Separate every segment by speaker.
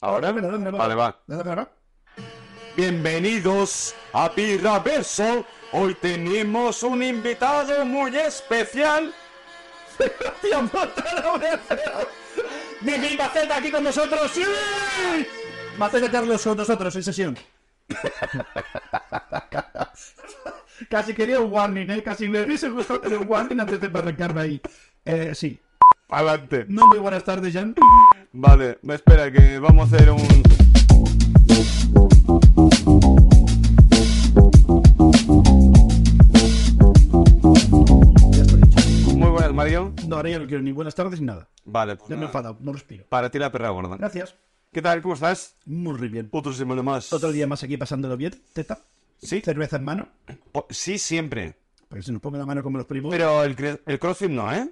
Speaker 1: ¿Ahora?
Speaker 2: Dale, dale, dale.
Speaker 1: Vale, va.
Speaker 2: Dale para acá.
Speaker 1: Bienvenidos a Pirraverso. Hoy tenemos un invitado muy especial.
Speaker 2: Tío, mátalo, hombre.
Speaker 1: ¡Miguel Baceta aquí con nosotros! ¡Sí!
Speaker 2: Maceta Carlos con nosotros en sesión. Casi quería un warning, ¿eh? Casi me hubiese gustado tener un warning antes de arrancarme ahí. Eh, sí.
Speaker 1: Adelante.
Speaker 2: No muy buenas tardes, Jan.
Speaker 1: Vale, me espera que vamos a hacer un.
Speaker 2: Ya está dicho.
Speaker 1: Muy buenas, Mario.
Speaker 2: No, ahora ya no quiero ni buenas tardes ni nada.
Speaker 1: Vale, pues
Speaker 2: Ya me he
Speaker 1: nada.
Speaker 2: enfadado, no respiro.
Speaker 1: para ti la perra gorda.
Speaker 2: Gracias.
Speaker 1: ¿Qué tal? ¿Cómo estás?
Speaker 2: Muy bien.
Speaker 1: Otro semana más.
Speaker 2: Otro día más aquí pasándolo bien, teta.
Speaker 1: ¿Sí?
Speaker 2: Cerveza en mano.
Speaker 1: po- Sí, siempre.
Speaker 2: Para que se nos ponga la mano como los primos.
Speaker 1: Pero el, cre- el CrossFit no, ¿eh?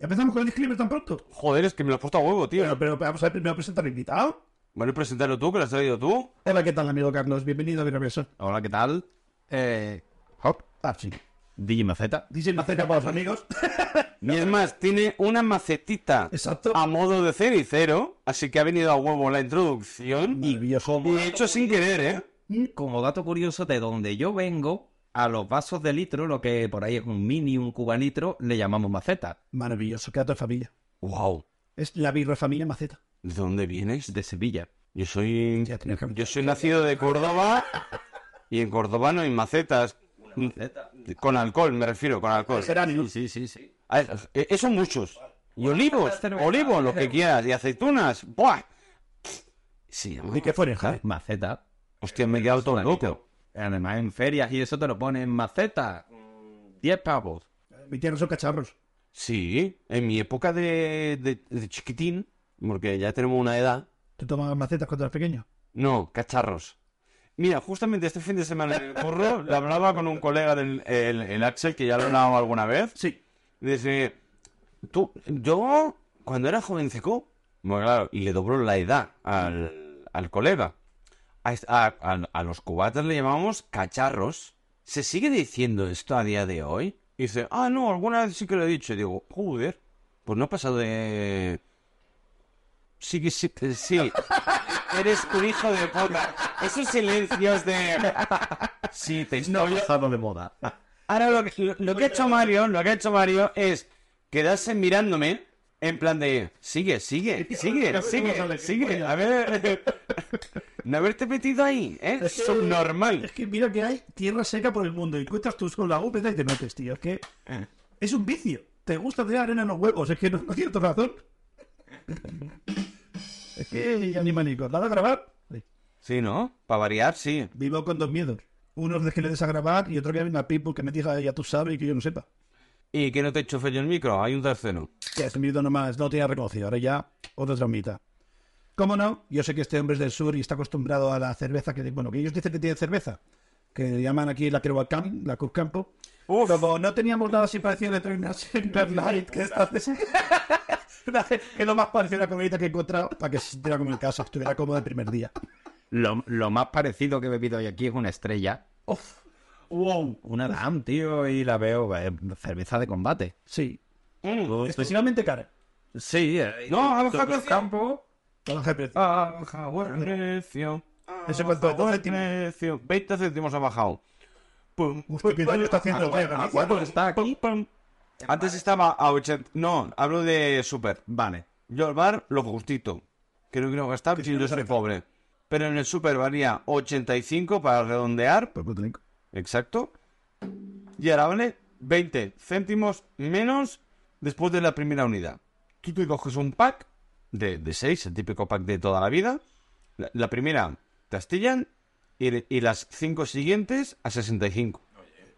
Speaker 2: ¿Empezamos con el disclaimer tan pronto?
Speaker 1: Joder, es que me lo has puesto a huevo, tío.
Speaker 2: Pero, pero vamos a ver, primero presentar al invitado.
Speaker 1: Bueno, presentarlo tú, que lo has traído tú.
Speaker 2: Hola, ¿qué tal, amigo Carlos? Bienvenido a mi regreso.
Speaker 3: Hola, ¿qué tal? Eh,
Speaker 2: Hop. Ah, sí.
Speaker 3: DJ Maceta.
Speaker 2: Dicen maceta para los amigos.
Speaker 1: Y es más, tiene una macetita
Speaker 2: Exacto.
Speaker 1: a modo de cericero, así que ha venido a huevo la introducción. Y,
Speaker 2: Maravilloso.
Speaker 1: y hecho sin querer, ¿eh?
Speaker 3: Como dato curioso, de donde yo vengo, a los vasos de litro, lo que por ahí es un mini, un cubalitro, le llamamos maceta.
Speaker 2: Maravilloso. Quédate de familia.
Speaker 1: ¡Wow!
Speaker 2: Es la birra familia maceta.
Speaker 1: ¿De dónde vienes?
Speaker 3: De Sevilla.
Speaker 1: Yo soy.
Speaker 2: Ya tenía que-
Speaker 1: Yo soy nacido de Córdoba y en Córdoba no hay macetas. Con alcohol, me refiero, con alcohol.
Speaker 2: Geranio.
Speaker 3: Sí, sí, sí.
Speaker 1: A ver, eh, Eso muchos. Y olivos, olivos, lo que quieras, y aceitunas. ¡Buah! Sí,
Speaker 2: ¿Y qué foreja?
Speaker 3: Maceta.
Speaker 1: hostia, me he quedado todo loco.
Speaker 3: Además, en ferias y eso te lo ponen maceta. 10 pavos.
Speaker 2: Mi tierra son cacharros.
Speaker 1: Sí, en mi época de, de- de chiquitín, porque ya tenemos una edad.
Speaker 2: ¿Tú tomabas macetas cuando eras pequeño?
Speaker 1: No, cacharros. Mira, justamente este fin de semana en el curro le hablaba con un colega del el, el Axel, que ya lo he hablado alguna vez.
Speaker 2: Sí.
Speaker 1: Dice, tú, yo cuando era jovenceco, bueno, claro, y le dobló la edad al, al colega. A, est- a- a- a los cubatas le llamamos cacharros. ¿Se sigue diciendo esto a día de hoy? Y dice, ah, no, alguna vez sí que lo he dicho. Y digo, joder, pues no ha pasado de... Sí, que sí, que sí. Eres un hijo de puta. Esos silencios de... Sí, te
Speaker 3: No,
Speaker 1: estoy-
Speaker 3: pasado de moda.
Speaker 1: Ahora lo que, lo- lo que ha hecho Mario, lo que ha hecho Mario es quedarse mirándome en plan de sigue, sigue, sigue, sigue, sigue. A ver, no haberte metido ahí, ¿eh? Subnormal.
Speaker 2: Es que mira que hay tierra seca por el mundo y encuentras tus con la húmeda y te metes, tío. Es que es un vicio. Te gusta tirar arena en los huevos. Es que no, no tienes razón. es que ya ni manico. Nada a grabar. Sí.
Speaker 1: Sí, ¿no? Para variar, sí.
Speaker 2: Vivo con dos miedos. Uno es de que le des a grabar y otro que venga Pitbull que me diga ya tú sabes y que yo no sepa.
Speaker 1: Y que no te enchufe yo el micro, hay un tercero.
Speaker 2: Que hace un minuto nomás no te había reconocido. Ahora ya otra traumita. ¿Cómo no? Yo sé que este hombre es del sur y está acostumbrado a la cerveza que... Bueno, que ellos dicen que tienen cerveza. Que le llaman aquí la Kerouacam, la Cruzcampo.
Speaker 1: Uf,
Speaker 2: Como no teníamos nada así parecido de Trainers en Red Light, que esta que es lo más parecido a la comidita que he encontrado para que se sintiera como en casa, estuviera cómodo el primer día.
Speaker 3: Lo, lo más parecido que he bebido hoy aquí es una estrella.
Speaker 2: Uf. Wow.
Speaker 3: Una DAM, tío, y la veo eh, cerveza de combate.
Speaker 2: Sí.
Speaker 1: mm,
Speaker 2: Excesivamente cara.
Speaker 3: Sí, eh,
Speaker 1: No, ha bajado el precio.
Speaker 3: campo.
Speaker 2: Todo el precio.
Speaker 1: ha bajado el precio.
Speaker 2: Eso cuánto,
Speaker 1: Ha bajado
Speaker 2: dos
Speaker 1: el precio. 20 céntimos ha bajado. Pum,
Speaker 2: Uf, qué bien lo está haciendo. vaya,
Speaker 3: Ah,
Speaker 2: vaya.
Speaker 3: ¿cuánto está aquí?
Speaker 1: Antes estaba a 80. No, hablo de Super.
Speaker 3: Vale.
Speaker 1: Yo al bar, lo justito. Que no quiero gastar si yo soy pobre. Pero en el Super valía 85 para redondear.
Speaker 2: Pues, pues, tengo.
Speaker 1: Exacto. Y ahora vale 20 céntimos menos después de la primera unidad. Tú te coges un pack de, de 6, el típico pack de toda la vida. La, la primera te astillan y, y las 5 siguientes a 65.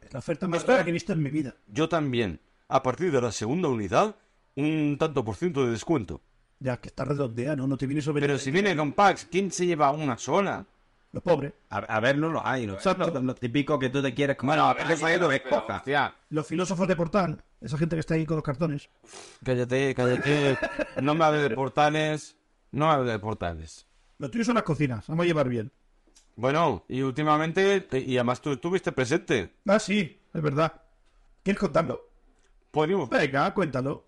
Speaker 2: Es la oferta más cara que he visto en mi vida.
Speaker 1: Yo también. A partir de la segunda unidad, un tanto por ciento de descuento.
Speaker 2: Ya, que está redondeada, ¿no? No te viene sobre
Speaker 1: Pero si viene con packs, ¿quién se lleva una sola?
Speaker 2: los pobres.
Speaker 3: A, a ver, no lo hay, ¿no? Eso es lo, lo típico que tú te quieres comer.
Speaker 1: Bueno, a ver, eso ahí lo ves,
Speaker 3: Pero,
Speaker 1: coja.
Speaker 3: hostia,
Speaker 2: Los filósofos de Portal, esa gente que está ahí con los cartones.
Speaker 1: Cállate, cállate. No me hables de portales. No me hables de portales.
Speaker 2: Lo tuyo son las cocinas, vamos a llevar bien.
Speaker 1: Bueno, y últimamente, te- y además tú estuviste presente.
Speaker 2: Ah, sí, es verdad. ¿Quieres contarlo?
Speaker 1: Podríamos.
Speaker 2: Venga, cuéntalo.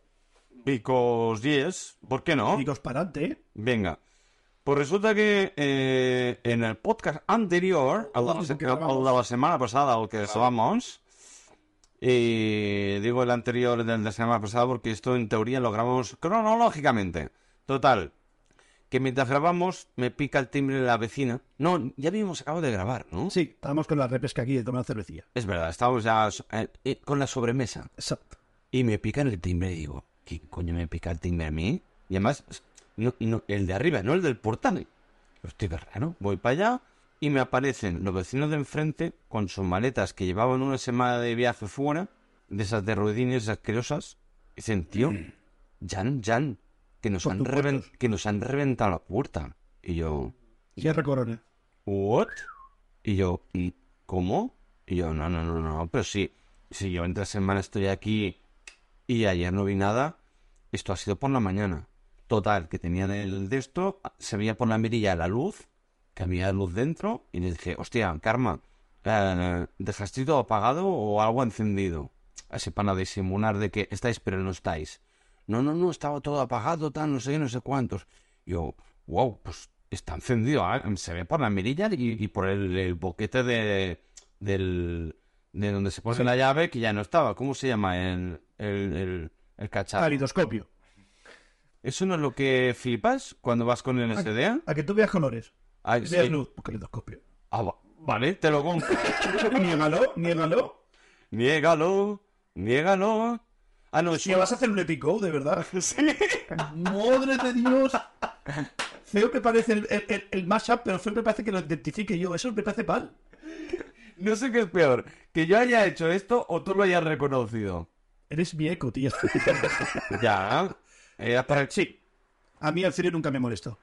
Speaker 1: Because yes, ¿por qué no?
Speaker 2: Digo, es parante, ¿eh?
Speaker 1: Venga. Pues resulta que eh, en el podcast anterior, al de la, se- al de la semana pasada, al que estábamos, y digo el anterior del de la semana pasada porque esto en teoría lo grabamos cronológicamente. Total, que mientras grabamos me pica el timbre de la vecina. No, ya habíamos acabado de grabar, ¿no?
Speaker 2: Sí, estábamos con la repesca aquí de tomar cervecilla.
Speaker 1: Es verdad, estábamos ya so- eh, eh, con la sobremesa.
Speaker 2: Exacto.
Speaker 1: Y me pican el timbre y digo, ¿qué coño me pica el timbre a mí? Y además, no, no, el de arriba, no el del portal. Estoy de raro. Voy para allá y me aparecen los vecinos de enfrente con sus maletas que llevaban una semana de viaje fuera, de esas de ruidines asquerosas. Y dicen, tío, Jan, Jan, que nos,
Speaker 2: Por
Speaker 1: han,
Speaker 2: supuesto.
Speaker 1: reven- que nos han reventado la puerta. Y yo,
Speaker 2: Sierra Corona.
Speaker 1: ¿What? Y yo, "¿Y ¿cómo? Y yo, no, no, no, no, pero sí, si yo entre semana estoy aquí y ayer no vi nada, esto ha sido por la mañana. Total, que tenían el de esto, se veía por la mirilla la luz, que había luz dentro, y le dije, hostia, Karma, eh, ¿dejaste todo apagado o algo encendido? Así para disimular de que estáis pero no estáis. No, no, no, estaba todo apagado, tal, no sé qué, no sé cuántos. Yo, wow, pues está encendido, ah, se ve por la mirilla y, y por el, el boquete de, del, de donde se pone la llave que ya no estaba. ¿Cómo se llama el, el, el, el cacharro?
Speaker 2: Calidoscopio.
Speaker 1: ¿Eso no es lo que flipas cuando vas con el SDA?
Speaker 2: A que tú veas colores.
Speaker 1: Ah,
Speaker 2: Que
Speaker 1: sí.
Speaker 2: Veas luz. Pues Calidoscopio.
Speaker 1: Ah, va- vale, te lo compro.
Speaker 2: niégalo, niégalo.
Speaker 1: niégalo, niégalo. Ah, no,
Speaker 2: Si
Speaker 1: eso...
Speaker 2: vas a hacer un epic go, de verdad.
Speaker 1: Sí.
Speaker 2: ¡Madre de Dios! Feo que parece el, el, el, el mashup, pero feo me parece que lo identifique yo. Eso me parece mal.
Speaker 1: No sé qué es peor, que yo haya hecho esto o tú lo hayas reconocido.
Speaker 2: Eres mi eco, tío.
Speaker 1: Ya, era para el
Speaker 2: sí. A mí el serio nunca me molestó.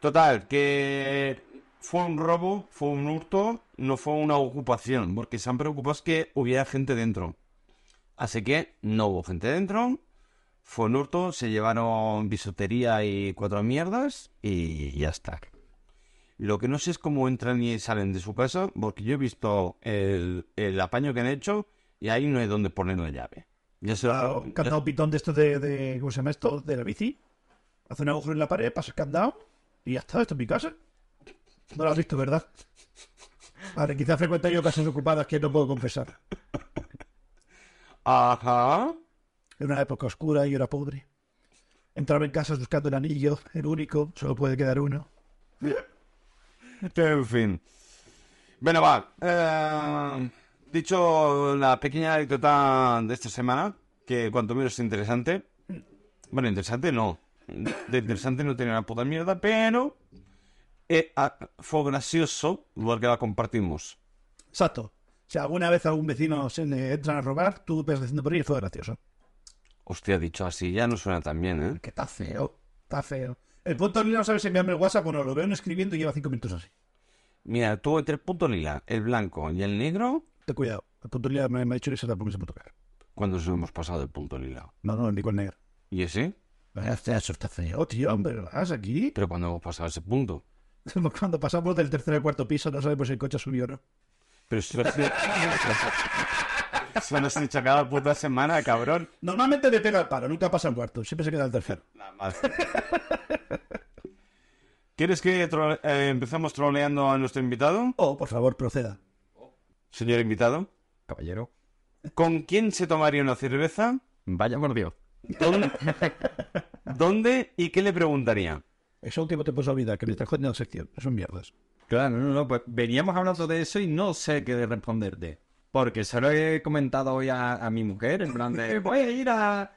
Speaker 1: Total, que fue un robo, fue un hurto, no fue una ocupación, porque se han preocupado es que hubiera gente dentro. Así que no hubo gente dentro, fue un hurto, se llevaron bisutería y cuatro mierdas y ya está. Lo que no sé es cómo entran y salen de su casa, porque yo he visto el, el apaño que han hecho y ahí no hay donde poner la llave. Ya se lo-
Speaker 2: Un candado pitón de estos de, de- ¿Cómo se llama esto? De la bici. Hace un agujero en la pared, pasa el candado y ya está. Esto es mi casa. No lo has visto, ¿verdad? Vale, quizás frecuente yo casas ocupadas que no puedo confesar.
Speaker 1: Ajá.
Speaker 2: Era una época oscura y yo era pobre. Entraba en casas buscando el anillo, el único, solo puede quedar uno.
Speaker 1: Este, En fin. Bueno, va. eh, dicho la pequeña anécdota de esta semana, que cuanto menos interesante. Bueno, interesante no. De interesante no tiene una puta mierda, pero eh, ah, fue gracioso porque la compartimos.
Speaker 2: Exacto. Si alguna vez algún vecino se le entran a robar, tú ves diciendo por ahí, fue gracioso.
Speaker 1: Hostia, dicho así, ya no suena tan bien, ¿eh?
Speaker 2: Que está feo, está feo. El punto lila no sabe si enviarme el WhatsApp o no, lo veo en escribiendo y lleva cinco minutos así.
Speaker 1: Mira, tuve tres puntos lila, el blanco y el negro,
Speaker 2: Ten cuidado. El punto lila me, me ha dicho que se tampoco se puede tocar.
Speaker 1: cuando nos hemos pasado el punto lila.
Speaker 2: No, no, ni con negro.
Speaker 1: ¿Y ese?
Speaker 2: Vaya, Eso está feo, tío, hombre, ¿vas aquí?
Speaker 1: Pero cuando hemos pasado ese punto.
Speaker 2: Cuando pasamos del tercer al cuarto piso no sabemos si el coche subió o no.
Speaker 1: Pero si Se nos han hecho cada puta semana, cabrón.
Speaker 2: Normalmente me pega el paro, nunca pasa el cuarto, siempre se queda el tercero.
Speaker 1: ¿Quieres que tro- eh, empezamos troleando a nuestro invitado?
Speaker 2: Oh, por favor, proceda.
Speaker 1: Señor invitado.
Speaker 3: Caballero,
Speaker 1: ¿Con quién se tomaría una cerveza?
Speaker 3: vaya por Dios.
Speaker 1: ¿Dónde, dónde y qué le preguntaría?
Speaker 2: Eso último te puedes olvidar, que me estás jodiendo la sección. Son mierdas.
Speaker 3: Claro, no, no, pues veníamos hablando de eso y no sé qué responderte. Porque se lo he comentado hoy a, a mi mujer, en plan de, voy a ir a...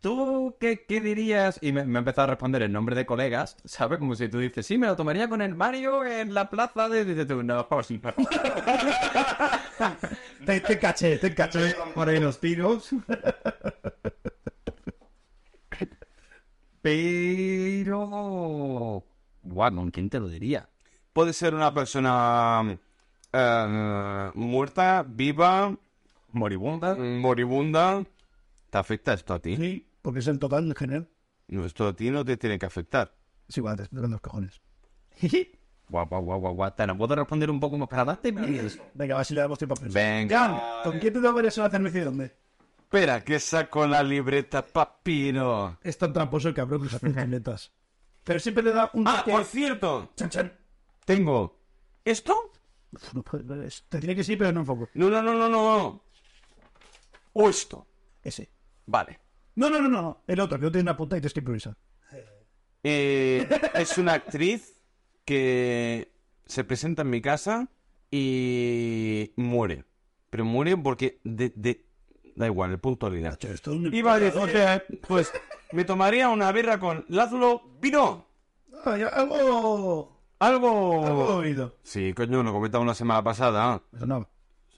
Speaker 3: ¿Tú qué, qué dirías? Y me, me ha empezado a responder el nombre de colegas, ¿sabes? Como si tú dices, sí, me lo tomaría con el Mario en la plaza de... Dices tú, no, pues no.
Speaker 2: Te, te caché, te caché.
Speaker 3: Por ahí los tiros. Pero... Guau, ¿con quién te lo diría?
Speaker 1: Puede ser una persona eh, muerta, viva,
Speaker 3: Moribunda.
Speaker 1: moribunda. ¿Te afecta esto a ti?
Speaker 2: Sí, porque es el total en general.
Speaker 1: No, esto a ti no te tiene que afectar.
Speaker 2: Es igual, te tocan los cojones.
Speaker 3: Guau, guau, guau, guau, guau. Te la puedo responder un poco más para adelante. Miguel?
Speaker 2: Venga, va, si le damos tiempo a pensar.
Speaker 1: Venga.
Speaker 2: Jan, ¿con quién te tomarías una cerveza y dónde?
Speaker 1: Espera, que saco la libreta, papino.
Speaker 2: Es tan tramposo el cabrón que se hace las letras. Pero siempre le da un
Speaker 1: Ah,
Speaker 2: toque.
Speaker 1: por cierto,
Speaker 2: oh, Chan, chan.
Speaker 1: tengo esto.
Speaker 2: Uf, no puedo ver eso. Te diré que sí, pero no en foco.
Speaker 1: No, no, no, no, no. O esto.
Speaker 2: Ese.
Speaker 1: Vale.
Speaker 2: No, no, no, no, no. El otro, que no tiene una punta y tienes que improvisar.
Speaker 1: Eh, es una actriz que se presenta en mi casa y muere. Pero muere porque de, de- da igual, el punto de
Speaker 2: Nacho, esto es un
Speaker 1: Iba a decir, eh, pues me tomaría una birra con Lázaro Vino.
Speaker 2: Ay, oh. algo... algo he
Speaker 1: Algo...
Speaker 2: oído.
Speaker 1: Sí, coño, lo comentamos la semana pasada.
Speaker 2: Me sonaba.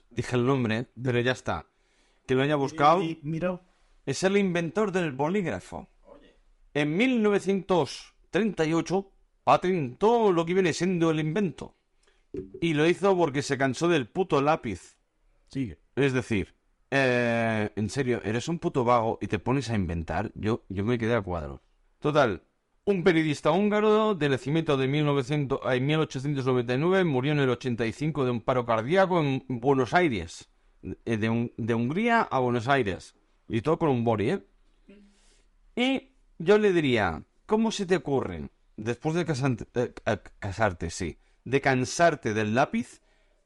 Speaker 1: Dije el nombre, pero ya está. Que lo haya buscado.
Speaker 2: Y mira,
Speaker 1: es el inventor del bolígrafo. En 1938 patentó lo que viene siendo el invento. Y lo hizo porque se cansó del puto lápiz.
Speaker 2: sigue.
Speaker 1: Es decir, eh, en serio, eres un puto vago y te pones a inventar. Yo, yo me quedé a cuadro. Total, un periodista húngaro de nacimiento de 1900 a 1899 murió en el 85 de un paro cardíaco en Buenos Aires. Eh, De, Hun- de Hungría a Buenos Aires. Y todo con un bori, ¿eh? Y yo le diría, ¿cómo se te ocurre, después de casante- eh, eh, casarte, sí, de cansarte del lápiz,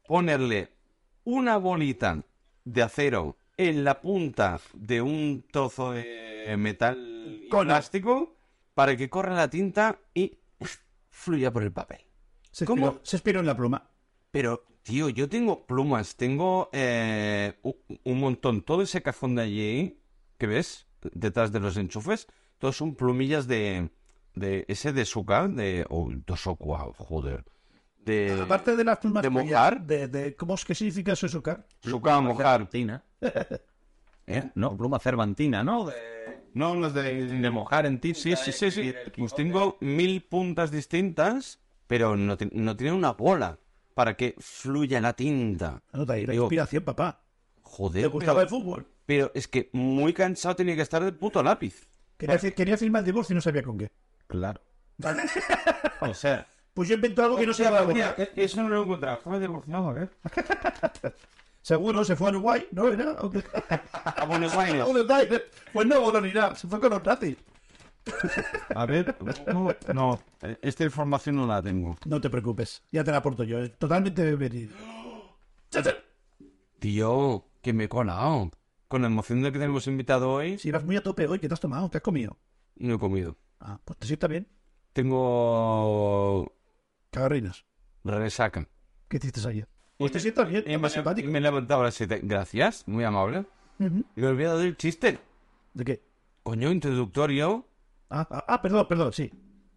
Speaker 1: ponerle una bolita de acero en la punta de un trozo de metal y
Speaker 2: Cola.
Speaker 1: plástico para que corra la tinta y fluya por el papel?
Speaker 2: Se
Speaker 1: ¿Cómo?
Speaker 2: Expiró, se expiró en la pluma.
Speaker 1: Pero, tío, yo tengo plumas, tengo eh, u- un montón. Todo ese cajón de allí que ves detrás de los enchufes, todos son plumillas de, de ese de suca, de. o de soca, joder. De.
Speaker 2: Aparte de las plumas...
Speaker 1: ¿de
Speaker 2: tuyas,
Speaker 1: mojar?
Speaker 2: De, de- ¿Cómo es que significa eso, sucar?
Speaker 1: suca, mojar.
Speaker 3: Cervantina. ¿Eh? No, pluma cervantina, ¿no? De...
Speaker 1: No, los de,
Speaker 3: de mojar en ti.
Speaker 1: Sí, sí, sí, sí. Pues tengo mil puntas distintas, pero no, ti- no tienen una bola para que fluya la tinta.
Speaker 2: Anota ahí, la
Speaker 1: Digo,
Speaker 2: inspiración, papá.
Speaker 1: Joder,
Speaker 2: ¿Te
Speaker 1: pero-
Speaker 2: gustaba el fútbol?
Speaker 1: pero es que muy cansado tenía que estar del puto lápiz.
Speaker 2: Quería, fi- quería firmar el divorcio y no sabía con qué.
Speaker 3: Claro. O sea,
Speaker 2: Pues yo invento algo que no se va a borrar.
Speaker 1: eh, Eso no lo he encontrado. Estaba divorciado, ¿eh?
Speaker 2: Seguro se fue a Uruguay, ¿no era? ¿O qué? Ah,
Speaker 1: A Buenos Aires.
Speaker 2: ¿A Buenos Aires? Pues no, no, ni nada. Se fue con los nazis.
Speaker 3: a ver, no, no, eh, esta información no la tengo.
Speaker 2: No te preocupes, ya te la aporto yo. es Totalmente verídico.
Speaker 1: Tío, que me he colado. Con la emoción de que tenemos invitado hoy,
Speaker 2: Si vas muy a tope hoy, ¿qué te has tomado? ¿Qué has comido?
Speaker 1: no he comido.
Speaker 2: Ah, pues te sienta bien.
Speaker 1: Tengo
Speaker 2: Cagarrinas.
Speaker 1: resaca.
Speaker 2: ¿Qué hiciste ayer? Pues te sientas bien, es más simpático.
Speaker 1: me he levantado a las 7. Gracias, muy amable.
Speaker 2: Ujú.
Speaker 1: Y me he olvidado del chiste.
Speaker 2: ¿De qué?
Speaker 1: Coño, introductorio.
Speaker 2: Ah, ah, ah, perdón, perdón, sí.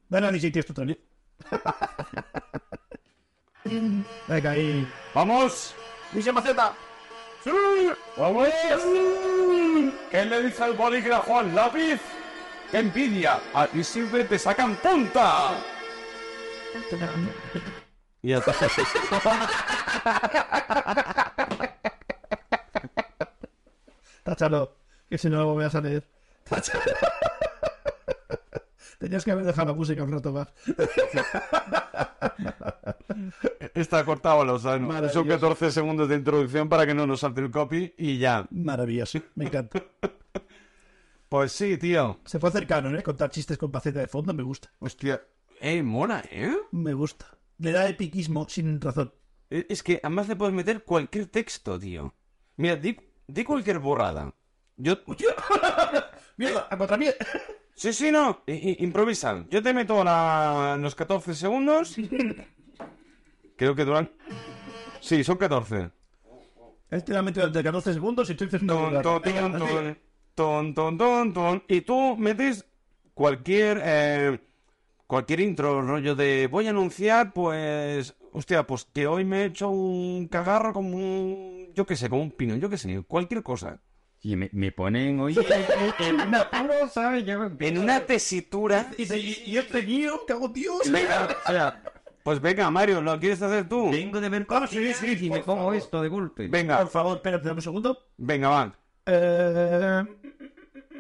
Speaker 2: Dale a DJ esto también. Venga, ahí.
Speaker 1: ¡Vamos!
Speaker 2: ¡Dice Maceta!
Speaker 1: ¡Vamos! ¿Qué le dice al bolígrafo al lápiz? ¡Qué envidia! A ti siempre te sacan punta. Y ya está.
Speaker 2: Táchalo, que si no lo voy a salir. Táchalo. Tenías que haber dejado la música un rato más.
Speaker 1: Está cortado los años.
Speaker 2: Maravilloso.
Speaker 1: Son 14 segundos de introducción para que no nos salte el copy y ya.
Speaker 2: Maravilloso, me encanta.
Speaker 1: Pues sí, tío.
Speaker 2: Se fue cercano, ¿eh? Contar chistes con paceta de fondo me gusta.
Speaker 1: Hostia. Eh, mola, ¿eh?
Speaker 2: Me gusta. Le da epiquismo sin razón.
Speaker 1: Eh, Es que además le puedes meter cualquier texto, tío. Mira, di, di cualquier borrada. Yo.
Speaker 2: ¡Mierda! ¡A contra mí!
Speaker 1: Sí, sí, no. I- i- improvisa. Yo te meto la... los 14 segundos. Creo que duran. Sí, son 14.
Speaker 2: Este lo ha metido de 14 segundos y tú dices una
Speaker 1: Ton,
Speaker 2: burrada.
Speaker 1: ton, ton, ton, ton, ton, ton, ton. Y tú metes cualquier eh, cualquier intro, rollo de voy a anunciar, pues, hostia, pues que hoy me he hecho un cagarro como un, yo qué sé, como un pino, yo qué sé, cualquier cosa.
Speaker 3: Y me, me ponen, oye, eh, en una apuro, ¿sabes? Yo-
Speaker 1: En una tesitura.
Speaker 2: Y, te- y- y este guío, cago en Dios.
Speaker 3: O sea,
Speaker 1: Pues venga, Mario, ¿lo quieres hacer tú?
Speaker 3: vengo de ver
Speaker 2: Ah, sí, sí,
Speaker 3: y me
Speaker 2: por
Speaker 3: pongo
Speaker 2: favor.
Speaker 3: esto de golpe.
Speaker 2: Por
Speaker 1: Venga,
Speaker 2: favor, espérate dame un segundo.
Speaker 1: venga, va.
Speaker 2: Eh,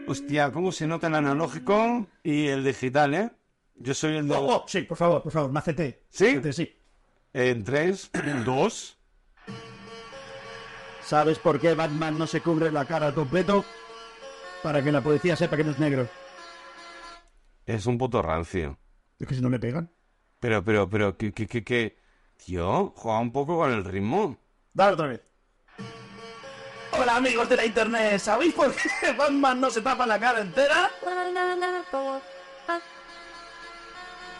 Speaker 1: Hostia, cómo se nota el analógico y el digital, ¿eh? Yo soy el de...
Speaker 2: oh, sí, por favor, por favor, macete.
Speaker 1: ¿Sí?
Speaker 2: Macete, sí.
Speaker 1: En 3, 2...
Speaker 2: ¿Sabes por qué Batman no se cubre la cara al completo? Para que la policía sepa que no es negro.
Speaker 1: Es un puto rancio.
Speaker 2: Es que si no le pegan.
Speaker 1: Pero, pero, pero, que, que, que, que... Tío, juega un poco con el ritmo.
Speaker 2: Dale otra vez.
Speaker 4: Hola amigos de la internet, ¿sabéis por qué Batman no se tapa la cara entera?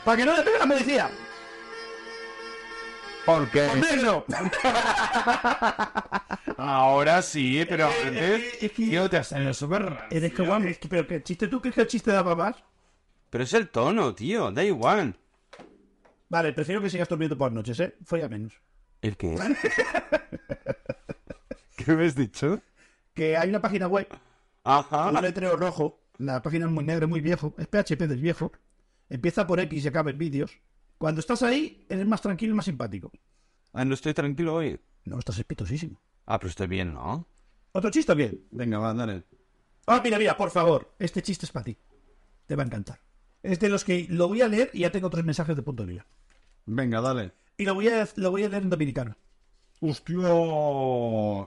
Speaker 4: Para que no le pegue la policía.
Speaker 3: Porque
Speaker 2: Pues
Speaker 4: ¡Negro!
Speaker 1: Ahora sí, pero antes...
Speaker 2: Eh, Es que,
Speaker 3: tío te hacen súper
Speaker 2: eres que guapo. es que- Pero que chiste, ¿tú crees que el chiste da para más?
Speaker 1: Pero es el tono, tío, da igual.
Speaker 2: Vale, prefiero que sigas durmiendo por las noches, ¿eh? Folla menos.
Speaker 1: ¿El qué? ¿Qué me has dicho?
Speaker 2: Que hay una página web,
Speaker 1: Ajá.
Speaker 2: un letrero rojo. La página es muy negra, es muy viejo. Es PHP del viejo. Empieza por X y acaba en vídeos. Cuando estás ahí, eres más tranquilo y más simpático.
Speaker 1: Ah, no estoy tranquilo hoy.
Speaker 2: No, estás espetosísimo.
Speaker 1: Ah, pero estoy bien, ¿no?
Speaker 2: Otro chiste bien.
Speaker 3: Venga, va, dale.
Speaker 2: Ah, mira, mira, por favor. Este chiste es para ti. Te va a encantar. Es de los que lo voy a leer y ya tengo tres mensajes de punto de vida.
Speaker 3: Venga, dale.
Speaker 2: Y lo voy a, lo voy a leer en dominicano.
Speaker 3: ¡Hostia!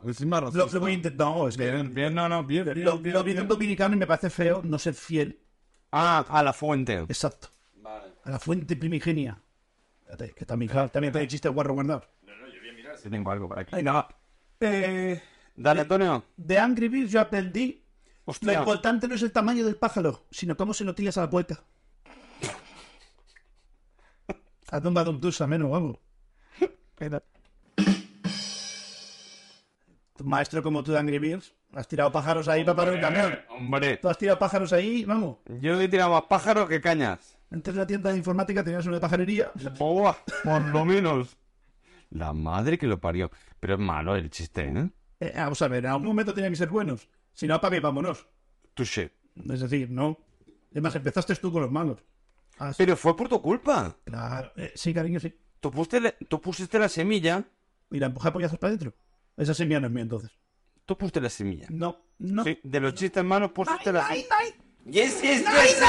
Speaker 3: Encima
Speaker 2: Lo,
Speaker 3: racista.
Speaker 2: lo voy a intentar. No, es que.
Speaker 3: Bien, bien, no, no, bien. bien,
Speaker 2: Lo,
Speaker 3: bien,
Speaker 2: lo vi en
Speaker 3: bien.
Speaker 2: dominicano y me parece feo no ser fiel.
Speaker 1: Ah, a la fuente.
Speaker 2: Exacto. A la fuente primigenia. Espérate, que también, también hay chistes guarro guardados.
Speaker 3: Si tengo algo por aquí.
Speaker 2: Venga, va. Eh,
Speaker 1: Dale, Antonio.
Speaker 2: de Angry Birds yo aprendí. Lo
Speaker 1: Hostia.
Speaker 2: importante no es el tamaño del pájaro, sino cómo se lo tiras a la puerta. Ha tumbado un tusa menos, vamos. Espera. Tu Maestro como tú de Angry Birds, has tirado pájaros ahí para parar el camión.
Speaker 1: Hombre,
Speaker 2: Tú has tirado pájaros ahí, vamos.
Speaker 1: yo le he tirado más pájaros que cañas.
Speaker 2: Antes de la tienda de informática tenías una pajarería.
Speaker 1: por lo menos. La madre que lo parió. Pero es malo el chiste, ¿eh?
Speaker 2: Eh, vamos a ver, en algún momento tenían que ser buenos. Si no, papi, vámonos.
Speaker 1: Touché.
Speaker 2: Es decir, no. Es más, empezaste tú con los malos. Ah, sí.
Speaker 1: Pero fue por tu culpa.
Speaker 2: Claro. Eh, sí, cariño, sí.
Speaker 1: Tú pusiste, la- tú pusiste la semilla.
Speaker 2: Y la empujé a pollazos para adentro. Esa semilla no es mía, entonces.
Speaker 1: Tú pusiste la semilla.
Speaker 2: No, no.
Speaker 1: Sí, de los chistes malos pusiste la semilla. Yes, yes, yes.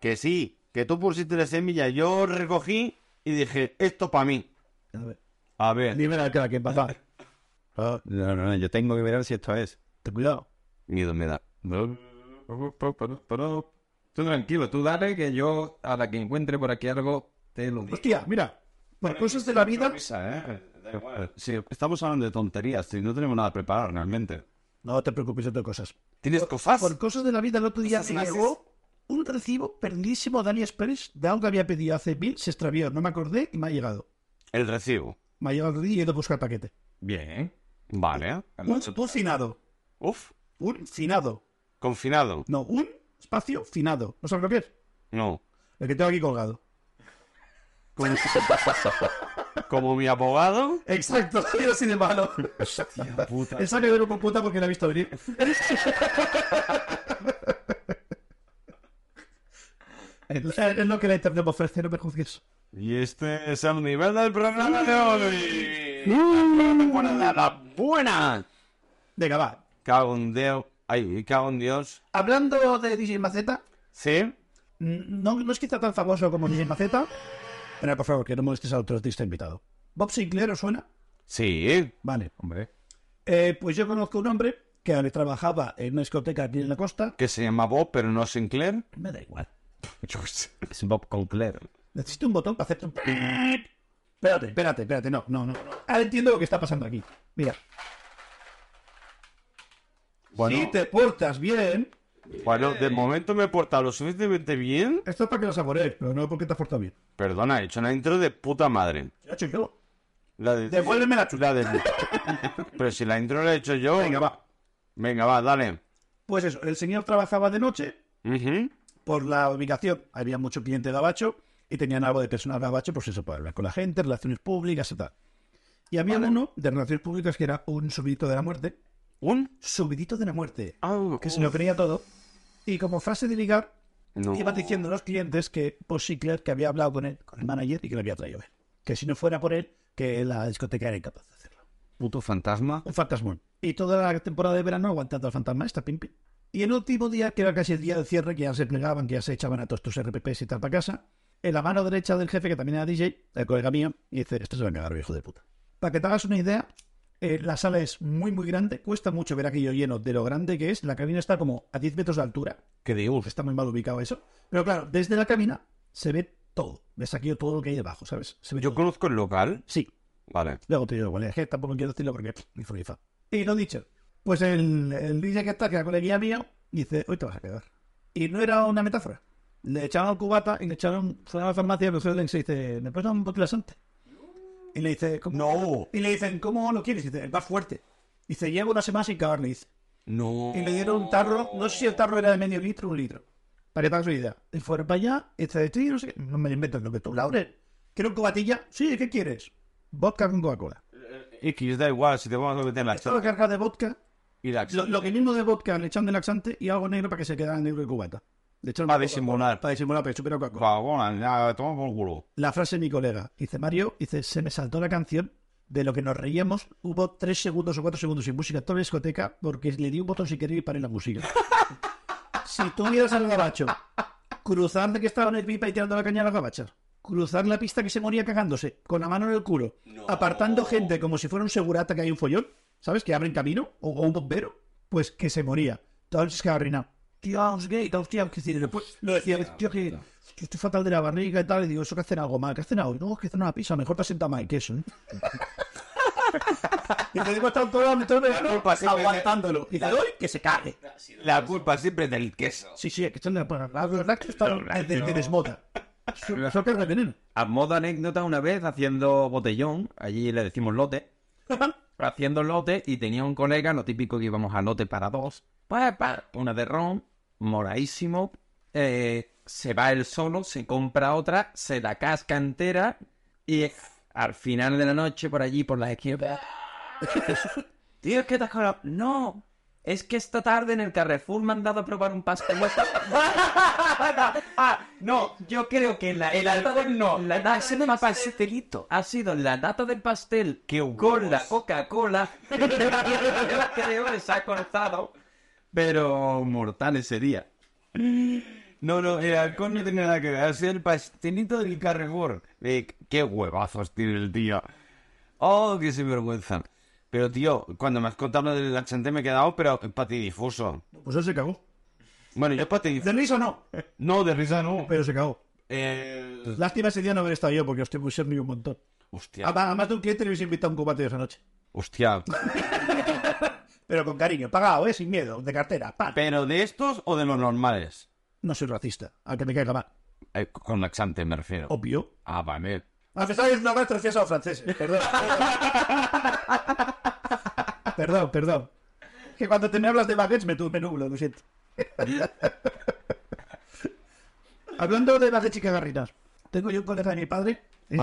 Speaker 1: Que sí, que tú pusiste la semilla. Yo recogí y dije, esto para mí.
Speaker 2: A ver.
Speaker 1: A ver.
Speaker 2: Dime la cara que papá. Ah,
Speaker 3: No, no, no, yo tengo que mirar si esto es.
Speaker 2: ten cuidado.
Speaker 1: Miedo me da.
Speaker 3: Tú tranquilo, tú dale que yo a la que encuentre por aquí algo te lo digo.
Speaker 2: Hostia, mira. Por cosas de la ¿eh? vida.
Speaker 3: Sí, estamos hablando de tonterías, si no tenemos nada preparado realmente.
Speaker 2: No te preocupes de otras cosas.
Speaker 1: ¿Tienes cofas?
Speaker 2: Por cosas de la vida, el otro día
Speaker 1: Cosas
Speaker 2: me
Speaker 1: raras.
Speaker 2: llegó un recibo perdidísimo de AliExpress de algo que había pedido hace mil. Se extravió, no me acordé y me ha llegado.
Speaker 1: El recibo.
Speaker 2: Me ha llegado el día y he ido a buscar el paquete.
Speaker 3: Bien.
Speaker 1: Vale.
Speaker 2: Un un finado.
Speaker 1: Uf.
Speaker 2: Un finado.
Speaker 1: Confinado.
Speaker 2: No, un espacio finado. ¿No sabes lo que es?
Speaker 1: No.
Speaker 2: El que tengo aquí colgado.
Speaker 1: Como, como mi abogado.
Speaker 2: Exacto, yo así de malo.
Speaker 3: puta.
Speaker 2: Esa que veo con puta porque la he visto venir. es es lo que la internet me ofrece, no me juzgues.
Speaker 1: Y este es el nivel del programa de hoy. La
Speaker 2: Mm.
Speaker 1: temporada, la buena.
Speaker 2: Venga, va.
Speaker 1: Cago en Dios. Ay, cago en Dios.
Speaker 2: Hablando de DJ Maceta,
Speaker 1: Sí.
Speaker 2: no, no es quizá tan famoso como DJ Maceta. Pero por favor, que no molestes a otro artista invitado. Bob Sinclair, ¿os suena?
Speaker 1: Sí.
Speaker 2: Vale.
Speaker 3: Hombre.
Speaker 2: Eh, pues yo conozco un hombre que ahora trabajaba en una discoteca aquí en la costa.
Speaker 1: Que se llama Bob, pero no Sinclair.
Speaker 2: Me da igual.
Speaker 1: Yo qué sé.
Speaker 3: Es Bob Conclair.
Speaker 2: Necesito un botón para hacerte un... Espérate, espérate, espérate, no, no, no. Ahora entiendo lo que está pasando aquí. Mira.
Speaker 1: Bueno.
Speaker 2: Si te portas bien...
Speaker 1: Bueno, de momento me he portado lo suficientemente bien.
Speaker 2: Esto es para que lo saborees, pero no porque te has portado bien.
Speaker 1: Perdona, he hecho una intro de puta madre.
Speaker 2: Lo he hecho yo.
Speaker 1: La de...
Speaker 2: Devuélveme la chula.
Speaker 1: la de- Pero si la intro la he hecho yo.
Speaker 2: Venga, va.
Speaker 1: Venga, va, dale.
Speaker 2: Pues eso, el señor trabajaba de noche
Speaker 1: Ujú.
Speaker 2: por la ubicación. Había mucho cliente gabacho y tenían algo de personal gabacho, pues eso, para hablar con la gente, relaciones públicas y tal. Y había uno de relaciones públicas que era un subidito de la muerte.
Speaker 1: ¿Un?
Speaker 2: Subidito de la muerte.
Speaker 1: Ah,
Speaker 2: Que se lo creía todo. Y como frase de ligar,
Speaker 1: No.
Speaker 2: Iba diciendo a los clientes que Bob Sinclair que había hablado con él, con el manager, y que le había traído él. Que si no fuera por él, que la discoteca era incapaz de hacerlo.
Speaker 3: Puto fantasma.
Speaker 2: Un fantasmón. Y toda la temporada de verano aguantando al fantasma, esta pim, pim. Y el último día, que era casi el día del cierre, que ya se plegaban, que ya se echaban a todos estos RPPs y tal para casa, en la mano "Este derecha del jefe, que también era DJ, el colega mío, y dice, esto se va a cagar, hijo de puta. Para que te hagas una idea, Eh, la sala es muy, muy grande. Cuesta mucho ver aquello lleno de lo grande que es. La cabina está como a 10 metros de altura.
Speaker 1: ¿Qué dios?
Speaker 2: Está muy mal ubicado eso. Pero claro, desde la cabina se ve todo. Ves aquí todo lo que hay debajo, ¿sabes? Se ve
Speaker 1: Yo
Speaker 2: todo.
Speaker 1: conozco el local.
Speaker 2: Sí,
Speaker 1: Vale.
Speaker 2: Luego te digo cuál es, que tampoco quiero decirlo porque pff, mi frifa. Y lo dicho, pues el, el DJ que está, que era coleguía mío, dice, hoy te vas a quedar. Y no era una metáfora. Le echaron al cubata y le echaron, fue a la farmacia, el profesor le dice, ¿me puedes dar un botilazante? Y le dice, ¿cómo?
Speaker 1: No.
Speaker 2: Y le dicen, ¿cómo lo quieres? Y dice, va fuerte. Dice, llevo una semana sin cagarle, dice.
Speaker 1: No.
Speaker 2: Y le dieron un tarro, no sé si el tarro era de medio litro o un litro. Para que te hagas una idea. Y fueron para allá, este de ti, no sé qué. No me lo invento lo que tú, Laurel. ¿Quieres un cobatilla? Sí, ¿qué quieres? Vodka con Coca-Cola.
Speaker 1: X, da igual, si te vamos a meter en la
Speaker 2: Estaba
Speaker 1: chapa
Speaker 2: cargado de vodka.
Speaker 1: y la
Speaker 2: Lo, lo que mismo de vodka le echaron de laxante y algo negro para que se quedara negro el cubata. Le echaron
Speaker 1: Para
Speaker 2: Coca-Cola.
Speaker 1: disimular.
Speaker 2: Para disimular, pero supera Coca-Cola.
Speaker 1: Coca-Cola, nada, toma por culo.
Speaker 2: La frase de mi colega. Dice Mario, dice, se me saltó la canción de lo que nos reíamos. Hubo tres segundos o cuatro segundos sin música en toda la discoteca porque le di un botón sin querer y paré la música. si tú vieras al gabacho cruzar de que estaba en el pipa y tirando la caña a la gabacha, cruzar la pista que se moría cagándose, con la mano en el culo, apartando gente como si fuera un segurata que hay un follón, ¿sabes? Que abren camino, o, o un bombero, pues que se moría. Entonces que arruinado. Dios, gay, hostia, que tiene después. Lo decía, tío, que, que estoy fatal de la barriga y tal, y digo, eso que hacen algo mal, que hacen algo. No, es que hacen una pizza, mejor te sienta mal que eso, ¿eh? y te digo, está todo
Speaker 1: culpa siempre-
Speaker 2: aguantándolo. Y le doy que se cague.
Speaker 1: La culpa siempre es del queso.
Speaker 2: Sí, sí, hay que echarle la porra. La verdad que está te, te desmota. La soca de veneno.
Speaker 3: A modo anécdota, una vez haciendo botellón, allí le decimos lote, haciendo lote y tenía un colega, lo típico que íbamos a lote para dos, pa, pa, una de ron, moradísimo, eh, se va él solo, se compra otra, se la casca entera y al final de la noche por allí, por las esquinas, tío, es que te has colado. No, es que esta tarde en el Carrefour me han dado a probar un pastel. Ah, no, yo creo que la, el alcohol no. La nata del pastelito ha sido la nata del pastel
Speaker 1: Qué
Speaker 3: con
Speaker 1: huevos.
Speaker 3: la Coca-Cola. Yo creo que se ha cortado. Pero mortal ese día.
Speaker 1: No, no, el alcohol no tiene nada que ver. Ha sido el pastelito del Carrefour. Eh, qué huevazos tiene el tío. Oh, qué sinvergüenza. Pero, tío, cuando me has contado lo del laxante me he quedado, pero patidifuso.
Speaker 2: Pues él se cagó.
Speaker 1: Bueno, yo
Speaker 2: ¿De
Speaker 1: patidifuso.
Speaker 2: risa o no?
Speaker 1: No, de risa no.
Speaker 2: Pero se cagó.
Speaker 1: Eh,
Speaker 2: Lástima ese día no haber estado yo porque pues os tengo que un montón.
Speaker 1: hostia.
Speaker 2: Además, además de un cliente le hubiese invitado un cubate esa noche.
Speaker 1: Hostia.
Speaker 2: Pero con cariño, pagado, ¿eh? Sin miedo, de cartera. pa.
Speaker 1: ¿Pero de estos o de los normales?
Speaker 2: No soy racista, al que me caiga mal.
Speaker 1: Eh, con laxante me refiero.
Speaker 2: Obvio.
Speaker 1: Ah, vale.
Speaker 2: A pesar de que es una maestra francesa o franceses. Perdón. perdón, perdón. Que cuando te me hablas de baguettes me, tu- me nublo, lo siento. Hablando de baguettes y cagarrinas, tengo yo un colega de mi padre. Es,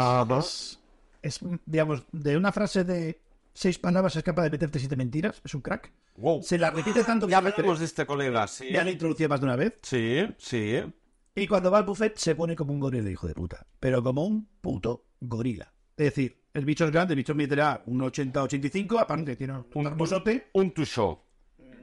Speaker 2: es, digamos, de una frase de seis palabras es capaz de meterte siete mentiras. Es un crack.
Speaker 1: Wow.
Speaker 2: Se la repite tanto que
Speaker 1: Ya hablamos de este colega, sí.
Speaker 2: ya la introducía más de una vez.
Speaker 1: Sí, sí.
Speaker 2: Y cuando va al buffet se pone como un gorila, hijo de puta. Pero como un puto gorila. Es decir, el bicho es grande, el bicho meterá un 80-85, aparte tiene un hermosote.
Speaker 1: Un tucho.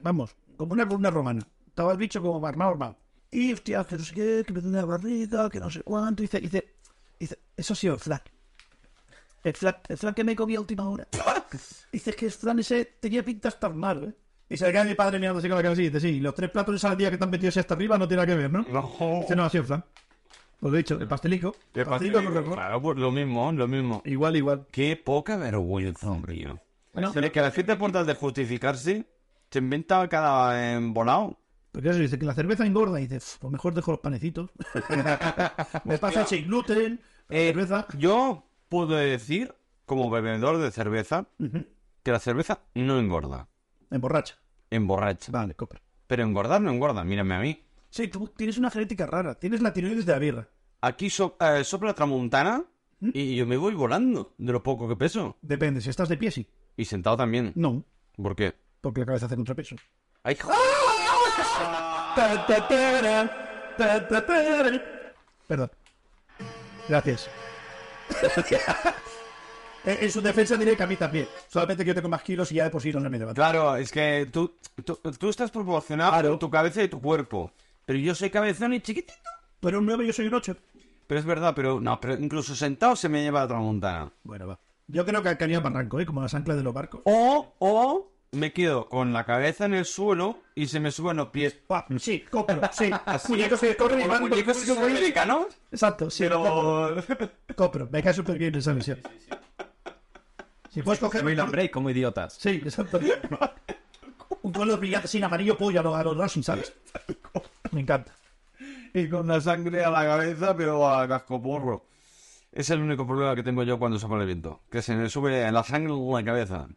Speaker 2: Vamos, como una columna romana. Estaba el bicho como armado, armado. Y hostia, que no sé qué, que me tiene la barriga, que no sé cuánto. Y dice, dice, dice, eso ha sido el flan. El flan, el flan que me comí a última hora. Dice que el flan ese tenía pintas tan malo, ¿eh? Y se le queda mi padre mirando así con la cara así. y Dice, sí, los tres platos de saladilla que están metidos así hasta arriba no tiene nada que ver, ¿no?
Speaker 1: No.
Speaker 2: Este no ha sido flan. Lo he dicho, el pastelico.
Speaker 1: El
Speaker 2: Pastelico con
Speaker 1: pastelito,
Speaker 2: rojo.
Speaker 1: Claro, pues lo mismo, lo mismo.
Speaker 2: Igual, igual.
Speaker 1: Qué poca vergüenza, hombre.
Speaker 2: Bueno,
Speaker 1: Se le que a las siete puertas de justificarse, se inventa cada embolado.
Speaker 2: porque eso dice que la cerveza engorda y dice, "Pff, pues mejor dejo los panecitos. Me pasa sin gluten,
Speaker 1: Eh,
Speaker 2: cerveza.
Speaker 1: Yo puedo decir, como bebedor de cerveza, que la cerveza no engorda,
Speaker 2: Emborracha.
Speaker 1: emborracha.
Speaker 2: Vale, compra.
Speaker 1: Pero engordar no engorda, mírame a mí.
Speaker 2: Sí, tú tienes una genética rara. Tienes la tiroides de la birra.
Speaker 1: Aquí so- eh, sopla tramontana y yo me voy volando de lo poco que peso.
Speaker 2: Depende, si estás de pie, sí.
Speaker 1: Y sentado también.
Speaker 2: No,
Speaker 1: ¿Por qué?
Speaker 2: porque la cabeza hace contrapeso.
Speaker 1: ¡Ay, jo-
Speaker 2: Perdón. Gracias. Eh, en en su defensa diré que a mí también. Solamente que yo tengo más kilos y ya de por sí no se me levanta.
Speaker 1: Claro, es que tú, tú, tú estás proporcionado a tu cabeza y tu cuerpo. Pero yo soy cabezón y chiquitito.
Speaker 2: Tú eres un 9 y yo soy un 8.
Speaker 1: Pero es verdad, pero no, pero incluso sentado se me lleva la tramontana.
Speaker 2: Bueno, va. Yo creo que caería barranco, ¿eh? Como las anclas de los barcos.
Speaker 1: O, o me quedo con la cabeza en el suelo y se me suben los pies.
Speaker 2: Guau, sí, compro, sí. Muñecos que corren y
Speaker 1: Como los
Speaker 2: van-
Speaker 1: muñecos sudamericanos,
Speaker 2: Exacto, sí. compro.
Speaker 1: pero...
Speaker 2: Compro, me cae súper bien esa versión. Si puedes coger...
Speaker 3: Soy Break como idiotas.
Speaker 2: Sí, exacto. Un color brillante sin amarillo pollo a los, a los Rosin, ¿sabes? Me encanta.
Speaker 3: Y con la sangre a la cabeza, pero a cascoporro.
Speaker 1: Es el único problema que tengo yo cuando saco el viento. Que se me sube la sangre en la cabeza.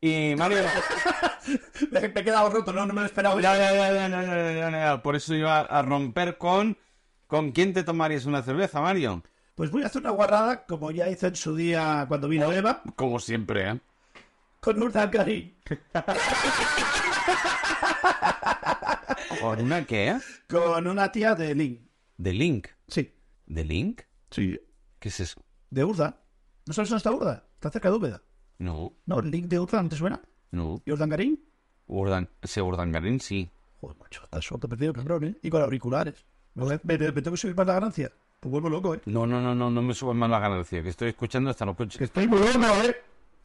Speaker 1: Y Mario...
Speaker 2: Me he quedado roto, no, no me lo esperaba.
Speaker 1: Ya, ya, ya, ya, ya, ya, ya, ya, ya. Por eso iba a romper con... ¿Con quién te tomarías una cerveza, Mario?
Speaker 2: Pues voy a hacer una guarrada, como ya hizo en su día cuando vino Eva,
Speaker 1: Como siempre, ¿eh?
Speaker 2: con Nurdan Karim.
Speaker 1: ¿Con una qué?
Speaker 2: Con una tía de Link.
Speaker 1: ¿De Link?
Speaker 2: Sí.
Speaker 1: ¿De Link?
Speaker 2: Sí.
Speaker 1: ¿Qué es eso?
Speaker 2: De Urda. ¿No sabes dónde está Urda? Está cerca de Úbeda.
Speaker 1: No,
Speaker 2: No, Link de Urda, ¿no te suena?
Speaker 1: no.
Speaker 2: ¿Y Urdan Karim?
Speaker 1: Urdan... ¿Se Urdangarín? Sí.
Speaker 2: Joder, macho, está suelto perdido, cabrón, ¿eh? Y con auriculares. Me, voy a- me- me- me tengo que subir más la ganancia. Pues vuelvo loco, ¿eh?
Speaker 1: No, no, no, no, no me subas más la ganancia, que estoy escuchando hasta los coches.
Speaker 2: estoy muy gordo, ¿eh?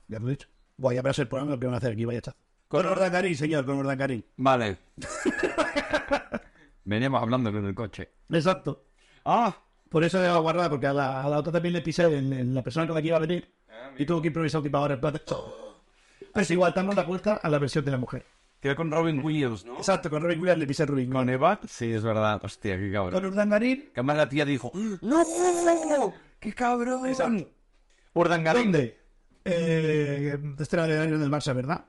Speaker 2: Ya lo he dicho. Voy a verás el programa lo que van a hacer aquí, vaya chazo. Con Urdan Karim, señor, con Urdan Karim.
Speaker 1: Vale.
Speaker 3: Veníamos hablando en el coche.
Speaker 2: Exacto.
Speaker 1: Ah,
Speaker 2: Por eso debo guardar, porque a la, a la otra también le pisé en, en la persona con la que iba a venir. y tuvo que improvisar última hora en plata. Pero es igual, estamos la puerta a la versión de la mujer.
Speaker 1: queda con Robin Williams, ¿no?
Speaker 2: Exacto, con Robin Williams le pisé a Rubin.
Speaker 1: Con Eva, sí, es verdad. Hostia, qué cabrón.
Speaker 2: Con Urdangarín.
Speaker 1: Que además la tía dijo, ¡No! ¡Qué cabrón!
Speaker 2: Exacto.
Speaker 1: Urdangarín.
Speaker 2: ¿Dónde? Eh, este era el del Barça, ¿verdad?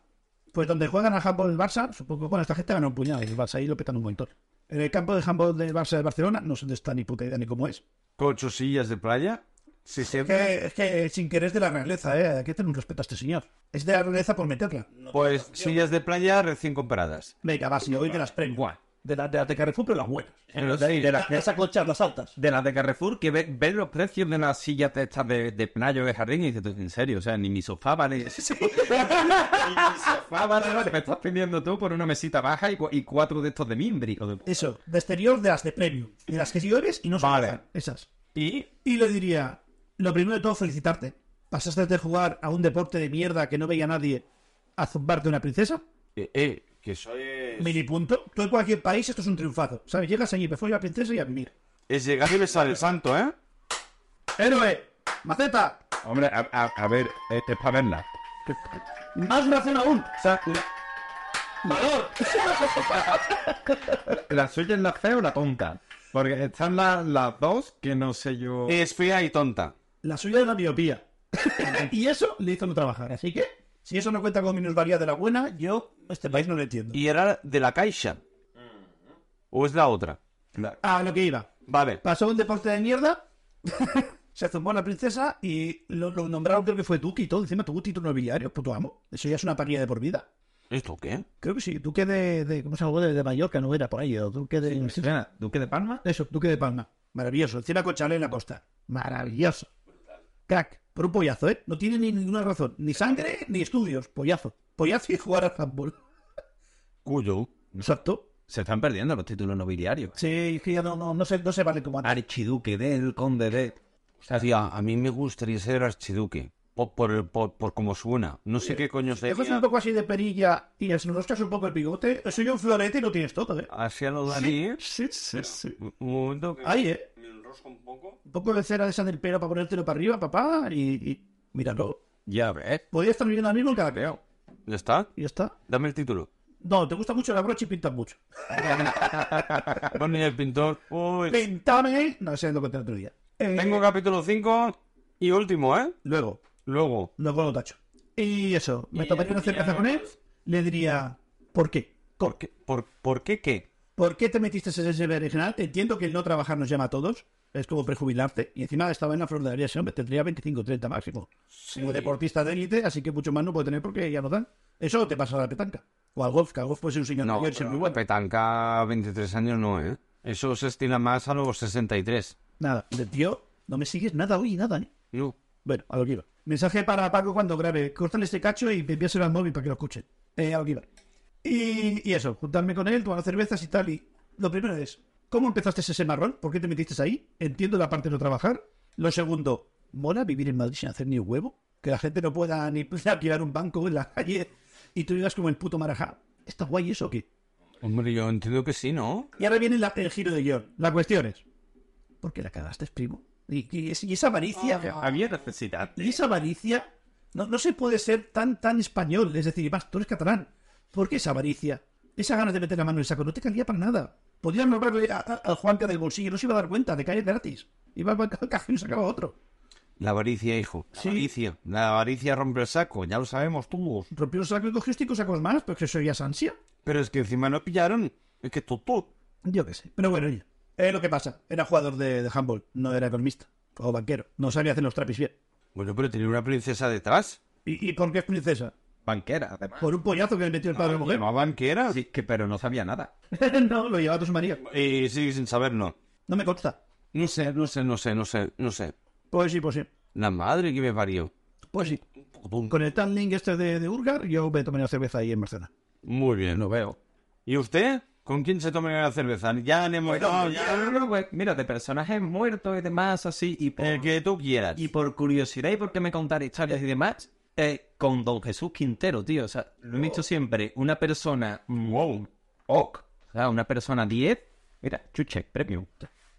Speaker 2: Pues donde juegan al handball del Barça, supongo que con esta gente gana un puñado y el Barça ahí lo petan un montón. En el campo de handball del Barça de Barcelona, no sé dónde está ni puta idea ni cómo es.
Speaker 1: Con sus sillas de playa. Sí, sí.
Speaker 2: Es que, es que sin querer es de la realeza, ¿eh? Hay que tener un respeto a este señor. Es de la realeza por meterla.
Speaker 1: Pues sillas de playa recién compradas.
Speaker 2: Venga, va, señor, hoy de las premium.
Speaker 3: Guau.
Speaker 2: De las de, las de Carrefour, pero las buenas.
Speaker 3: Pero
Speaker 2: De,
Speaker 3: sí,
Speaker 2: de
Speaker 3: de
Speaker 2: las
Speaker 3: las
Speaker 2: que esas colchas, las altas.
Speaker 3: De las de Carrefour, que ves los precios de las sillas de estas de, de playa o de jardín y dices, tú, en serio, o sea, ni mi sofá vale. ni mi sofá vale lo que me estás pidiendo tú por una mesita baja y, cu- y cuatro de estos de mimbre, hijo de p-
Speaker 2: Eso, de exterior de las de premium. De las que si llores y no se
Speaker 1: Vale.
Speaker 2: bajan, Esas.
Speaker 1: Y
Speaker 2: Y le diría, lo primero de todo, felicitarte. Pasaste de jugar a un deporte de mierda que no veía nadie a zumbarte una princesa.
Speaker 1: Eh, eh, que soy...
Speaker 2: Mini punto. Tú en cualquier país esto es un triunfazo. ¿Sabes? Llegas allí, me fui a la princesa y a vivir.
Speaker 1: Es llegar y besar el santo, ¿eh?
Speaker 2: ¡Héroe! ¡Maceta!
Speaker 3: Hombre, a, a- a ver, este es para verla.
Speaker 2: ¡Más razón aún!
Speaker 3: O sea, la, ¿La suya es la fea o la tonta? Porque están la- las dos que no sé yo.
Speaker 1: Es fea y tonta.
Speaker 2: La suya es la miopía. y eso le hizo no trabajar. Así que, si eso no cuenta con minusvalía de la buena, yo este país no lo entiendo.
Speaker 1: Y era de la caixa. ¿O es la otra?
Speaker 3: La-
Speaker 2: A lo que iba.
Speaker 1: Vale.
Speaker 2: Pasó un deporte de mierda. se zumbó la princesa y lo, lo nombraron, creo que fue Duque y todo. Encima tuvo título nobiliario, puto amo. Eso ya es una parrilla de por vida.
Speaker 1: ¿Esto qué?
Speaker 2: Creo que sí. Duque de. de ¿Cómo se llama? De, de Mallorca, no era por ahí. o Duque de.
Speaker 3: ¿Me suena? ¿Duque de Palma?
Speaker 2: Eso, Duque de Palma. Maravilloso. Encima con chalet en la costa. Maravilloso. Crack. Por un pollazo, ¿eh? No tiene ni ninguna razón. Ni sangre, ni estudios. Pollazo. Pollazo y jugar al handball.
Speaker 1: Cuyo.
Speaker 2: Exacto.
Speaker 3: Se están perdiendo los títulos nobiliarios.
Speaker 2: Sí, es que ya no, no, no, se, no se vale como antes.
Speaker 3: Archiduque del conde de.
Speaker 1: Hostia, a mí me gustaría ser archiduque. Por, por, el- por, por como suena. No sé qué coño se
Speaker 2: Dejas un poco así de perilla y nos rostras un poco el bigote. Soy un florete y no tienes todo, ¿eh?
Speaker 1: Hacia lo Dalí.
Speaker 2: Sí, sí, sí.
Speaker 1: Un un momento. que
Speaker 2: Ahí, ¿eh?
Speaker 1: Me enrosco un poco.
Speaker 2: Un poco de cera de esa del pelo para ponértelo para arriba, papá, y... y... Míralo.
Speaker 3: Ya ves.
Speaker 2: Podría estar viviendo ahora mismo en cada creo.
Speaker 1: ¿Ya está?
Speaker 2: Y ya está.
Speaker 1: Dame el título.
Speaker 2: No, te gusta mucho la brocha y pintas mucho.
Speaker 1: Bueno, y el pintor. Uy.
Speaker 2: Pintame... No, sé lo conté el otro día. Eh,
Speaker 1: Tengo capítulo 5 y último, ¿eh?
Speaker 2: Luego,
Speaker 1: Luego.
Speaker 2: luego lo tacho. Y eso, me
Speaker 1: Y-
Speaker 2: tomaría una
Speaker 1: y-
Speaker 2: cerveza con él, le diría... ¿Por qué?
Speaker 1: ¿Por qué, por, por qué qué?
Speaker 2: ¿Por qué te metiste en ese berenjenal? Entiendo que el no trabajar nos llama a todos. Es como prejubilarte. Y encima estaba en la flor de la vida ese hombre. Tendría 25 o 30 máximo. Como deportista de élite, así que mucho más no puede tener porque ya no dan. Eso te pasa a la petanca. O al golf, que al golf puede ser un señor
Speaker 1: No,
Speaker 2: mayor y ser muy bueno.
Speaker 1: petanca 23 años no, ¿eh? Eso se estila más a los 63.
Speaker 2: Nada, de tío, no me sigues nada hoy, nada, ¿eh?
Speaker 1: Yo.
Speaker 2: Bueno, a lo que iba. Mensaje para Paco cuando grabe. Cortan este cacho y me envíaselo al móvil para que lo escuchen. Eh, a lo que iba. Y, y eso, juntarme con él, tomar cervezas y tal. Y lo primero es, ¿cómo empezaste ese marrón? ¿Por qué te metiste ahí? Entiendo la parte de no trabajar. Lo segundo, ¿mola vivir en Madrid sin hacer ni un huevo? que la gente no pueda ni alquilar un banco en la calle y tú vivas como el puto marajá. ¿Está guay eso o qué?
Speaker 1: Hombre, yo entiendo que sí, ¿no?
Speaker 2: Y ahora viene la- el giro de guión. La cuestión es, ¿por qué la cagaste, primo? Y, y es- y esa avaricia...
Speaker 3: Había necesidad.
Speaker 2: Y esa avaricia no, no se puede ser tan, tan español. Es decir, vas, tú eres catalán. ¿Por qué esa avaricia? Esas ganas de meter la mano en el saco no te calía para nada. Podías nombrarle a- a- al Juanca del bolsillo, no se iba a dar cuenta, de caer gratis. Iba al banco del cajero y sacaba otro.
Speaker 1: La avaricia, hijo. La avaricia. La avaricia rompe el saco, ya lo sabemos todos.
Speaker 2: Rompió el saco y cogió cinco sacos más, pero que eso ya es ansia.
Speaker 1: Pero es que encima no pillaron. Es que todo.
Speaker 2: Yo qué sé. Pero bueno, oye, es lo que pasa. Era jugador de, de handball, no era economista o banquero. No sabía hacer los trapis bien.
Speaker 1: Bueno, pero tenía una princesa detrás.
Speaker 2: ¿Y, y por qué es princesa?
Speaker 3: Banquera, además.
Speaker 2: Por un pollazo que le metió el padre a la mujer.
Speaker 1: Llamaban que era.
Speaker 3: Sí, que, pero no sabía nada.
Speaker 2: no, lo llevaba tu María.
Speaker 1: Y sigue Eh, sin saberlo.
Speaker 2: No me consta.
Speaker 1: No sé, no sé, no sé, no sé, no sé.
Speaker 2: Pues sí, pues sí.
Speaker 1: La madre que me parió.
Speaker 2: Pues sí. Con el tanning este de, de Urgar, yo me tomé una cerveza ahí en Barcelona.
Speaker 1: Muy bien.
Speaker 3: No veo.
Speaker 1: ¿Y usted? ¿Con quién se toma la cerveza? Ya le hemos... no, ya-
Speaker 3: pues, Mira, de personajes muertos y demás, así. Y por,
Speaker 1: El Eh, que tú quieras.
Speaker 3: y por curiosidad y por qué me contar historias y demás, eh, con Don Jesús Quintero, tío. O sea, lo he dicho
Speaker 1: Oh.
Speaker 3: siempre, una persona. Wow. Ok. O sea, una persona 10. Mira, chuche, premium.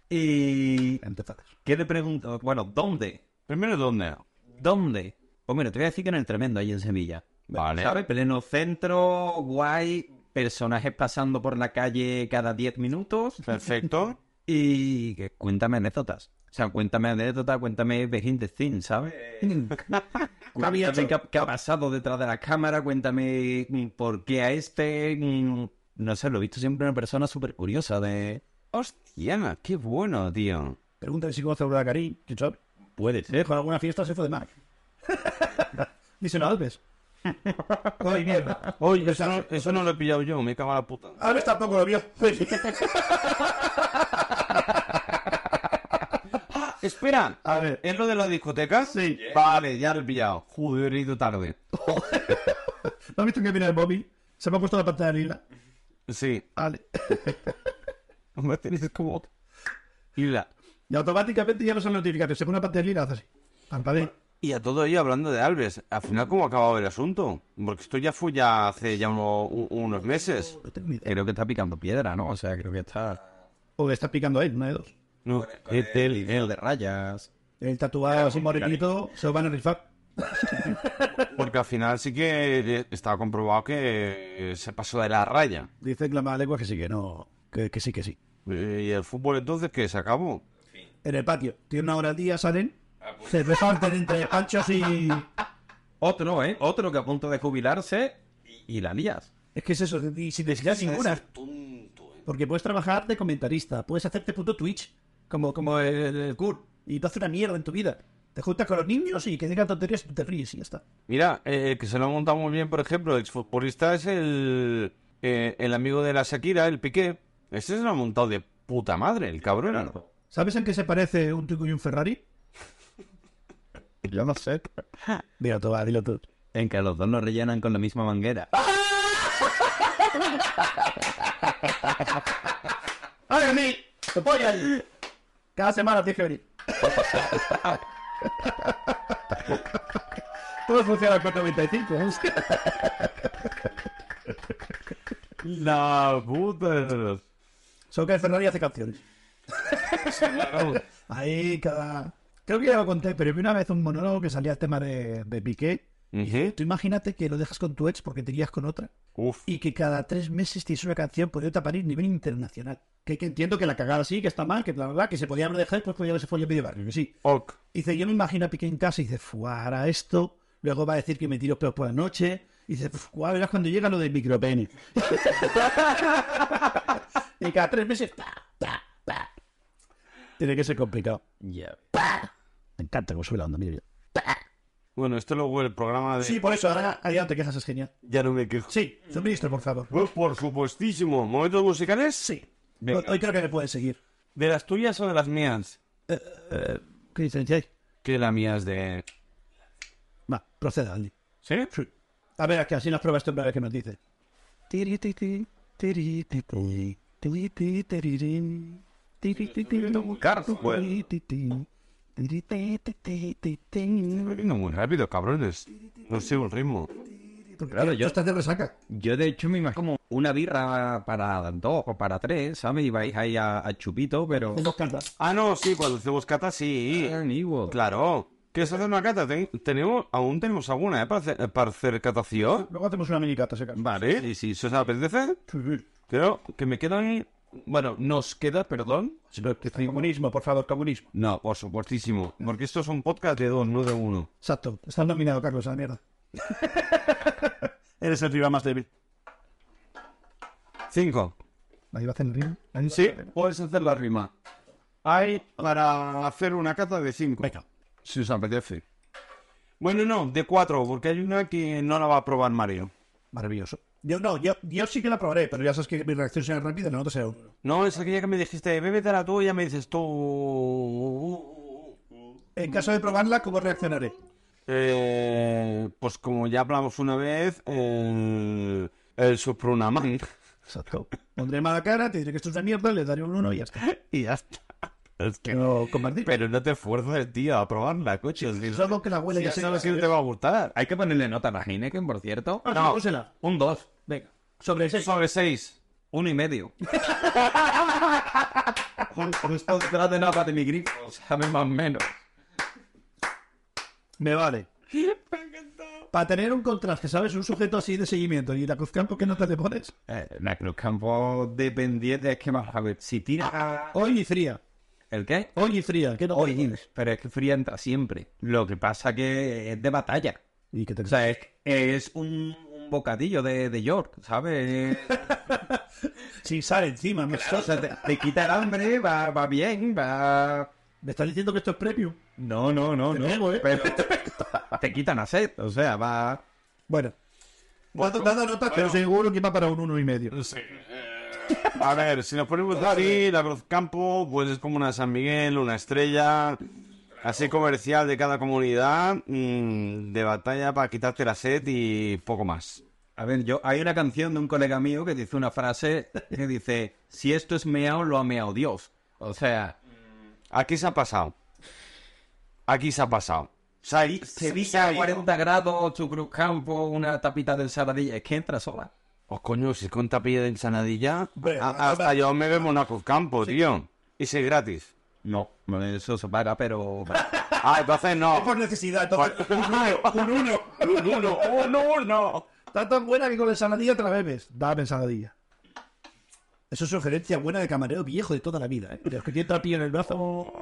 Speaker 3: Y.
Speaker 2: Empezar.
Speaker 3: ¿Qué te pregunto? Bueno, ¿dónde?
Speaker 1: Primero, ¿dónde?
Speaker 3: ¿Dónde? Pues mira, te voy a decir que en el tremendo, ahí en Sevilla.
Speaker 1: Vale.
Speaker 3: ¿Sabes? Pleno centro, guay, personajes pasando por la calle cada 10 minutos.
Speaker 1: Perfecto.
Speaker 3: Y que cuéntame anécdotas. O sea, cuéntame anécdotas, cuéntame behind the scenes, ¿sabes?
Speaker 2: había
Speaker 3: Cuéntame
Speaker 2: hecho?
Speaker 3: qué, ha- qué ha pasado detrás de la cámara, cuéntame mm, por qué a este... mm, No sé, lo he visto siempre una persona súper curiosa de...
Speaker 1: Hostia, qué bueno, tío.
Speaker 2: Pregúntale si conoce a Aurora Carín, ¿quién sabe? Puede ser. Con alguna fiesta se fue de Mac. Dice, no, Alves. Ay, mierda.
Speaker 1: Oye, eso no, eso no lo he pillado yo, me cago en la puta.
Speaker 2: Alves tampoco lo vio.
Speaker 1: Espera,
Speaker 2: A ver. eh,
Speaker 1: ¿es lo de las discotecas? Sí. Vale, ya lo he pillado. Joder, he ido tarde.
Speaker 2: ¿No has visto que viene el móvil? Se me ha puesto la pantalla lila.
Speaker 1: Sí.
Speaker 2: Vale.
Speaker 1: Me tenéis como... Lila.
Speaker 2: Y automáticamente ya no son notificaciones. Se pone una pantalla lila, hace así. Parpadea.
Speaker 1: Y a todo ello, hablando de Alves, al final, ¿cómo ha acabado el asunto? Porque esto ya fue ya hace ya uno- u- unos meses.
Speaker 2: No tengo ni idea.
Speaker 3: Creo que está picando piedra, ¿no? O sea, creo que está...
Speaker 2: O está picando él, una de dos.
Speaker 1: No, es
Speaker 3: El
Speaker 1: del-
Speaker 3: dinero de rayas.
Speaker 2: El tatuado así morenito se lo van a rifar.
Speaker 1: Porque al final sí que eh, estaba comprobado que eh, se pasó de la raya.
Speaker 2: Dice la mala lengua que sí, que no. Que, que sí, que sí.
Speaker 1: Eh, ¿Y el fútbol entonces que se acabó?
Speaker 2: En el patio. Tiene una hora al día, salen. Cerveza entre panchos y.
Speaker 3: Otro, ¿eh? Otro que a punto de jubilarse y, y la lías.
Speaker 2: Es que es eso, y sin necesidad ninguna. Porque puedes trabajar de comentarista, puedes hacerte puto Twitch, como, como el, el Kurt, y te hace una mierda en tu vida. Te juntas con los niños y que digan tonterías y tú te ríes y ya está.
Speaker 1: Mira, eh, el que se lo ha montado muy bien, por ejemplo, el exfutbolista es el, eh, el amigo de la Shakira, el Piqué. Ese se lo ha montado de puta madre, el cabrón.
Speaker 2: ¿Sabes en qué se parece un Twingo y un Ferrari?
Speaker 3: Yo no sé.
Speaker 2: Mira, tú, va, dilo tú.
Speaker 3: En que los dos nos rellenan con la misma manguera.
Speaker 2: ¡Ahora mí! ¡Te voy ahí! Cada semana tienes que venir. Todo funciona con 95.
Speaker 1: La puta.
Speaker 2: Solo que el Ferrari hace canciones. Ahí cada... Creo que ya lo conté, pero vi una vez un monólogo que salía el tema de, de Piqué. Tú imagínate que lo dejas con tu ex porque te lías con otra
Speaker 1: Uf.
Speaker 2: y que cada tres meses tienes una canción por otra París a nivel internacional. Que, que entiendo que la cagada sí, que está mal, que la verdad, que se podía haber dejado y después podía haberse follado medio barrio, que sí.
Speaker 1: Ok.
Speaker 2: Dice, yo me imagino a Piqué en casa y dice, fuara esto. Luego va a decir que me tiro peos por la noche. Y dice, "Pf, guau, verás cuando llega lo del micropene. y cada tres meses, pa, pa, pa. Tiene que ser complicado.
Speaker 3: Ya.
Speaker 2: Me encanta cómo sube la onda, mira yo.
Speaker 1: Bueno, esto luego el programa de...
Speaker 2: Sí, por eso, ahora ahí no te quejas, es genial.
Speaker 1: Ya no me quejo.
Speaker 2: Sí, suministro, por favor.
Speaker 1: Pues por supuestísimo. ¿Momentos musicales?
Speaker 2: Sí.
Speaker 1: Venga.
Speaker 2: Hoy creo que me pueden seguir.
Speaker 1: ¿De las tuyas o de las mías?
Speaker 2: ¿Qué diferencia hay?
Speaker 1: Que la mía es de...
Speaker 2: Va, proceda, Andy.
Speaker 1: ¿Sí?
Speaker 2: A ver, es que así nos pruebas tú una vez que nos dice.
Speaker 1: pues.
Speaker 3: Carlos, bueno.
Speaker 1: Estoy viendo muy rápido, cabrones. No sigo el ritmo.
Speaker 2: Claro, yo estás de resaca.
Speaker 3: Yo, de hecho, me imagino como una birra para dos o para tres, ¿sabes? Y vais ahí a, a chupito, pero...
Speaker 2: Con dos cartas.
Speaker 1: Ah, no, sí, cuando hacemos cata, sí.
Speaker 3: Carnívoro.
Speaker 1: Claro. ¿Quieres hacer una cata? Ten- tenemos, aún tenemos alguna, ¿eh? Para hacer, para hacer catación.
Speaker 2: Luego hacemos una mini cata, se
Speaker 1: Vale. Y si se os apetece, creo que me quedan... Bueno, nos queda, perdón.
Speaker 2: este Comunismo, por favor, comunismo.
Speaker 1: No, por supuestísimo. Porque esto es un podcast de dos, no de uno.
Speaker 2: Exacto. Estás nominado, Carlos, a la mierda.
Speaker 4: Eres el rival más débil.
Speaker 1: Cinco.
Speaker 2: Ahí va a hacer el ritmo. Ahí-
Speaker 1: Sí, puedes hacer la rima. Hay para hacer una cata de cinco.
Speaker 2: Venga.
Speaker 1: Si os apetece. Bueno, no, de cuatro, porque hay una que no la va a probar Mario.
Speaker 2: Maravilloso. Yo no, yo, yo sí que la probaré, pero ya sabes que mi reacción será rápida, la nota será un uno.
Speaker 1: No, es aquella que me dijiste, bébetela tú y ya me dices tú.
Speaker 2: En caso de probarla, ¿cómo reaccionaré?
Speaker 1: Eh, pues como ya hablamos una vez, el, el Suprunaman.
Speaker 2: Exacto. Pondré mala cara, te diré que esto es una mierda, le daré un uno y ya está.
Speaker 1: y ya está. Es que-
Speaker 2: No compartir.
Speaker 1: Pero no te esfuerces, tío, a probarla, coche. Si
Speaker 2: Es algo que la abuela ya,
Speaker 1: ya
Speaker 2: se
Speaker 1: sabes que no te va a gustar.
Speaker 3: Hay que ponerle nota a la Heineken, por cierto.
Speaker 1: No.
Speaker 2: Úsela.
Speaker 3: Un dos.
Speaker 2: Venga. Sobre ese.
Speaker 1: Sobre seis.
Speaker 3: Uno y medio. Justo detrás de nada de mi grifo, sabe más o menos.
Speaker 2: Me vale. Para tener un contraste, ¿sabes? Un sujeto así de seguimiento. Y la cruzcampo que no te le pones.
Speaker 3: Eh, la Cruz Campo dependiente es que más a ver. Si tira.
Speaker 2: Hoy y fría.
Speaker 3: ¿El qué?
Speaker 2: Hoy y fría. ¿Qué no?
Speaker 3: Hoy, pero es que Fría entra siempre. Lo que pasa que es de batalla.
Speaker 2: Y que te
Speaker 3: O sea, es, es un, un bocadillo de, de York, ¿sabes?
Speaker 2: Si sale encima, me,
Speaker 3: O sea, te, te quita el hambre, va, va bien, va.
Speaker 2: me estás diciendo que esto es premium.
Speaker 3: No, no, no, no.
Speaker 2: nego, ¿eh?
Speaker 3: Pero te quitan a sed, o sea, va.
Speaker 2: Bueno. Dado, dado nota, pero seguro que va para un uno y medio.
Speaker 1: A ver, si nos ponemos así, la Cruz Campo, pues es como una San Miguel, una estrella, así comercial de cada comunidad, mm, de batalla para quitarte la sed y poco más.
Speaker 3: A ver, yo hay una canción de un colega mío que dice una frase que dice: Si esto es meao, lo ha meao Dios. O sea,
Speaker 1: Aquí se ha pasado. Aquí se ha pasado. Se ha i- se ha
Speaker 3: Sevilla,
Speaker 1: ido.
Speaker 3: 40 grados, tu cruz campo, una tapita de ensaladilla. Es que entra sola.
Speaker 1: Oh, coño, si es con tapilla de ensanadilla,
Speaker 2: Hombre,
Speaker 1: a- hasta yo me bebo una Cruz Campo, tío. Y si es gratis.
Speaker 3: No, eso se paga, pero.
Speaker 1: Ah, entonces no.
Speaker 2: Por necesidad, entonces.
Speaker 1: Un uno, un uno, un uno.
Speaker 2: Oh, Está tan buena que con la ensaladilla te la bebes. Dame ensaladilla. Eso es sugerencia buena de camarero viejo de toda la vida, ¿eh? De los que tiene trapillo en el brazo.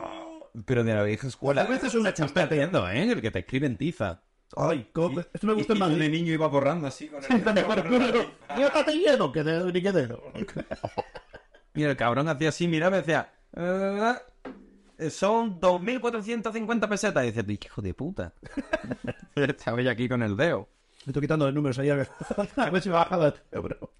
Speaker 3: Pero de la vieja escuela.
Speaker 2: A veces es una
Speaker 3: Estás perdiendo, ¿eh? El que te escribe en tiza.
Speaker 2: Ay, ¿cómo? esto me gusta en
Speaker 3: de
Speaker 2: Madrid.
Speaker 3: niño iba borrando así con
Speaker 2: Está
Speaker 3: el...
Speaker 2: mejor, no, no, no. Yo estate lleno, que de niñedero.
Speaker 3: Y el cabrón hacía así, mira, me decía... "Eh, son 2.450 pesetas. Y dice, "Tú, hijo de puta. Estaba yo aquí con el dedo.
Speaker 2: Me estoy quitando los números ahí a ver. A ver si me baja la- Pero-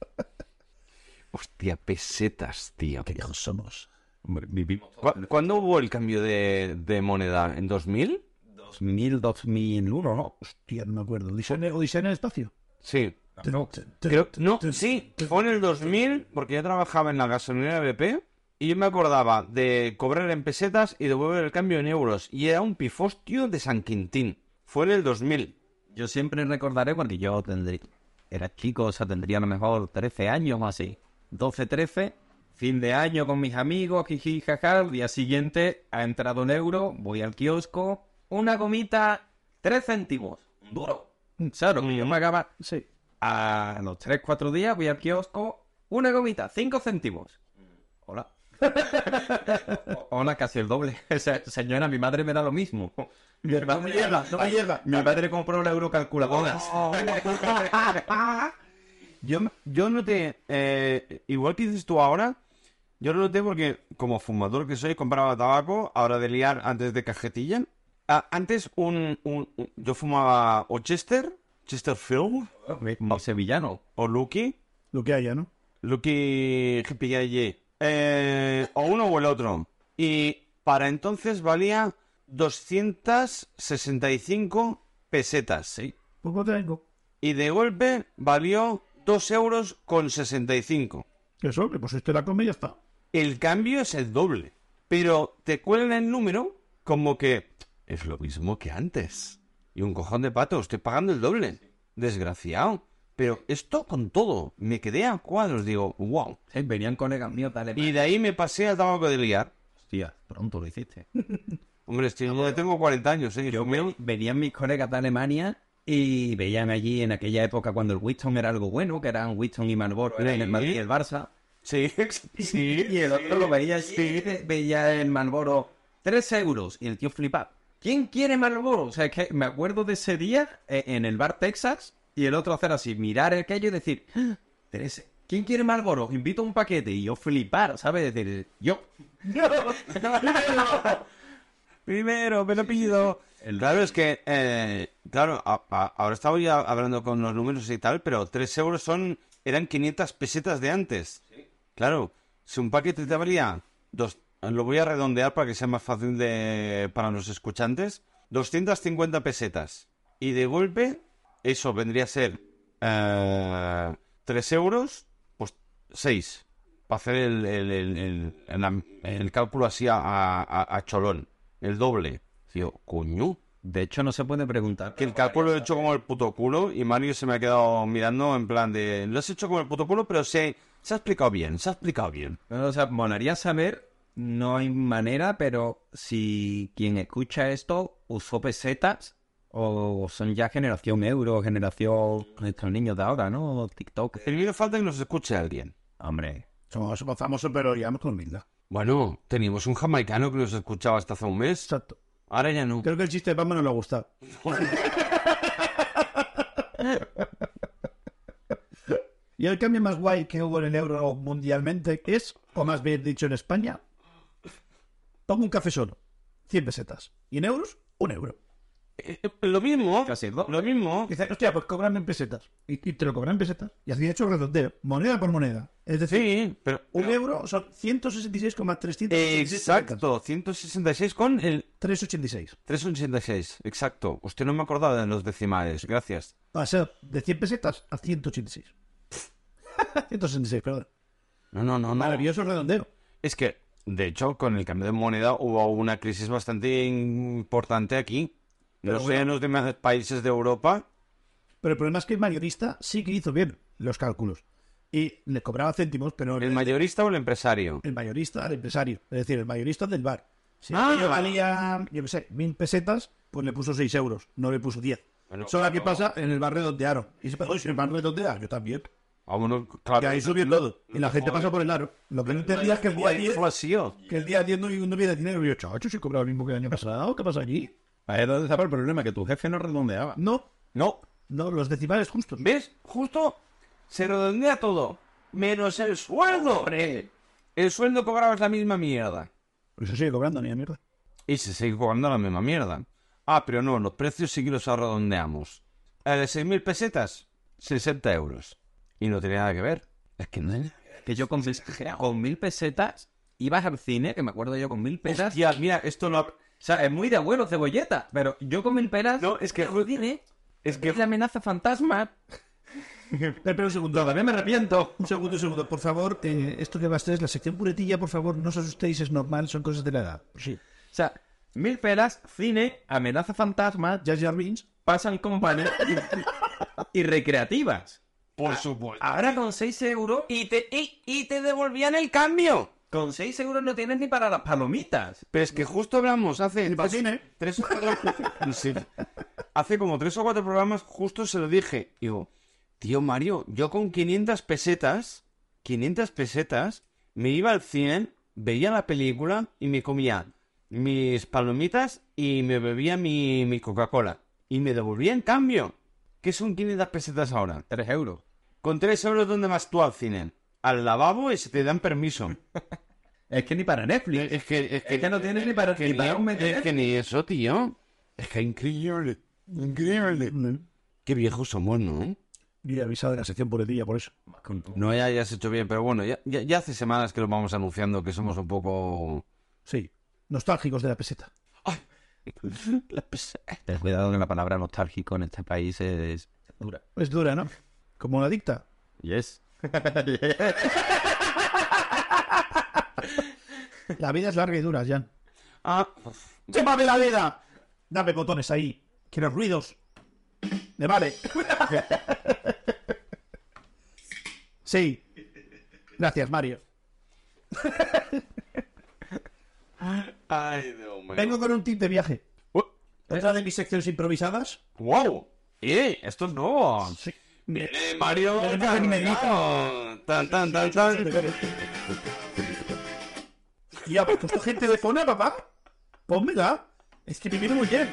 Speaker 1: Hostia, pesetas, tío.
Speaker 2: ¿Qué viejos somos?
Speaker 3: Hombre, vivimos
Speaker 1: ¿Cu- ¿Cuándo hubo el cambio de, de moneda? ¿En 2000?
Speaker 3: 2000, 2001, ¿no?
Speaker 2: Hostia, no me acuerdo. ¿Odisea en- Odisea en el espacio?
Speaker 1: Sí.
Speaker 2: No.
Speaker 1: Creo, no, sí, fue en el 2000 porque yo trabajaba en la gasolinera BP y yo me acordaba de cobrar en pesetas y devolver el cambio en euros. Y era un pifostio de San Quintín. Fue en el 2000.
Speaker 3: Yo siempre recordaré porque yo tendría... Era chico, o sea, tendría a lo mejor 13 años o así. 12, 13. Fin de año con mis amigos, jiji, jaja. Al día siguiente ha entrado un euro, voy al kiosco. Una gomita, 3 céntimos. Un duro. Claro, que yo me acaba...
Speaker 2: Sí.
Speaker 3: A los 3, 4 días voy al kiosco, una gomita, 5 céntimos. Hola. O- Hola, casi el doble. O sea, señora, mi madre me da lo mismo. Mi hermano me llega, no me Oh. llega. Mi madre compró la eurocalculadoras.
Speaker 1: Yo, yo noté, eh, igual que dices tú ahora, yo lo noté porque como fumador que soy, compraba tabaco, ahora de liar antes de cajetilla. Ah, antes un, un- un- yo fumaba o Chester, Chesterfield,
Speaker 3: Como sevillano.
Speaker 1: o Lucky,
Speaker 2: Lo que haya, ¿no?
Speaker 1: Lucky GPIG, eh, o uno o el otro. Y para entonces valía 265 pesetas.
Speaker 3: Sí.
Speaker 2: Poco Pues tengo.
Speaker 1: Y de golpe valió 2 euros con 65.
Speaker 2: Eso, hombre, pues esto la come y ya está.
Speaker 1: El cambio es el doble. Pero te cuelgan el número como que es lo mismo que antes. Y un cojón de pato, estoy pagando el doble. Desgraciado. Pero esto con todo, me quedé a cuadros, digo, wow.
Speaker 3: Sí, venían colegas míos, dale.
Speaker 1: Y de ahí me pasé al tabaco de liar.
Speaker 3: Hostia, pronto lo hiciste.
Speaker 1: Hombre, estoy, tengo 40 años, ¿eh?
Speaker 3: Yo me- venían mis colegas de Alemania y veían allí en aquella época cuando el Winston era algo bueno, que eran Winston y Marlboro eran el Madrid y el Barça.
Speaker 1: Sí, sí.
Speaker 3: Y el otro lo veía así, veía el Marlboro, 3 euros. Y el tío flipaba. ¿Quién quiere Marlboro? O sea, es que me acuerdo de ese día eh, en el bar Texas y el otro hacer así, mirar aquello y decir, "Ah, 13. ¿Quién quiere Marlboro? Invito a un paquete y yo flipar, ¿sabes? Decir, yo.
Speaker 1: Primero, me lo pido. Claro, es que, eh, claro, a- a- ahora estaba ya hablando con los números y tal, pero 3 euros son, eran 500 pesetas de antes. Claro, si un paquete te valía, dos, lo voy a redondear para que sea más fácil de, para los escuchantes, 250 pesetas. Y de golpe, eso vendría a ser eh, 3 euros, pues 6. Para hacer el, el, el, el- el- el cálculo así a, a- a cholón. El doble. Tío, coño.
Speaker 3: De hecho, no se puede preguntar.
Speaker 1: Que el cálculo lo he hecho como el puto culo y Mario se me ha quedado mirando en plan de... Lo has hecho como el puto culo, pero se, se ha explicado bien, se ha explicado bien.
Speaker 3: Bueno, o sea, molaría saber, no hay manera, pero si quien escucha esto usó pesetas o son ya generación euro, generación nuestros niños de ahora, ¿no? TikTok.
Speaker 1: Primero falta que nos escuche alguien.
Speaker 3: Hombre,
Speaker 2: Somos, somos famosos, pero llevamos con humildad.
Speaker 1: Bueno, teníamos un jamaicano que nos escuchaba hasta hace un mes.
Speaker 2: Exacto.
Speaker 1: Ahora ya no.
Speaker 2: Creo que el chiste de Batman no le ha gustado. y el cambio más guay que hubo en el euro mundialmente es, o más bien dicho en España, toma un café solo, 100 pesetas. Y en euros, un euro.
Speaker 1: Eh, eh, lo mismo.
Speaker 3: Casi el doble.
Speaker 1: Lo mismo.
Speaker 2: Dice, hostia, pues cobran en pesetas. Y, y te lo cobran en pesetas. Y así de hecho redondeo, moneda por moneda. Es decir,
Speaker 1: Sí, pero... eh,
Speaker 2: un euro son 166,366
Speaker 1: Exacto, 166 con el
Speaker 2: 386.
Speaker 1: 386, exacto. Usted no me acordaba de los decimales, gracias.
Speaker 2: Va a ser de 100 pesetas a 186. 166, perdón.
Speaker 1: No, no, no, no.
Speaker 2: Maravilloso redondeo.
Speaker 1: Es que, de hecho, con el cambio de moneda hubo una crisis bastante importante aquí. No sé, en los demás países de Europa.
Speaker 2: Pero el problema es que el mayorista sí que hizo bien los cálculos. Y le cobraba céntimos, pero
Speaker 1: ¿El
Speaker 2: el,
Speaker 1: mayorista o el empresario?
Speaker 2: el mayorista al empresario. Es decir, el mayorista del bar. Si
Speaker 1: Ah.
Speaker 2: aquello valía, yo qué sé, mil pesetas, pues le puso 6 euros, no le puso 10.
Speaker 1: Bueno,
Speaker 2: Solo aquí
Speaker 1: claro.
Speaker 2: pasa, en el bar redondearon. Y se oye, si el bar redondea, yo también.
Speaker 1: A uno, claro.
Speaker 2: Y ahí subió todo. Y la gente pasa por el aro. Lo que no entendía es que el día
Speaker 1: Joder,
Speaker 2: 10,
Speaker 1: fue así, oh.
Speaker 2: que el día 10 no, no había dinero. Y yo, chacho, si cobraba lo mismo que el año pasado, ¿qué pasa allí?
Speaker 3: ahí es donde estaba el problema, que tu jefe no redondeaba.
Speaker 2: No,
Speaker 3: No.
Speaker 2: no, los decimales justos.
Speaker 1: ¿Ves? Justo se redondea todo. Menos el sueldo. El sueldo cobrabas la misma mierda.
Speaker 2: Pero se sigue cobrando ni a mierda.
Speaker 1: Y se sigue cobrando la misma mierda. Ah, pero no, los precios sí que los arredondeamos. A de 6.000 pesetas, 60 euros. Y no tiene nada que ver. Es que no hay nada que ver.
Speaker 3: Que yo con, con mil pesetas ibas al cine, que me acuerdo yo con mil pesetas.
Speaker 1: Hostia, mira, esto lo... ha-
Speaker 3: O sea, es muy de abuelo cebolleta, pero yo con mil pesetas.
Speaker 1: No, es que-
Speaker 3: Joder,
Speaker 1: Es que...
Speaker 3: Es la amenaza fantasma.
Speaker 2: Espera un segundo.
Speaker 3: Todavía me arrepiento.
Speaker 2: Un segundo, un segundo. Por favor, eh, esto que va a ser es la sección puretilla, por favor, no os asustéis, es normal, son cosas de la edad. Sí.
Speaker 3: O sea, mil pelas, cine, amenaza fantasma,
Speaker 2: Jar Jar Binks,
Speaker 3: pasan compañías y recreativas.
Speaker 1: Por supuesto.
Speaker 3: Ahora con 6 euros,
Speaker 1: Y te, Ah, y, y te devolvían el cambio.
Speaker 3: con 6 euros no tienes ni para las palomitas.
Speaker 1: Pero es que justo hablamos hace... tres-
Speaker 2: El patine.
Speaker 1: Tres o cuatro... Sí. Hace como tres o cuatro programas justo se lo dije. Digo, tío Mario, yo con 500 pesetas, 500 pesetas, me iba al cine, veía la película y me comía mis palomitas y me bebía mi, mi Coca-Cola. Y me devolvía en cambio. ¿Qué son 500 pesetas ahora?
Speaker 3: 3 euros.
Speaker 1: Con 3 euros, ¿dónde vas tú al cine? Al lavabo y se te dan permiso.
Speaker 3: Es que ni para Netflix.
Speaker 1: Es que,
Speaker 3: Es que no tienes ni para-
Speaker 1: que
Speaker 3: ni para un meter.
Speaker 1: Es que ni eso, tío. Es que increíble. Increíble.
Speaker 2: Mm.
Speaker 1: Qué viejos somos, ¿no?
Speaker 2: yo he avisado de la sección puretilla por eso.
Speaker 1: No, ya, ya has hecho bien, pero bueno, ya, ya, ya hace semanas que lo vamos anunciando que somos un poco.
Speaker 2: Sí. Nostálgicos de la peseta.
Speaker 3: Ten cuidado que la palabra nostálgico en este país es dura.
Speaker 2: Es dura, ¿no? Como la dicta.
Speaker 3: Yes.
Speaker 2: La vida es larga y dura, Jan.
Speaker 1: Ah,
Speaker 2: ¡Llévame la vida! Dame botones ahí. Quiero ruidos. Me vale. Sí. Gracias, Mario.
Speaker 1: Ay, Dios mío.
Speaker 2: Vengo con un tip de viaje.
Speaker 1: Uh,
Speaker 2: Otra de mis secciones improvisadas.
Speaker 1: ¡Wow! ¡Eh! Esto es nuevo.
Speaker 2: Sí.
Speaker 1: Eh, Mario.
Speaker 2: Pero no,
Speaker 1: Carmelita. Tan, tan, tan, tan.
Speaker 2: Ya, pues puesto gente de zona, papá. Pónmela. Es que vivir muy bien.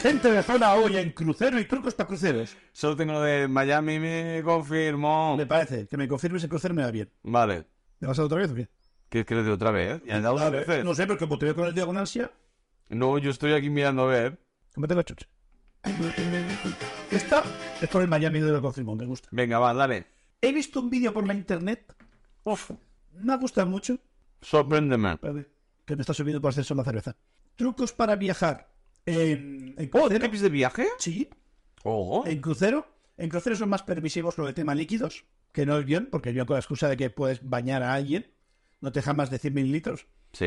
Speaker 2: Gente de zona hoy en crucero y trucos para cruceros.
Speaker 1: Solo tengo lo de Miami, me confirmó.
Speaker 2: Me parece. Que me confirmes el crucero me va bien.
Speaker 1: Vale.
Speaker 2: ¿Me vas a dar otra vez o qué?
Speaker 1: ¿Quieres que lo diga otra vez? ¿Ya han dado dos veces?
Speaker 2: No sé, pero como te veo con el diagonal, ansia,
Speaker 1: No, yo estoy aquí mirando a ver.
Speaker 2: cómete la chucha. Esta es por el Miami de la confirmo, me gusta.
Speaker 1: Venga, va, dale.
Speaker 2: He visto un vídeo por la internet. Uf, me ha gustado mucho.
Speaker 1: Sorpréndeme.
Speaker 2: Espérate, Que me está subiendo por ascenso la cerveza. Trucos para viajar. En, en crucero.
Speaker 1: ¿Tips de viaje?
Speaker 2: Sí,
Speaker 1: Oh.
Speaker 2: en crucero. En crucero son más permisivos lo de tema líquidos, que no el guión, porque el guión con la excusa de que puedes bañar a alguien. No te jamás de 100 mililitros.
Speaker 1: Sí.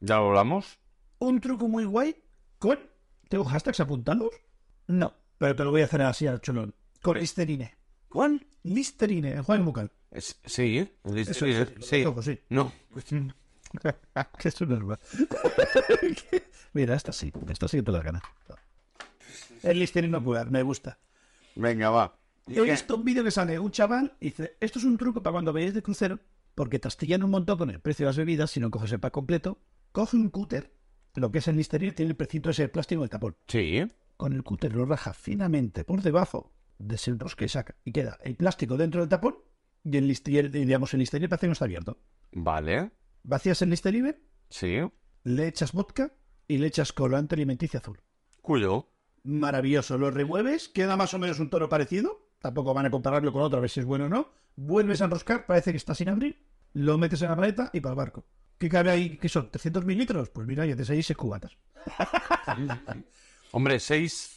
Speaker 1: ¿Ya lo hablamos?
Speaker 2: Un truco muy guay con... ¿Tengo hashtags apuntados? No, pero te lo voy a hacer así al cholón. Con Listerine.
Speaker 1: ¿Cuál?
Speaker 2: Listerine, el Juan Bucal.
Speaker 1: Es- sí. Listo,
Speaker 2: Eso,
Speaker 1: sí,
Speaker 2: eso,
Speaker 1: sí.
Speaker 2: lo toco, sí.
Speaker 1: No.
Speaker 2: que es un arma. Mira, esta sí. Esta sí que te la gana. El Listerine no puede dar, me gusta.
Speaker 1: Venga, va.
Speaker 2: He visto un vídeo que sale un chaval y dice, esto es un truco para cuando vayáis de crucero, porque te astillan un montón con el precio de las bebidas si no coges el pack completo. Coge un cúter, lo que es el Listerine tiene el precinto ese de plástico del tapón.
Speaker 1: Sí.
Speaker 2: Con el cúter lo raja finamente por debajo, desenrosca y saca. Y queda el plástico dentro del tapón y el Listerine, y digamos, el Listerine parece que no está abierto.
Speaker 1: Vale.
Speaker 2: Vacías el Listerine,
Speaker 1: Sí.
Speaker 2: le echas vodka y le echas colorante alimenticia azul.
Speaker 1: Cuyo.
Speaker 2: Maravilloso. Lo remueves, queda más o menos un tono parecido. Tampoco van a compararlo con otro a ver si es bueno o no. Vuelves a enroscar, parece que está sin abrir. Lo metes en la maleta y para el barco. ¿Qué cabe ahí? ¿Qué son? ¿300 mililitros? Pues mira, y haces ahí seis cubatas.
Speaker 1: Hombre, seis.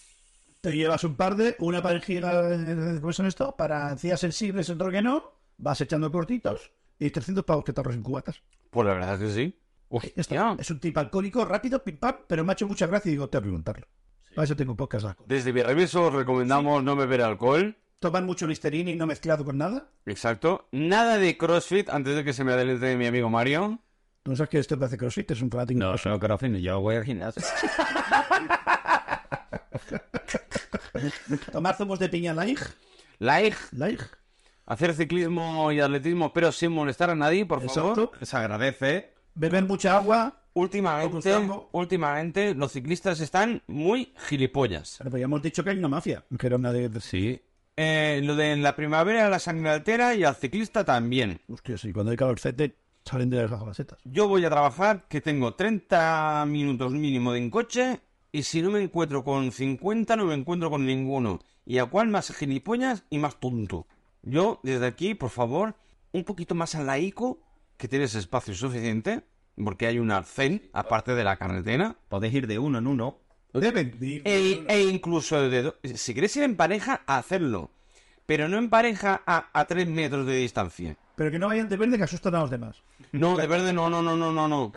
Speaker 2: Te llevas un par de, una parejita, eh, ¿cómo son esto? Para encías sensibles, otro que no. Vas echando cortitos y 300 pavos que te ahorras en cubatas.
Speaker 1: Pues la verdad es que sí.
Speaker 2: Ya está.
Speaker 1: Hostia.
Speaker 2: Es un tip alcohólico, rápido, pim pam, pero me ha hecho mucha gracia y digo, te voy a preguntarlo. Para eso tengo un podcast. ¿no?
Speaker 1: Desde Virreviso recomendamos no beber alcohol.
Speaker 2: Tomar mucho listerine y no mezclado con nada.
Speaker 1: Exacto. Nada de CrossFit antes de que se me adelante mi amigo Mario.
Speaker 2: ¿Tú no sabes que este parece CrossFit? Es un fanático.
Speaker 3: No, solo crossfit, yo voy al gimnasio.
Speaker 2: Tomar zumos de piña laig.
Speaker 1: Like,
Speaker 2: Laig.
Speaker 1: hacer ciclismo y atletismo, pero sin molestar a nadie, por favor.
Speaker 2: Exacto.
Speaker 3: Se agradece.
Speaker 2: Beber mucha agua.
Speaker 1: Últimamente,
Speaker 2: Gustavo.
Speaker 1: últimamente los ciclistas están muy gilipollas.
Speaker 2: Pero ya hemos dicho que hay una mafia. Que era una de...
Speaker 3: Sí.
Speaker 1: Eh, lo de en la primavera la sangre altera y al ciclista también.
Speaker 2: Hostia, sí. Cuando hay calorcete salen de las gacetas.
Speaker 1: Yo voy a trabajar que tengo 30 minutos mínimo en coche y si no me encuentro con 50 no me encuentro con ninguno. Y a cual más gilipollas y más tonto. Yo desde aquí, por favor, un poquito más al laico que tienes espacio suficiente porque hay un arcén aparte de la carretera.
Speaker 3: Podéis ir de uno en uno.
Speaker 2: Deben de ir-
Speaker 1: E, e incluso de do- si quieres ir en pareja, hacerlo. Pero no en pareja a, a tres metros de distancia.
Speaker 2: Pero que no vayan de verde que asustan a los demás.
Speaker 1: No, de verde no, no, no, no, no, no.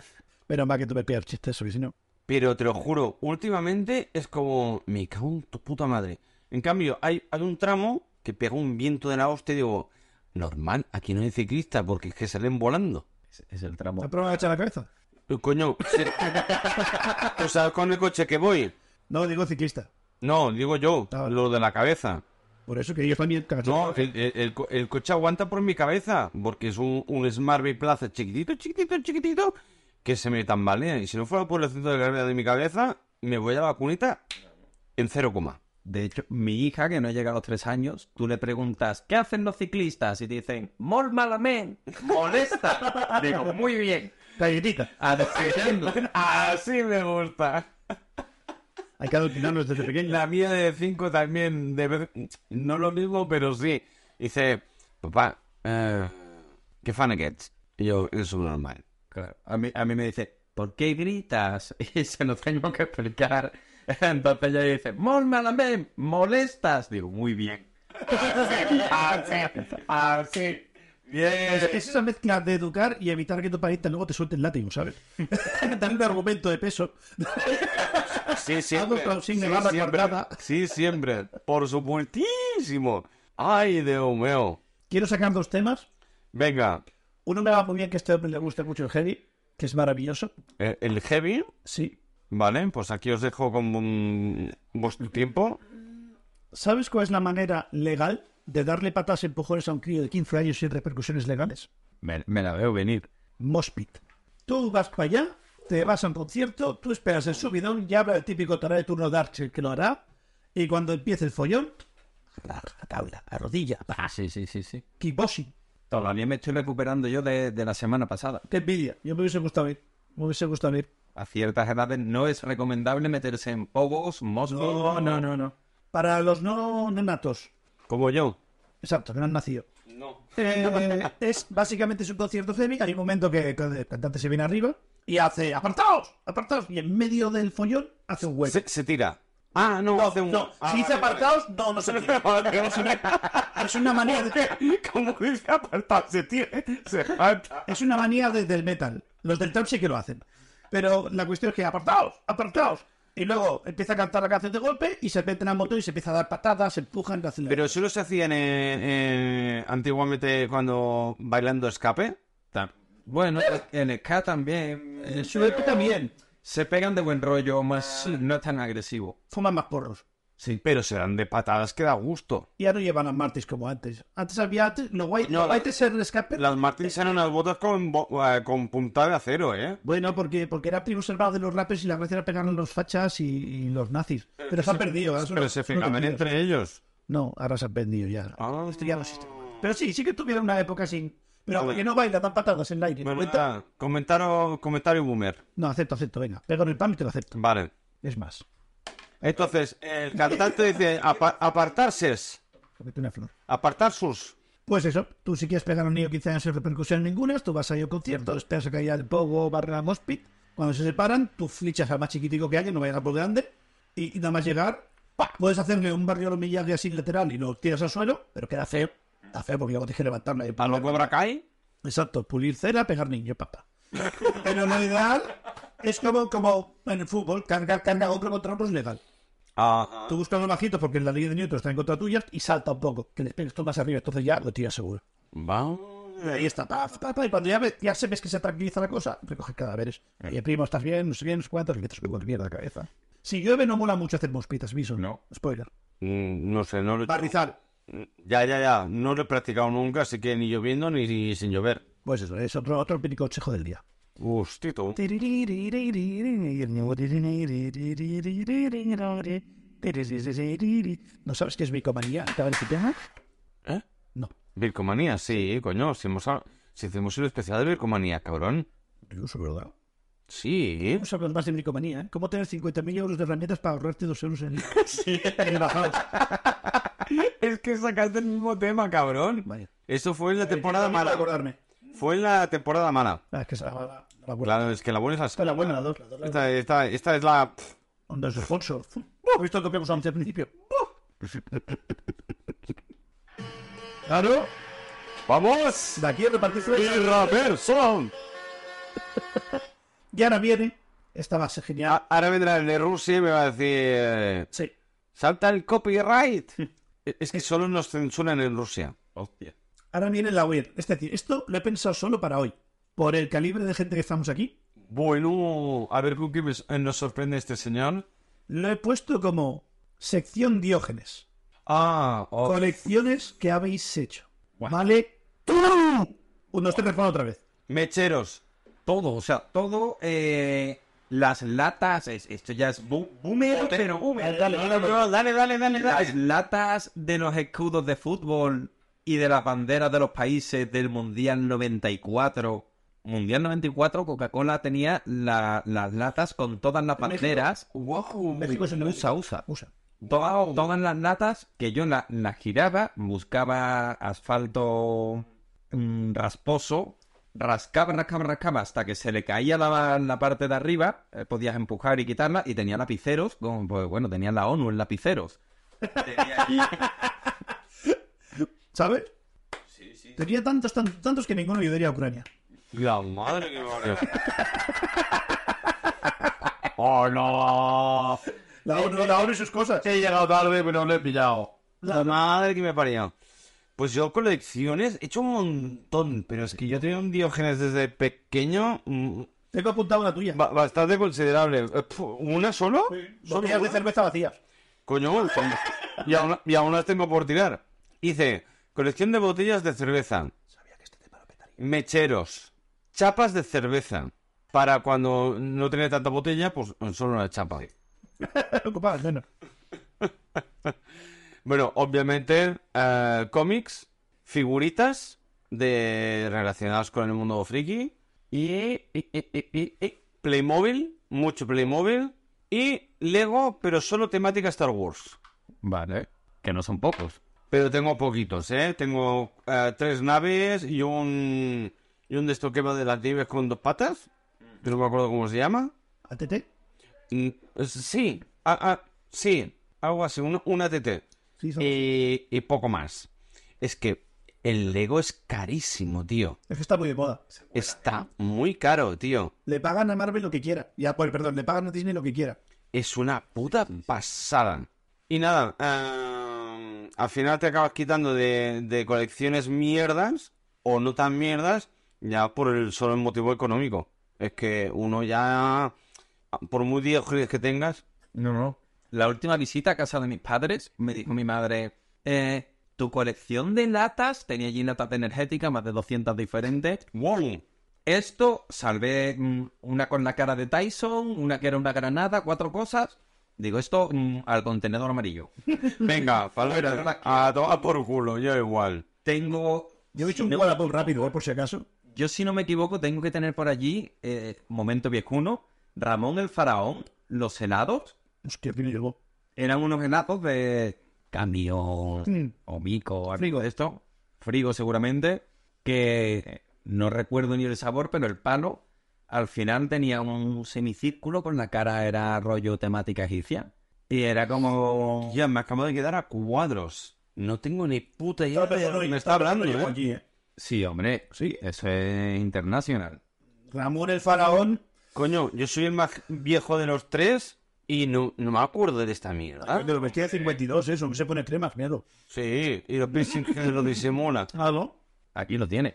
Speaker 2: Pero más que tú me pillas chistes eso, que si no...
Speaker 1: Pero te lo juro, últimamente es como... Me cago en tu puta madre. En cambio, hay, hay un tramo que pega un viento de la hostia y digo... Normal, aquí no hay ciclistas porque es que salen volando.
Speaker 3: Es, es el tramo.
Speaker 2: ¿Te prueba a echar la cabeza?
Speaker 1: Eh, Coño, se- o sea, con el coche que voy.
Speaker 2: No, digo ciclista.
Speaker 1: No, digo yo,
Speaker 2: Ah.
Speaker 1: lo de la cabeza.
Speaker 2: Por eso que ellos también... cagan.
Speaker 1: No, el, el- el co- el coche aguanta por mi cabeza, porque es un, un Smart Bay Plaza chiquitito, chiquitito, chiquitito, que se me tambalea. Y si no fuera por el centro de gravedad de mi cabeza, me voy a la vacunita en cero coma.
Speaker 3: De hecho, mi hija, que no llega a los tres años, tú le preguntas, ¿qué hacen los ciclistas? Y te dicen, ¡Mol malamente! ¡Molesta! Digo, muy bien.
Speaker 2: Galletita.
Speaker 3: A defenderlo.
Speaker 1: Así me gusta.
Speaker 2: Hay que adoctrinarlos desde pequeños.
Speaker 1: La mía de 5 también, de vez- no lo mismo, pero sí. Dice, papá, eh, ¿qué fan gets? Y yo, es normal.
Speaker 3: Claro. A mí, a mí me dice, ¿por qué gritas? Y se lo tengo que explicar. Entonces ella dice, ¡Mol malamente! ¡Molestas! Digo, muy bien.
Speaker 1: Así, así.
Speaker 2: Es, es esa mezcla de educar y evitar que tu pariente luego te suelte el látigo, ¿sabes? Darle argumento de peso.
Speaker 1: Sí,
Speaker 2: Algo
Speaker 1: siempre.
Speaker 2: con
Speaker 1: Sí,
Speaker 2: signo, barra
Speaker 1: siempre.
Speaker 2: cuadrada.
Speaker 1: Sí, siempre. Por supuestísimo. Ay, Dios mío.
Speaker 2: Quiero sacar dos temas.
Speaker 1: Venga.
Speaker 2: Uno me va muy bien que a este hombre le gusta mucho el heavy, que es maravilloso.
Speaker 1: eh, El heavy,
Speaker 2: Sí.
Speaker 1: ¿vale? Pues aquí os dejo con mm, vuestro tiempo.
Speaker 2: ¿Sabes cuál es la manera legal de darle patas y empujones a un crío de 15 años sin repercusiones legales?
Speaker 3: Me, me la veo venir.
Speaker 2: Mospit. Tú vas para allá, te vas a un concierto, tú esperas el subidón, ya habrá el típico tará de turno de Archer que lo hará, y cuando empiece el follón, a la tabla, a rodilla, pa,
Speaker 3: Ah, sí, sí, sí, sí.
Speaker 2: kickboxing.
Speaker 3: Todavía me estoy recuperando yo de, de la semana pasada.
Speaker 2: Qué envidia. Yo me hubiese gustado ir. Me hubiese gustado ir.
Speaker 3: A ciertas edades no es recomendable meterse en pogos, moscos...
Speaker 2: no, no. Para los no, no natos.
Speaker 1: Como yo.
Speaker 2: Exacto, que no han nacido.
Speaker 1: No.
Speaker 2: Eh, es básicamente es un concierto semi. Hay un momento que el cantante se viene arriba y hace apartaos, apartaos. Y en medio del follón hace un hueco.
Speaker 1: Se, se tira. Ah, no. hace un-
Speaker 2: No,
Speaker 1: Ah,
Speaker 2: si dice
Speaker 1: vale, vale.
Speaker 2: apartaos, no, no se tira. Es una manía, de-
Speaker 1: Como dice apartado, se tira. eh, Se falta.
Speaker 2: es una manía de- del metal. Los del trap sí que lo hacen. Pero la cuestión es que apartaos, apartaos. Y luego empieza a cantar la canción de golpe y se meten al motor y se empieza a dar patadas, se empujan, hacen...
Speaker 1: Pero solo se hacían eh, eh, antiguamente cuando bailando escape.
Speaker 3: Ta- Bueno, en el K también...
Speaker 2: En su época también
Speaker 3: Se pegan de buen rollo, más no es tan agresivo.
Speaker 2: fuman más porros.
Speaker 1: Sí. Pero se dan de patadas que da gusto.
Speaker 2: Ya no llevan a martes como antes. Antes había antes, lo guay,
Speaker 1: No,
Speaker 2: lo guay de ser el escape.
Speaker 1: Las Martins eran unas botas con, bo- eh, con punta de acero, ¿eh?
Speaker 2: Bueno, porque, porque eran primos hermanos de los rappers y la gracia era pegar a los fachas y, y los nazis. Pero se han perdido. ahora son
Speaker 1: Pero
Speaker 2: los-
Speaker 1: se
Speaker 2: son los
Speaker 1: fijaban
Speaker 2: judíos.
Speaker 1: entre ellos.
Speaker 2: No, ahora se han vendido ya.
Speaker 1: Ah.
Speaker 2: Esto ya no existe. Pero sí, sí que tuvieron una época sin. Pero
Speaker 1: Vale.
Speaker 2: que no baila tan patadas en el aire.
Speaker 1: Ah, Bueno, ah.
Speaker 2: Cuenta-
Speaker 1: nada, comentario, comentario boomer.
Speaker 2: No, acepto, acepto, venga. Pego en el pan y te lo acepto.
Speaker 1: Vale.
Speaker 2: Es más,
Speaker 1: Entonces, el cantante dice apa- apartarse.
Speaker 2: cómete una flor.
Speaker 1: Apartar sus.
Speaker 2: Pues eso, tú si quieres pegar a un niño 15 años sin repercusión ninguna, tú vas a ir a un concierto, esperas a que haya el pogo, barra mospit. Cuando se separan, tú flichas al más chiquitico que haya, no vayas a por grande. Y, y nada más llegar, ¡pa! puedes hacerle un barrio lo millaje así lateral y lo tiras al suelo, pero queda feo. Está feo porque luego tienes que levantarlo. y pa.
Speaker 1: ¿A lo Cobra Kai?
Speaker 2: Exacto, pulir cera, pegar niño, papá. Pero lo ideal es como, como en el fútbol, cargar, cargar otro contra otro es legal.
Speaker 1: Ajá.
Speaker 2: Tú buscas los bajitos porque la ley de Newton está en contra tuya y salta un poco, que le pegues tú más arriba, entonces ya lo tiras seguro.
Speaker 1: Va.
Speaker 2: Ahí está, pa, pa, pa, y cuando ya, ve- ya se ves que se tranquiliza la cosa, recoge cadáveres. Oye, primo, ¿estás bien? No sé bien, no sé cuántos, y te subo mierda la cabeza. Si llueve, no mola mucho hacer mospitas, Bison.
Speaker 3: No.
Speaker 2: Spoiler.
Speaker 1: Mm, No sé, no lo Mm,
Speaker 2: Barrizal.
Speaker 1: Ya, ya, ya. No lo he practicado nunca, así que ni lloviendo ni, ni sin llover.
Speaker 2: Pues eso, es otro, otro pequeño consejo del día.
Speaker 1: Gustito.
Speaker 2: ¿No sabes qué es bicomanía? ¿Te el tema?
Speaker 1: ¿Eh?
Speaker 2: "Ah?". No.
Speaker 1: Vircomanía, sí, coño. Si, hemos, ha- si hicimos el especial de Vircomanía, cabrón.
Speaker 2: Yo uso, ¿verdad?
Speaker 1: Sí.
Speaker 2: Vamos a hablar más de bicomanía, ¿eh? ¿Cómo tener 50.000 euros de herramientas para ahorrarte dos euros en... sí.
Speaker 1: Es que sacaste el mismo tema, cabrón.
Speaker 2: Vaya.
Speaker 1: Eso fue en la temporada
Speaker 2: Para
Speaker 1: mala.
Speaker 2: acordarme.
Speaker 1: Fue en la temporada mala.
Speaker 2: Ah, es que esa la, la buena.
Speaker 1: Claro, es que la buena es la
Speaker 2: Esta es la buena, la dos, la dos. La dos.
Speaker 1: Esta, esta, esta es la.
Speaker 2: Onda es de sponsor. ¿Has visto lo que hemos antes al principio? claro,
Speaker 1: ¡Vamos!
Speaker 2: de aquí a repartir fresas.
Speaker 1: rapper son!
Speaker 2: Y ahora viene esta base genial.
Speaker 1: Ahora vendrá el de Rusia y me va a decir. eh,
Speaker 2: Sí.
Speaker 1: ¡Salta el copyright! es que solo nos censuran en Rusia.
Speaker 3: Hostia.
Speaker 2: Ahora viene la weird. Es decir, esto lo he pensado solo para hoy. Por el calibre de gente que estamos aquí,
Speaker 1: Bueno, a ver con qué mes- eh, nos sorprende este señor.
Speaker 2: lo he puesto como sección Diógenes.
Speaker 1: Ah, oh,
Speaker 2: Colecciones que habéis hecho. ¿Vale? Uno, tres, respondo otra vez.
Speaker 1: mecheros.
Speaker 3: Todo, o sea, todo... eh, las latas... es- esto ya es boom, boomer, pero boomer.
Speaker 2: Dale, dale, dale.
Speaker 3: No, dale, dale, dale, dale. Las latas de los escudos de fútbol y de las banderas de los países del Mundial 94. Mundial 94, Coca-Cola tenía la- las latas con todas las banderas.
Speaker 2: México es el
Speaker 3: Usa,
Speaker 2: 90.
Speaker 3: usa.
Speaker 2: Usa.
Speaker 3: Todas, todas las latas que yo la- las giraba, buscaba asfalto mm, rasposo, rascaba, rascaba, rascaba hasta que se le caía la, la parte de arriba, eh, podías empujar y quitarla, y tenía lapiceros, como, pues, bueno, tenía la ONU en lapiceros. Tenía allí-
Speaker 2: ¿Sabes?
Speaker 3: sí,
Speaker 2: Tenía tantos, tantos, tantos que ninguno ayudaría a Ucrania.
Speaker 1: La madre que me parió. ¡Oh, no!
Speaker 2: La ONU, la ONU y sus cosas.
Speaker 3: He llegado tarde, pero no lo he pillado.
Speaker 1: La madre que me parió. Pues yo colecciones he hecho un montón, pero es que yo tenía un Diógenes desde pequeño mm,
Speaker 2: Tengo apuntado una tuya.
Speaker 1: ba- bastante considerable. Eh, pf, ¿Una solo? ¿Solo
Speaker 2: Botellas de
Speaker 1: una?
Speaker 2: cerveza vacías.
Speaker 1: Coño, bueno, son- y, aún, y aún las tengo por tirar. Hice colección de botellas de cerveza, este mecheros, chapas de cerveza. Para cuando no tenía tanta botella, pues solo una chapa.
Speaker 2: Ocupadas, bueno.
Speaker 1: Bueno, obviamente, eh, cómics, figuritas de relacionadas con el mundo friki y, y- y- y- y- Playmobil, mucho Playmobil y Lego, pero solo temática Star Wars.
Speaker 3: Vale. Que no son pocos.
Speaker 1: Pero tengo poquitos, ¿eh? Tengo eh, tres naves y un y un de estos que va de las nieves con dos patas. Pero no me acuerdo cómo se llama.
Speaker 2: ATT.
Speaker 1: Mm, es- sí, ah, ah, sí, algo así, un, una TT.
Speaker 2: Sí, son-
Speaker 1: Eh. Y, y poco más. Es que el Lego es carísimo, tío.
Speaker 2: Es que está muy de moda.
Speaker 1: Está muy caro, tío.
Speaker 2: Le pagan a Marvel lo que quiera. Ya, pues, perdón, le pagan a Disney lo que quiera.
Speaker 1: Es una puta pasada. Y nada, eh, al final te acabas quitando de, de colecciones mierdas o no tan mierdas ya por el solo motivo económico. Es que uno ya, por muy diógenes que tengas,
Speaker 3: No, no. La última visita a casa de mis padres me dijo mi madre, eh, tu colección de latas, tenía allí latas energéticas, más de 200 diferentes.
Speaker 1: ¡wow!
Speaker 3: Esto, salvé mm, una con la cara de Tyson, una que era una granada, cuatro cosas. Digo, esto mm, al contenedor amarillo.
Speaker 1: Venga,
Speaker 3: Pero no
Speaker 1: palabra,
Speaker 3: la
Speaker 1: a tomar por culo, yo igual.
Speaker 3: Tengo...
Speaker 2: Yo he hecho
Speaker 3: si
Speaker 2: un
Speaker 3: no-
Speaker 2: Wallapop rápido, eh, por si acaso.
Speaker 3: Yo, si no me equivoco, tengo que tener por allí, eh, momento viejuno, Ramón el Faraón, los helados.
Speaker 2: Hostia, que no llegó.
Speaker 3: Eran unos helados de cambio
Speaker 2: Mm.
Speaker 3: o mico,
Speaker 2: Frigo.
Speaker 3: algo de esto. Frigo, seguramente. Que no recuerdo ni el sabor, pero el palo al final tenía un semicírculo con la cara, era rollo temática egipcia. Y era como.
Speaker 1: Ya, me acabo de quedar a cuadros. No tengo ni puta idea
Speaker 2: No, pero
Speaker 1: de
Speaker 2: no,
Speaker 1: lo que
Speaker 2: no,
Speaker 1: me está hablando,
Speaker 2: no llegó
Speaker 1: ¿eh?
Speaker 2: allí, eh.
Speaker 3: Sí, hombre, sí, eso es internacional.
Speaker 2: Ramón el Faraón.
Speaker 1: Coño, yo soy el más viejo de los tres y no, no me acuerdo de esta mierda.
Speaker 2: De los vestidos de 52, eso, que se pone cremas, miedo.
Speaker 1: Sí, y lo piensen que lo disimula.
Speaker 2: Ah, ¿no?
Speaker 3: Aquí lo tiene.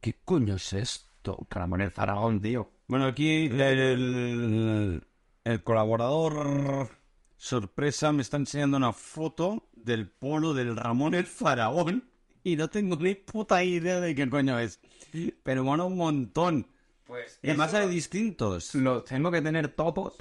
Speaker 3: ¿Qué coño es esto? Ramón el Faraón, tío.
Speaker 1: Bueno, aquí el, el- el colaborador sorpresa me está enseñando una foto del polo del Ramón el Faraón y no tengo ni puta idea de qué coño es. Pero bueno, un montón.
Speaker 3: Pues
Speaker 1: Y además hay distintos.
Speaker 3: Los tengo que tener topos.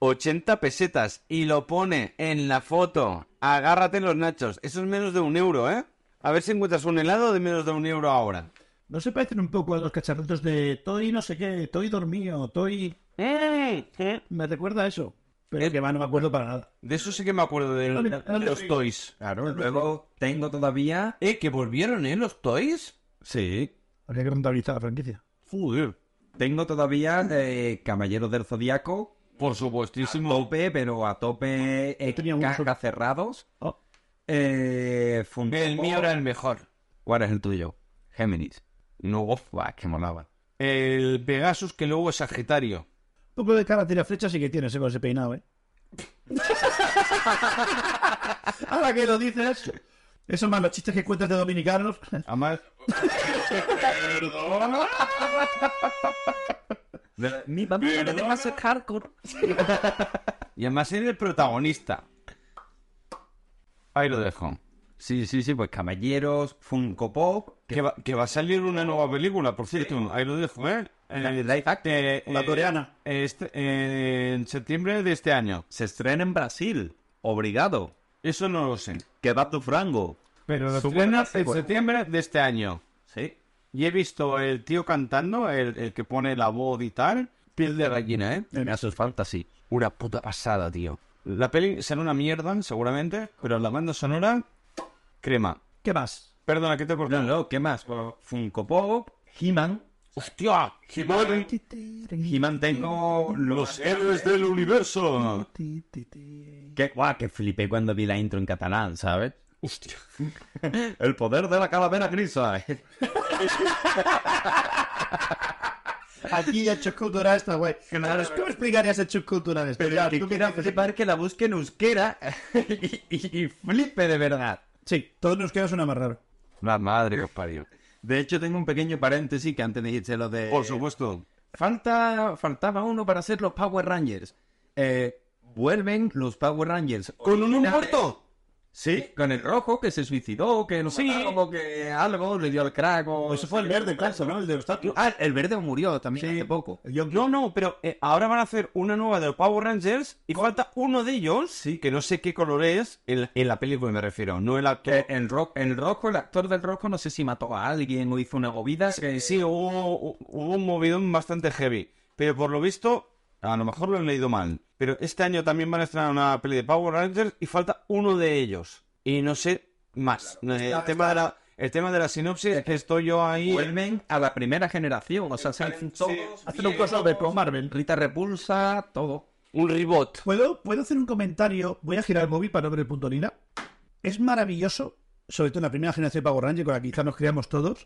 Speaker 1: 80 pesetas y lo pone en la foto. Agárrate los nachos. Eso es menos de un euro, ¿eh? A ver si encuentras un helado de menos de un euro ahora.
Speaker 2: ¿No se parecen un poco a los cacharritos de Toy no sé qué, Toy dormido, Toy...
Speaker 1: De
Speaker 2: Me recuerda a eso. Pero que va, no me acuerdo para nada.
Speaker 1: eso sí que me acuerdo de, de los toys.
Speaker 3: Claro, luego tengo todavía.
Speaker 1: Eh, que volvieron, ¿eh? Los toys.
Speaker 3: Sí.
Speaker 2: Habría que rentabilizar la franquicia.
Speaker 1: Joder.
Speaker 3: Tengo todavía eh, Caballeros del Zodíaco.
Speaker 1: Por
Speaker 3: A
Speaker 1: supuestísimo.
Speaker 3: tope, pero a tope. Eh,
Speaker 2: tenía uno
Speaker 3: cajas
Speaker 2: solo.
Speaker 3: cerrados.
Speaker 2: Oh.
Speaker 3: Eh, Funko.
Speaker 1: El mío era el mejor.
Speaker 3: ¿Cuál es el tuyo? Géminis.
Speaker 1: No,
Speaker 3: Buah, que molaba.
Speaker 1: El Pegasus que luego es Sagitario.
Speaker 2: Un poco de cara tira flecha sí que tienes eh, con ese peinado, ¿eh? Ahora que lo dices... Eso más los chistes que cuentas de dominicanos.
Speaker 1: Además,
Speaker 3: Mi papá no te va a sacar con-
Speaker 1: y además era el protagonista. Ahí lo dejo.
Speaker 3: Sí, sí, sí, pues Caballeros, Funko Pop.
Speaker 1: Que va, que va a salir una nueva película, por cierto. Ahí lo dejo, ¿eh? Eh,
Speaker 3: Live action.
Speaker 1: eh,
Speaker 2: La
Speaker 1: eh,
Speaker 2: coreana.
Speaker 1: este- eh, en septiembre de este año.
Speaker 3: Se estrena en Brasil. Obligado.
Speaker 1: Eso no lo sé.
Speaker 3: Que va tu frango.
Speaker 1: Pero
Speaker 3: lo
Speaker 1: estrena
Speaker 3: estrena-
Speaker 1: en septiembre de este año.
Speaker 3: Sí.
Speaker 1: Y he visto el tío cantando, el, el que pone la voz y tal. Piel de gallina, ¿eh?
Speaker 3: Me hace falta, sí.
Speaker 1: Una puta pasada, tío. La peli será una mierda, seguramente, pero la banda sonora, crema.
Speaker 2: ¿Qué más?
Speaker 1: Perdona, que te he cortado.
Speaker 3: No, no, ¿qué más? Pues Funko Pop, He-Man.
Speaker 1: ¡Hostia! He-Man,
Speaker 3: He-Man tengo
Speaker 1: los
Speaker 3: los...
Speaker 1: héroes del universo.
Speaker 3: Que, guau, que flipé cuando vi la intro en catalán, ¿sabes?
Speaker 1: Hostia.
Speaker 3: El poder de la calavera grisa.
Speaker 2: Aquí ya chuscultura esta, güey.
Speaker 3: Claro.
Speaker 2: ¿Cómo explicarías el chuscultura de esto?
Speaker 3: Pero ya,
Speaker 2: ¿Qué-
Speaker 3: tú
Speaker 2: qué-
Speaker 3: quieras flipar que la busque en euskera y, y- y flipe de verdad.
Speaker 2: Sí, todos nos queda suena más raro.
Speaker 1: La madre que os parió.
Speaker 3: De hecho, tengo un pequeño paréntesis que antes dijiste lo de...
Speaker 1: Por supuesto.
Speaker 3: Falta, faltaba uno para hacer los Power Rangers. Eh, vuelven los Power Rangers.
Speaker 1: ¿Con un
Speaker 3: originales.
Speaker 1: muerto?
Speaker 3: Sí, con el rojo que se suicidó, que no sé, como que algo le dio al crack o...
Speaker 1: Pues
Speaker 2: Eso Pues fue el verde, claro, ¿no? El de los tatuajes.
Speaker 3: Ah, el verde murió también hace poco.
Speaker 1: No, no, pero eh, ahora van a hacer una nueva de los Power Rangers y falta uno de ellos, sí, que no sé qué color es, en, en la película me refiero, no el actor.
Speaker 3: Que el, ro- el rojo, el actor del rojo, no sé si mató a alguien o hizo una movida.
Speaker 1: Eh, sí, hubo, hubo un movidón bastante heavy. Pero por lo visto, a lo mejor lo he leído mal. Pero este año también van a estrenar una peli de Power Rangers y falta uno de ellos. Y no sé más. Eh, el, tema de la, el tema de la sinopsis, estoy yo ahí.
Speaker 3: Vuelven a la primera generación, o sea, se hacen todos.
Speaker 2: Hacer un crossover con Marvel.
Speaker 3: Rita Repulsa, todo.
Speaker 1: Un reboot.
Speaker 2: ¿Puedo, ¿Puedo hacer un comentario? Voy a girar el móvil para no ver el punto lila. Es maravilloso, sobre todo en la primera generación de Power Ranger, con la que quizás nos criamos todos,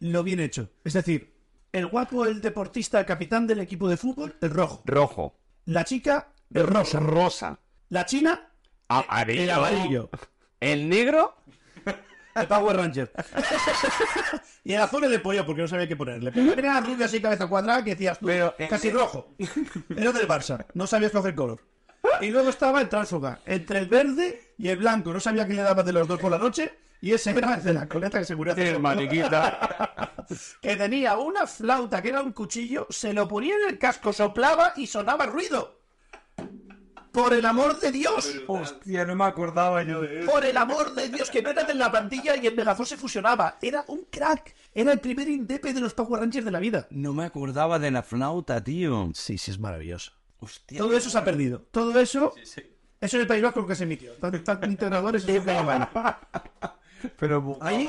Speaker 2: lo bien hecho. Es decir, el guapo, el deportista, el capitán del equipo de fútbol, el rojo.
Speaker 1: Rojo.
Speaker 2: La chica, el rosa.
Speaker 1: Rosa.
Speaker 2: La china,
Speaker 1: Amarillo.
Speaker 2: el amarillo.
Speaker 1: El negro.
Speaker 2: El Power Ranger. y el azul el de pollo, porque no sabía qué ponerle. Pero era rubio así, cabeza cuadrada, que decías tú,
Speaker 1: Pero-
Speaker 2: casi rojo. Era del Barça, no sabías coger color. Y luego estaba el tránsfuga, entre el verde y el blanco. No sabía qué le dabas de los dos por la noche. Y ese era el de la coleta de seguridad.
Speaker 1: El maniquita.
Speaker 2: Que tenía una flauta, que era un cuchillo, se lo ponía en el casco, soplaba y sonaba ruido. Por el amor de Dios.
Speaker 1: Hostia, no me acordaba yo de
Speaker 2: Por el amor de Dios, que no eran en la plantilla y el Megazord se fusionaba. Era un crack. Era el primer indepe de los Power Rangers de la vida.
Speaker 1: No me acordaba de la flauta, tío.
Speaker 2: Sí, sí, es maravilloso.
Speaker 1: Hostia.
Speaker 2: Todo eso se ha perdido. Todo eso. Eso es el País Vasco que se emitió. Tantos tan integradores. Eso es una vaina.
Speaker 1: Pero,
Speaker 2: Ahí,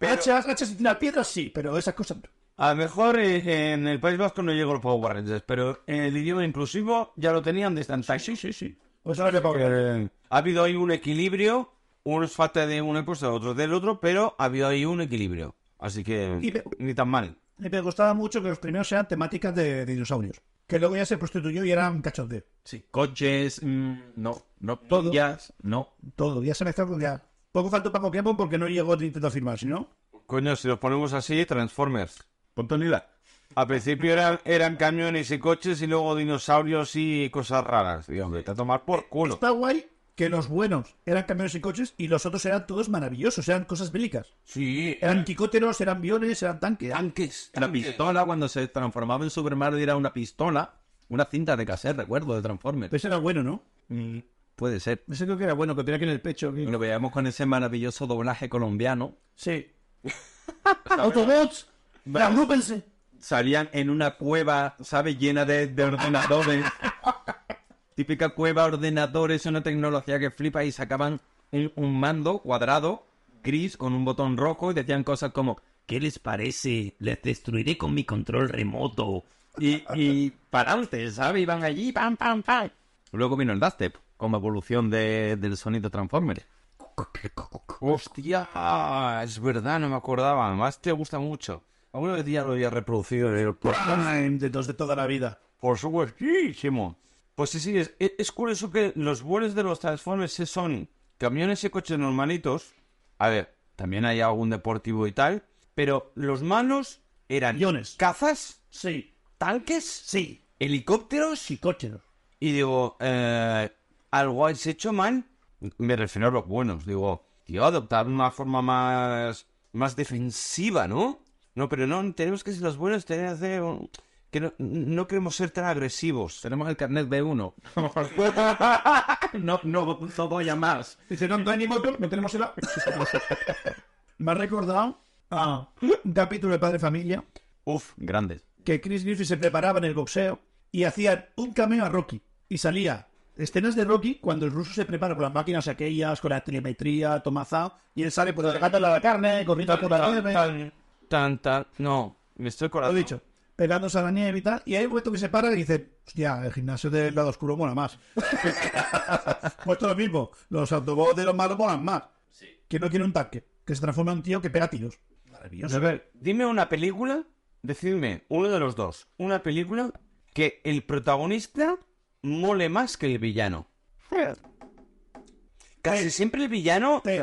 Speaker 2: Hachas, hachas y tirar piedras, sí, pero esas cosas. no.
Speaker 1: A lo mejor eh, en el País Vasco no llegó el Power Rangers, pero en el idioma inclusivo ya lo tenían desde antaño.
Speaker 2: Sí, sí, sí. Pues ahora de Power Rangers.
Speaker 1: Eh, ha habido ahí un equilibrio, unos falta de una cosa, otros del otro, pero ha habido ahí un equilibrio. Así que
Speaker 2: Y ve-
Speaker 1: ni tan mal.
Speaker 2: Me gustaba mucho que los primeros sean temáticas de, de dinosaurios. Que luego ya se prostituyó y era un cachondeo.
Speaker 3: Sí, coches, mm, no, no,
Speaker 2: Todo.
Speaker 3: todas, no.
Speaker 2: Todo. Ya se me ya. Poco faltó para Pokémon porque no llegó el intento firmar, si no.
Speaker 1: Coño, si los ponemos así, Transformers.
Speaker 3: Ponte lila.
Speaker 1: Al principio eran, eran camiones y coches y luego dinosaurios y cosas raras. Dios, me está a tomar por culo.
Speaker 2: Está guay que los buenos eran camiones y coches y los otros eran todos maravillosos, eran cosas bélicas.
Speaker 1: Sí,
Speaker 2: Eran quicóteros, eran aviones, eran tanques.
Speaker 1: tanques.
Speaker 3: La pistola, cuando se transformaba en Super Mario, era una pistola, una cinta de cassette, recuerdo, de Transformers.
Speaker 2: Pero ese era bueno, ¿no?
Speaker 3: Mm, puede ser.
Speaker 2: Ese creo que era bueno, que tenía que en el pecho. que-
Speaker 3: Lo veíamos con ese maravilloso doblaje colombiano.
Speaker 2: Sí. Autobots, reagrúpense.
Speaker 3: Salían en una cueva, ¿sabes? Llena de, de ordenadores. Típica cueva, ordenadores, una tecnología que flipa y sacaban un, un mando cuadrado, gris, con un botón rojo y decían cosas como
Speaker 5: ¿Qué les parece? Les destruiré con mi control remoto.
Speaker 3: Y, y para antes, ¿sabes? Iban allí, pam, pam, pam. Luego vino el Dastep, como evolución de- del sonido Transformer.
Speaker 1: Hostia, ah, es verdad, no me acordaba. Además, te gusta mucho. Alguna vez ya lo había reproducido en el
Speaker 2: Prime, de dos de toda la vida.
Speaker 1: Por supuestísimo. Pues sí, sí, es, es- es curioso que los vuelos de los Transformers sí son camiones y coches normalitos. A ver, también hay algún deportivo y tal. Pero los malos eran
Speaker 2: Aviones.
Speaker 1: cazas,
Speaker 2: Sí,
Speaker 1: tanques,
Speaker 2: sí.
Speaker 1: helicópteros. Y,
Speaker 2: Quicóteros.
Speaker 1: y digo, eh, ¿algo has hecho mal? Me refiero a los buenos. Digo, tío, adoptar una forma más, más defensiva, ¿no? No, pero no, tenemos que ser los buenos, tenemos que hacer un- que no, no queremos ser tan agresivos.
Speaker 3: Tenemos el carnet de uno. no, no, no voy a más.
Speaker 2: Dice, no, no hay ni motor, no tenemos el... Me ha recordado a un capítulo de Padre Familia
Speaker 3: Uf, grandes.
Speaker 2: que Chris Griffith se preparaba en el boxeo y hacían un cameo a Rocky. Y salía escenas de Rocky cuando el ruso se prepara con las máquinas aquellas, con la telemetría, tomazao, y él sale por la gata de la carne, corriendo por la nieve,
Speaker 1: tan, tan, tan. No, me estoy
Speaker 2: lo
Speaker 1: acordando.
Speaker 2: dicho, pegándose a la nieve y tal. Y hay un momento que se para y dice, hostia, el gimnasio del lado oscuro mola más. pues todo lo mismo, los autobots de los malos molan más. que no quiere un tanque, que se transforma en un tío que pega tiros.
Speaker 1: A
Speaker 2: Maravilloso.
Speaker 1: ver, dime una película, decidme, uno de los dos, una película que el protagonista mole más que el villano. Casi siempre el villano,
Speaker 2: Te-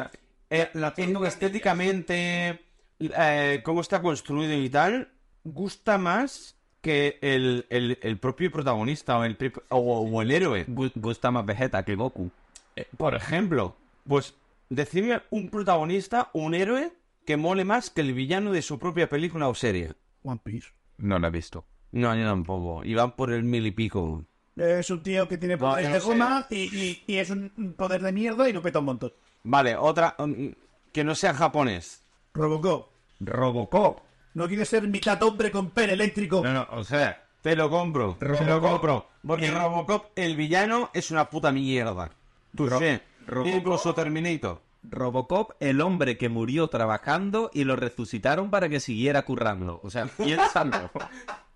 Speaker 1: eh, en- estéticamente, eh, cómo está construido y tal, gusta más que el, el- el propio protagonista o el, pri- o- o el héroe.
Speaker 3: Gu- Gusta más Vegeta que Goku.
Speaker 1: Eh, Por ejemplo, pues decidme un protagonista, un héroe que mole más que el villano de su propia película o serie.
Speaker 2: One Piece.
Speaker 3: No lo he visto.
Speaker 1: No, yo tampoco. Y van por el mil y pico.
Speaker 2: Es un tío que tiene poderes
Speaker 1: yo
Speaker 2: de
Speaker 1: no
Speaker 2: goma y, y- y es un poder de mierda y lo peta un montón.
Speaker 1: Vale, otra. mm, que no sea japonés.
Speaker 2: Robocop.
Speaker 3: Robocop.
Speaker 2: No quiere ser mitad hombre con pene eléctrico.
Speaker 3: No, no, o sea,
Speaker 1: Te lo compro. Te lo compro. Porque Robocop, el villano, es una puta mierda. Tú
Speaker 3: Ro-
Speaker 1: sé.
Speaker 3: Robocop.
Speaker 1: Incluso Terminator.
Speaker 3: Robocop, el hombre que murió trabajando y lo resucitaron para que siguiera currando. O sea, piénsalo.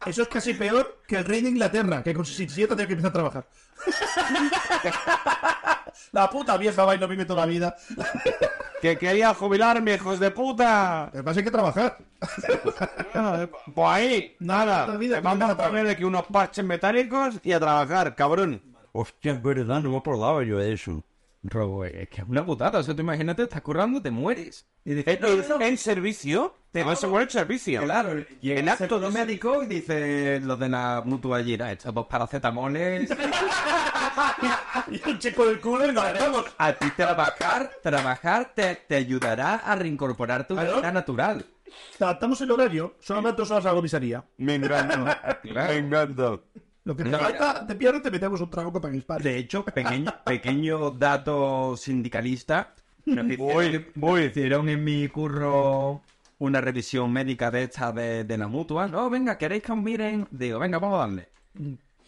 Speaker 2: Eso es casi peor que el rey de Inglaterra, que con 67 tiene que empezar a trabajar. la puta vieja va y no vive toda la vida.
Speaker 1: Que quería jubilarme, hijos de puta.
Speaker 2: Lo que pasa es que trabajar.
Speaker 1: Pues ahí, nada.
Speaker 2: Toda la vida,
Speaker 1: Te vamos a
Speaker 2: nada.
Speaker 1: poner aquí unos parches metálicos y a trabajar, cabrón. Hostia, es verdad, no me acordaba yo de um eso.
Speaker 3: Robo, es que es una putada. O sea, tú imagínate, estás currando, te mueres. Y dices,
Speaker 1: En, en servicio, te vas a asegurar el servicio.
Speaker 3: Claro, y
Speaker 1: En
Speaker 3: en
Speaker 1: acto
Speaker 3: acto
Speaker 1: de-
Speaker 3: médico y dice los de la mutuallera, estos dos paracetamoles,
Speaker 2: Y un chico del culo y nos vemos.
Speaker 3: a ti trabajar, trabajar te, te ayudará a reincorporar tu
Speaker 2: ¿Aló?
Speaker 3: vida natural.
Speaker 2: Adaptamos el horario, solamente dos horas a la comisaría.
Speaker 1: Me encanta. Me encanta.
Speaker 2: Lo que te
Speaker 3: No,
Speaker 2: falta de piernas te metemos un trago para que dispare.
Speaker 3: De hecho, pequeño, pequeño dato sindicalista, nos hicieron, hicieron en mi curro una revisión médica de esta de, de la mutua. No, venga, queréis que os miren. Digo, venga, vamos a darle.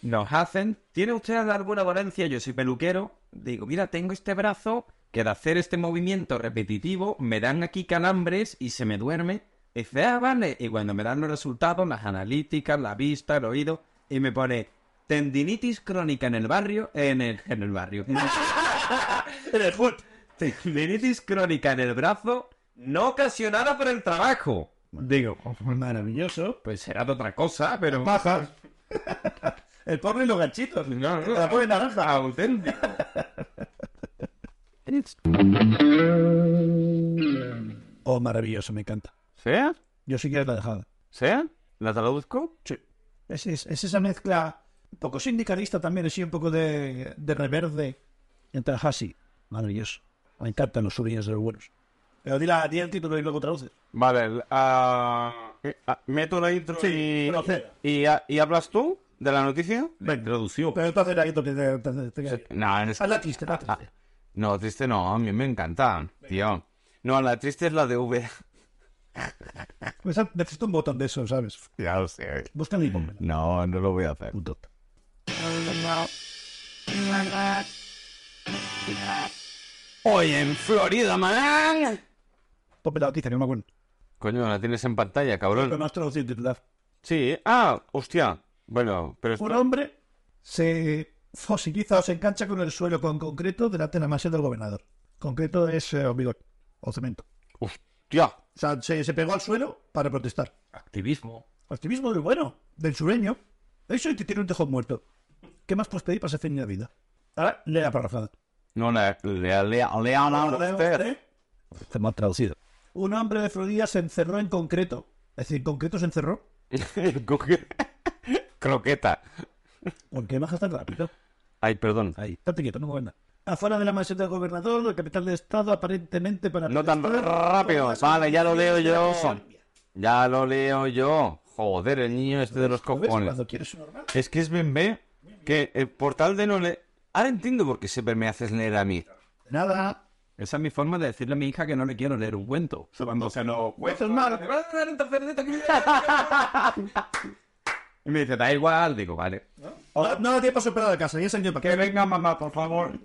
Speaker 3: Nos hacen, ¿tiene usted alguna dolencia? Yo soy peluquero. Digo, mira, tengo este brazo que de hacer este movimiento repetitivo me dan aquí calambres y se me duerme. Dice, ah, vale. Y cuando me dan los resultados, las analíticas, la vista, el oído, y me pone tendinitis crónica en el barrio, en el, en el barrio.
Speaker 2: En el foot.
Speaker 3: tendinitis crónica en el brazo, no ocasionada por el trabajo. Digo,
Speaker 2: oh, Maravilloso.
Speaker 3: pues será de otra cosa, pero...
Speaker 2: Bajas. El porno y los ganchitos.
Speaker 3: No, no,
Speaker 2: Te la pones naranja.
Speaker 3: auténtico.
Speaker 2: Oh, maravilloso, me encanta.
Speaker 1: ¿Sea?
Speaker 2: Yo sí que la dejada.
Speaker 1: ¿Sea? ¿La traduzco?
Speaker 2: Sí. Es, es- es esa mezcla un poco sindicalista también, así un poco de, de reverde entre Hasi. Maravilloso. Me encantan los souvenirs de los buenos. Pero di, la, di el título y luego traduces.
Speaker 1: Vale, l- ah, eh, ah, meto la intro
Speaker 2: Sí,
Speaker 1: y,
Speaker 2: proceda.
Speaker 1: y, ha- y hablas tú de la noticia.
Speaker 3: La introducción.
Speaker 2: Pero entonces ahí te, te, te, te-
Speaker 1: No, es-
Speaker 2: Haz la triste, la
Speaker 1: ah,
Speaker 2: triste.
Speaker 1: no, triste no, a mí me encanta, tío. No, la triste es la de V.
Speaker 2: Pues, ah, necesito un botón de eso, ¿sabes?
Speaker 1: Ya lo sé.
Speaker 2: Búscalo y pónmelo.
Speaker 1: No, no lo voy a hacer.
Speaker 2: Puto.
Speaker 1: Hoy en Florida, man.
Speaker 2: Ponme la noticia, que no me acuerdo.
Speaker 1: Coño, la tienes en pantalla,
Speaker 2: Pero
Speaker 1: cabrón.
Speaker 2: no has traducido titular.
Speaker 1: Sí, ah, hostia. Bueno, pero esto-
Speaker 2: Un hombre se fosiliza o se engancha con el suelo con concreto delante de la mansión del gobernador. Concreto es eh, hormigón o cemento.
Speaker 1: Hostia.
Speaker 2: O sea, se, se pegó al suelo para protestar.
Speaker 3: Activismo.
Speaker 2: Activismo del bueno, del sureño. Eso y te tiene un tejón muerto. ¿Qué más puedes pedir para ser feliz en la vida? Ahora, lee la parrafada.
Speaker 1: No, la, lea, lea, lea,
Speaker 2: Leo,
Speaker 1: usted.
Speaker 2: ¿eh? Está mal traducido. Un hombre de Florida se encerró en concreto. Es decir, concreto se encerró.
Speaker 1: Coge- Croqueta.
Speaker 2: ¿Por qué bajas tan rápido?
Speaker 1: Ay, perdón.
Speaker 2: Ahí, estate quieto, no muevas nada. Afuera de la mansión del gobernador, del capital del estado, aparentemente para...
Speaker 1: No tan
Speaker 2: protestar
Speaker 1: rápido.
Speaker 2: contra la
Speaker 1: Vale, ya lo leo
Speaker 2: de la
Speaker 1: yo.
Speaker 2: prisión.
Speaker 1: Ya lo leo yo. Joder, el niño este de los
Speaker 2: ¿Ves?
Speaker 1: cojones.
Speaker 2: Cuando quieres un normal.
Speaker 1: Es que es bembe que el portal de no le... Ahora entiendo por qué siempre me haces leer a mí.
Speaker 2: Nada.
Speaker 3: Esa es mi forma de decirle a mi hija que no le quiero leer un cuento. Cuando se no
Speaker 2: Eso es malo.
Speaker 1: Pues,
Speaker 3: Y me dice, da igual. Digo, vale.
Speaker 2: Ahora, Nada tiene para superar de casa. Ya salió para
Speaker 3: Que venga mamá, por favor.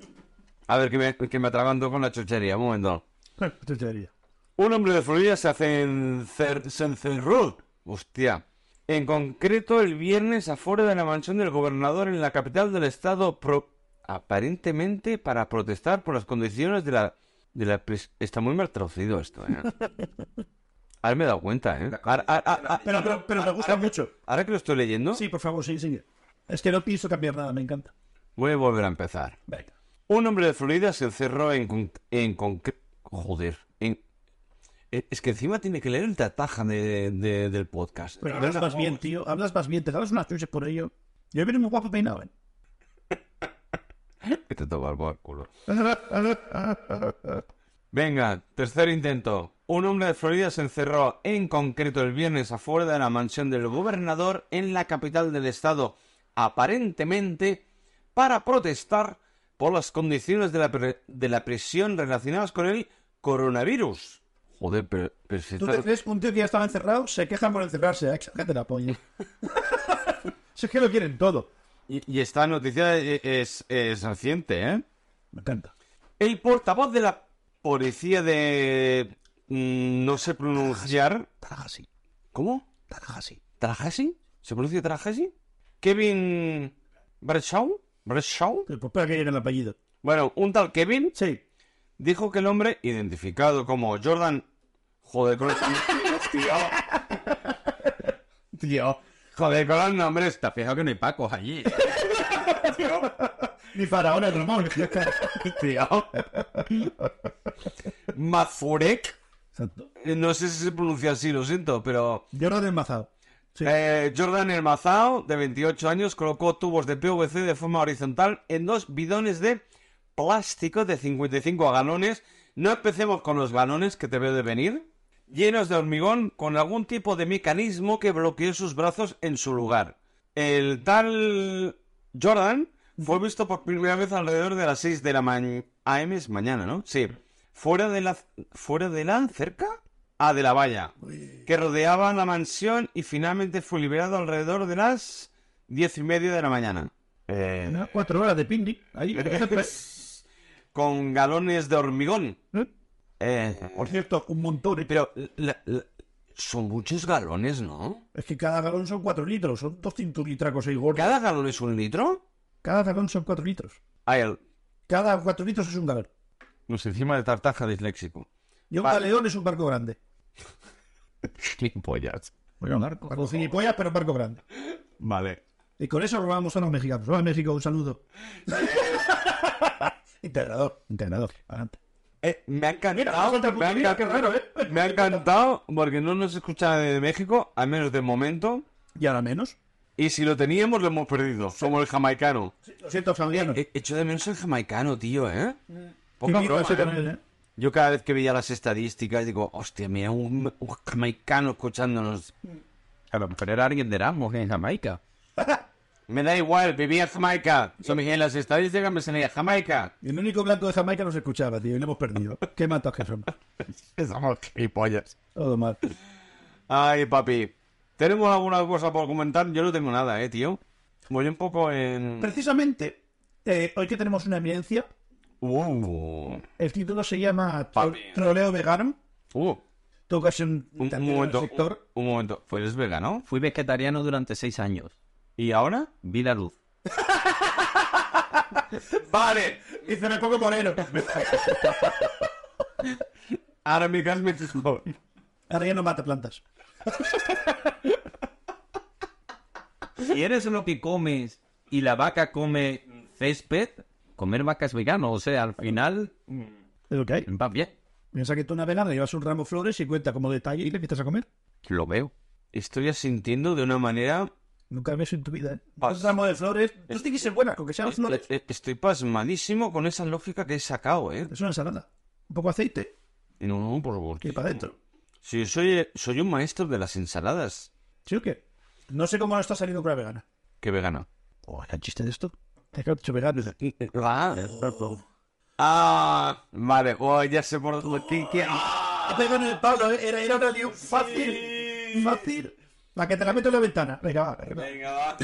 Speaker 1: A ver, que me, que me atraganto con la chochería. Un momento.
Speaker 2: acá. Chuchería.
Speaker 1: Un hombre de Florida se hace encer... se encerró. Hostia. En concreto, el viernes afuera de la mansión del gobernador en la capital del estado, pro- aparentemente para protestar por las condiciones de la de la pres- Está muy mal traducido esto, ¿eh? Ahora me he dado cuenta, ¿eh? Ahora, ahora- ahora-
Speaker 2: Pero, pero, pero me gusta mucho.
Speaker 1: ahora que lo estoy leyendo,
Speaker 2: Sí, por favor, sí, sigue. Es que no pienso cambiar nada, me encanta.
Speaker 1: voy a volver a empezar.
Speaker 2: Venga.
Speaker 1: Un hombre de Florida se encerró en, con- en concre- Joder. en- Eh, Es que encima tiene que leer el tataja de, de- del podcast.
Speaker 2: Pero hablas más bien, tío. Hablas más bien. Te dabas unas chuches por ello. Yo viene muy guapo peinado, ¿eh?
Speaker 1: Que te toma el culo. Venga, tercer intento. Un hombre de Florida se encerró en concreto el viernes afuera de la mansión del gobernador en la capital del estado, aparentemente para protestar por las condiciones de la, pre- de la prisión relacionadas con el coronavirus. Joder, pero, pero si
Speaker 2: ¿Tú
Speaker 1: esta-
Speaker 2: te crees que un tío que ya estaba encerrado se queja por encerrarse? ¿eh? Sácate la polla. si es que lo quieren todo.
Speaker 1: y, y esta noticia e- es, es reciente, ¿eh?
Speaker 2: Me encanta.
Speaker 1: El portavoz de la policía de... mm, No sé pronunciar.
Speaker 2: Tallahassee.
Speaker 1: ¿Cómo?
Speaker 2: Tallahassee.
Speaker 1: ¿Tallahassee? ¿Se pronuncia Tallahassee? Kevin Bradshaw. Bradshaw.
Speaker 2: Pues espera que llegue el apellido.
Speaker 1: Bueno, un tal Kevin
Speaker 2: Sí.
Speaker 1: dijo que el hombre, identificado como Jordan... Joder, con los nombres, tío.
Speaker 3: Tío,
Speaker 1: Joder, con los nombres.
Speaker 3: te fijado que no hay pacos allí.
Speaker 2: Ni faraón es Ramón.
Speaker 1: Tío. Mazurek.
Speaker 2: Exacto.
Speaker 1: Eh, No sé si se pronuncia así, lo siento, pero...
Speaker 2: Yo lo he enmazado. Sí.
Speaker 1: Eh, Jordan Hermazao, de 28 años, colocó tubos de PVC de forma horizontal en dos bidones de plástico de 55 galones. No empecemos con los galones que te veo de venir. Llenos de hormigón, con algún tipo de mecanismo que bloqueó sus brazos en su lugar. El tal Jordan fue visto por primera vez alrededor de las 6 de la mañana. AM es mañana, ¿no? Sí. Fuera de la... ¿Fuera de la cerca? Ah, de la valla que rodeaban la mansión y finalmente fue liberado alrededor de las diez y media de la mañana. eh,
Speaker 2: Unas Cuatro horas de picnic. Ahí.
Speaker 1: Con galones de hormigón. Eh,
Speaker 2: Por cierto, un montón. ¿eh?
Speaker 1: pero la- la- son muchos galones, ¿no?
Speaker 2: Es que cada galón son cuatro litros. Son dos cinturitracos ahí gordos.
Speaker 1: ¿Cada galón es un litro?
Speaker 2: Cada galón son cuatro litros.
Speaker 1: A él.
Speaker 2: Cada cuatro litros es un galón.
Speaker 1: Nos encima de tartaja disléxico.
Speaker 2: Y un
Speaker 1: Vale.
Speaker 2: galeón es un barco grande.
Speaker 1: Climpollas.
Speaker 2: Bueno, un barco. Barco gilipollas, pero un barco grande.
Speaker 1: Vale.
Speaker 2: Y con eso robamos a los mexicanos. Vamos a México, un saludo. Integrador. Integrador. Adelante. Ah,
Speaker 1: Eh, me ha
Speaker 2: Mira,
Speaker 1: encantado.
Speaker 2: falta
Speaker 1: me, ha
Speaker 2: puntería, qué
Speaker 1: encantado
Speaker 2: raro, ¿eh?
Speaker 1: me ha encantado porque no nos escucha de México, al menos de momento.
Speaker 2: Y ahora menos.
Speaker 1: Y si lo teníamos, lo hemos perdido. Somos el jamaicano.
Speaker 2: Lo siento, familianos.
Speaker 1: He hecho de menos el jamaicano, tío, ¿eh?
Speaker 2: Qué
Speaker 1: Poca
Speaker 2: bien
Speaker 1: broma,
Speaker 2: hace con
Speaker 1: eh, ¿eh?
Speaker 2: él, ¿eh?
Speaker 1: Yo cada vez que veía las estadísticas digo, hostia, mira, un, un jamaicano escuchándonos.
Speaker 3: A lo mejor era alguien de Erasmus en Jamaica.
Speaker 1: Me da igual, vivía en Jamaica. So, me- en las estadísticas me salía Jamaica.
Speaker 2: El único blanco de Jamaica nos escuchaba, tío, y lo hemos perdido. Qué matos que somos.
Speaker 1: um
Speaker 3: Somos gilipollas.
Speaker 2: Todo mal.
Speaker 1: Ay, papi. ¿Tenemos alguna cosa por comentar? Yo no tengo nada, eh, tío. Voy un poco en...
Speaker 2: Precisamente, eh, hoy que tenemos una evidencia,
Speaker 1: Uh,
Speaker 2: el título se llama Tro-
Speaker 1: Papi.
Speaker 2: Troleo Vegano.
Speaker 1: uh,
Speaker 2: Tocas en
Speaker 1: un, un
Speaker 2: también en el
Speaker 1: momento. Un,
Speaker 2: sector.
Speaker 1: un momento. Pues eres vegano.
Speaker 3: Fui vegetariano durante seis años.
Speaker 1: ¿Y ahora?
Speaker 3: Vi la luz.
Speaker 1: Vale.
Speaker 2: Y se me pongo moreno.
Speaker 1: Ahora mi gas me dijo...
Speaker 2: Ahora ya no mata plantas.
Speaker 3: Si eres lo que comes y la vaca come césped, comer vaca es vegano. O sea, al final
Speaker 2: Es lo que hay.
Speaker 3: va bien.
Speaker 2: Piensa que tú una vegana llevas un ramo de flores y cuenta como detalle y le invitas a comer.
Speaker 3: Lo veo.
Speaker 1: Estoy asintiendo de una manera
Speaker 2: Nunca ves en tu vida. ¿eh?
Speaker 1: Pas-
Speaker 2: Un ramo de flores. Tú tienes que ser buena, con que sean flores.
Speaker 1: Eh, eh, Estoy pasmadísimo con esa lógica que he sacado, ¿eh?
Speaker 2: Es una ensalada. Un poco de aceite
Speaker 1: No, no, por favor.
Speaker 2: y para adentro.
Speaker 1: Sí, soy, soy un maestro de las ensaladas.
Speaker 2: ¿Sí o qué? No sé cómo no está saliendo con la vegana.
Speaker 1: Qué vegano.
Speaker 2: Oh, ¿el chiste de esto? Es que ha dicho vegano.
Speaker 1: Ah, vale. Oh, ya sé por dónde. ¿Qué, qué-
Speaker 2: Vegano de Pablo, ¿eh? era, era una lío fácil. Fácil. La que te la meto en la ventana. Venga, va. venga, va.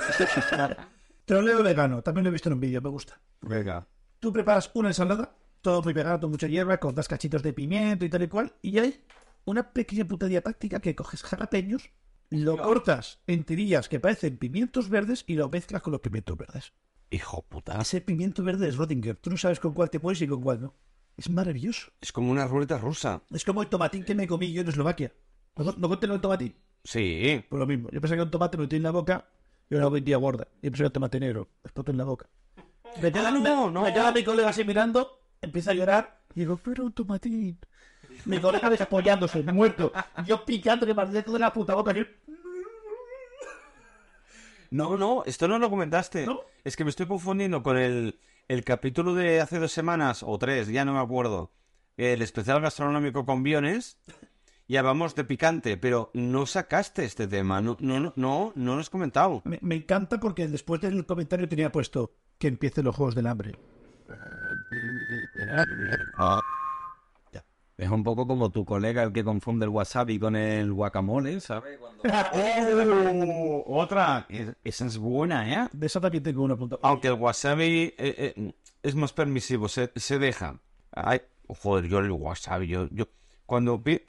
Speaker 1: Venga, va.
Speaker 2: Troleo vegano. También lo he visto en un vídeo, me gusta.
Speaker 3: Venga.
Speaker 2: Tú preparas una ensalada, todo muy vegano, con mucha hierba, con dos cachitos de pimiento y tal y cual, y hay una pequeña puntadilla táctica que coges jalapeños, lo cortas en tirillas que parecen pimientos verdes y lo mezclas con los pimientos verdes.
Speaker 1: Hijo puta.
Speaker 2: Ese pimiento verde es Rodinger. Tú no sabes con cuál te pones y con cuál no. Es maravilloso.
Speaker 1: Es como una ruleta rusa.
Speaker 2: Es como el tomatín que me comí yo en Eslovaquia. ¿No, no conté el tomatín?
Speaker 1: Sí.
Speaker 2: Por lo mismo. Yo pensé que era un tomate, me lo metí en la boca y era una guindilla gorda. Y pensé que era un tomate negro. Explotó en la boca. Me queda,
Speaker 1: Ah, no, no.
Speaker 2: me queda mi colega así mirando, empieza a llorar y digo, pero era un tomatín. Mi colega despollándose, muerto. Yo picando que me dentro de la puta boca. yo-
Speaker 1: No, no, esto no lo comentaste.
Speaker 2: ¿No?
Speaker 1: Es que me estoy confundiendo con el, el capítulo de hace dos semanas o tres, ya no me acuerdo. El especial gastronómico con Biones. Ya vamos de picante, pero no sacaste este tema. No, no, no, no, no lo has comentado.
Speaker 2: Me, me encanta porque después del comentario tenía puesto que empiecen los Juegos del Hambre.
Speaker 3: Es un poco como tu colega el que confunde el wasabi con el guacamole, ¿sabes? Cuando- ¡Oh! Otra. Es- esa es buena, ¿eh?
Speaker 2: De esa también tengo una punta. Ah,
Speaker 1: Aunque el wasabi eh, eh, es más permisivo, se, se deja. Ay, joder, yo el wasabi, yo, yo cuando pi-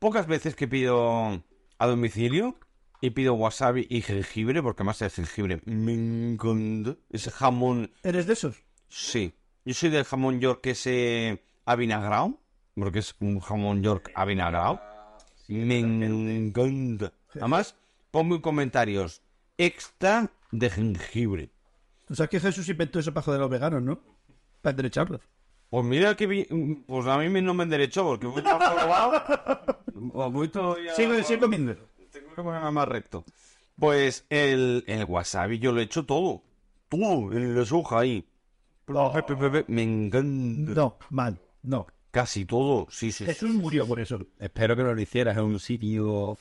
Speaker 1: pocas veces que pido a domicilio y pido wasabi y jengibre, porque más el jengibre me encanta. Ese jamón,
Speaker 2: ¿Eres de esos?
Speaker 1: sí. Yo soy del jamón york ese avinagrado, porque es un jamón york avinagrado. Me encanta. Además, ponme en comentarios extra de jengibre.
Speaker 2: O sea, que Jesús inventó eso para joder a los veganos, ¿no? Para enderecharlos.
Speaker 1: Pues mira que vi- pues a mí me- no me enderechó porque voy todo jorobado. Voy todo ya-
Speaker 2: Sigo, sigo comiendo.
Speaker 1: Tengo que ponerme más recto. Pues el, el wasabi yo lo he hecho todo. Todo, en la soja ahí. Me encanta.
Speaker 2: No, mal, no.
Speaker 1: Casi todo, sí, sí. sí.
Speaker 2: Jesús murió por eso.
Speaker 3: Espero que no lo hicieras en un sitio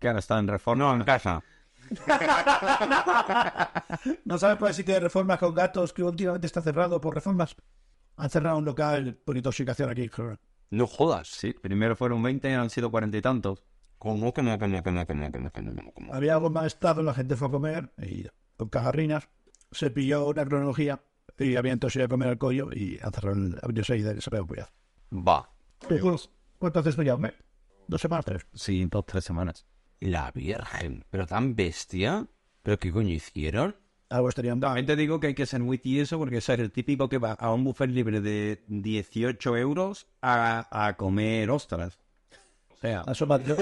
Speaker 3: que ahora está en reforma.
Speaker 1: No, en casa.
Speaker 2: ¿No sabes por el sitio de reformas con gatos que últimamente está cerrado por reformas? Han cerrado un local por intoxicación aquí. joder.
Speaker 1: No jodas.
Speaker 3: Sí, primero fueron 20 y han sido cuarenta y tantos.
Speaker 1: ¿Cómo que no, que no, que no, que no, que no, que no, que no?
Speaker 2: Había algo más estado, la gente fue a comer y con cajarrinas. Se pilló una cronología y había entonces ido a comer al collo y han cerrado el abrió seis de ese pedo cuidado. Pues,
Speaker 1: Va.
Speaker 2: ¿Cuánto haces tú ya? hombre? Dos semanas, tres.
Speaker 3: Sí, dos, tres semanas.
Speaker 1: La Virgen. Pero tan bestia. ¿Pero qué coño hicieron?
Speaker 2: Algo estarían dando.
Speaker 3: También te digo que hay que ser muy tieso porque ese es el típico que va a un buffet libre de 18 euros a, a comer ostras. O sea,
Speaker 2: Eso más- yo-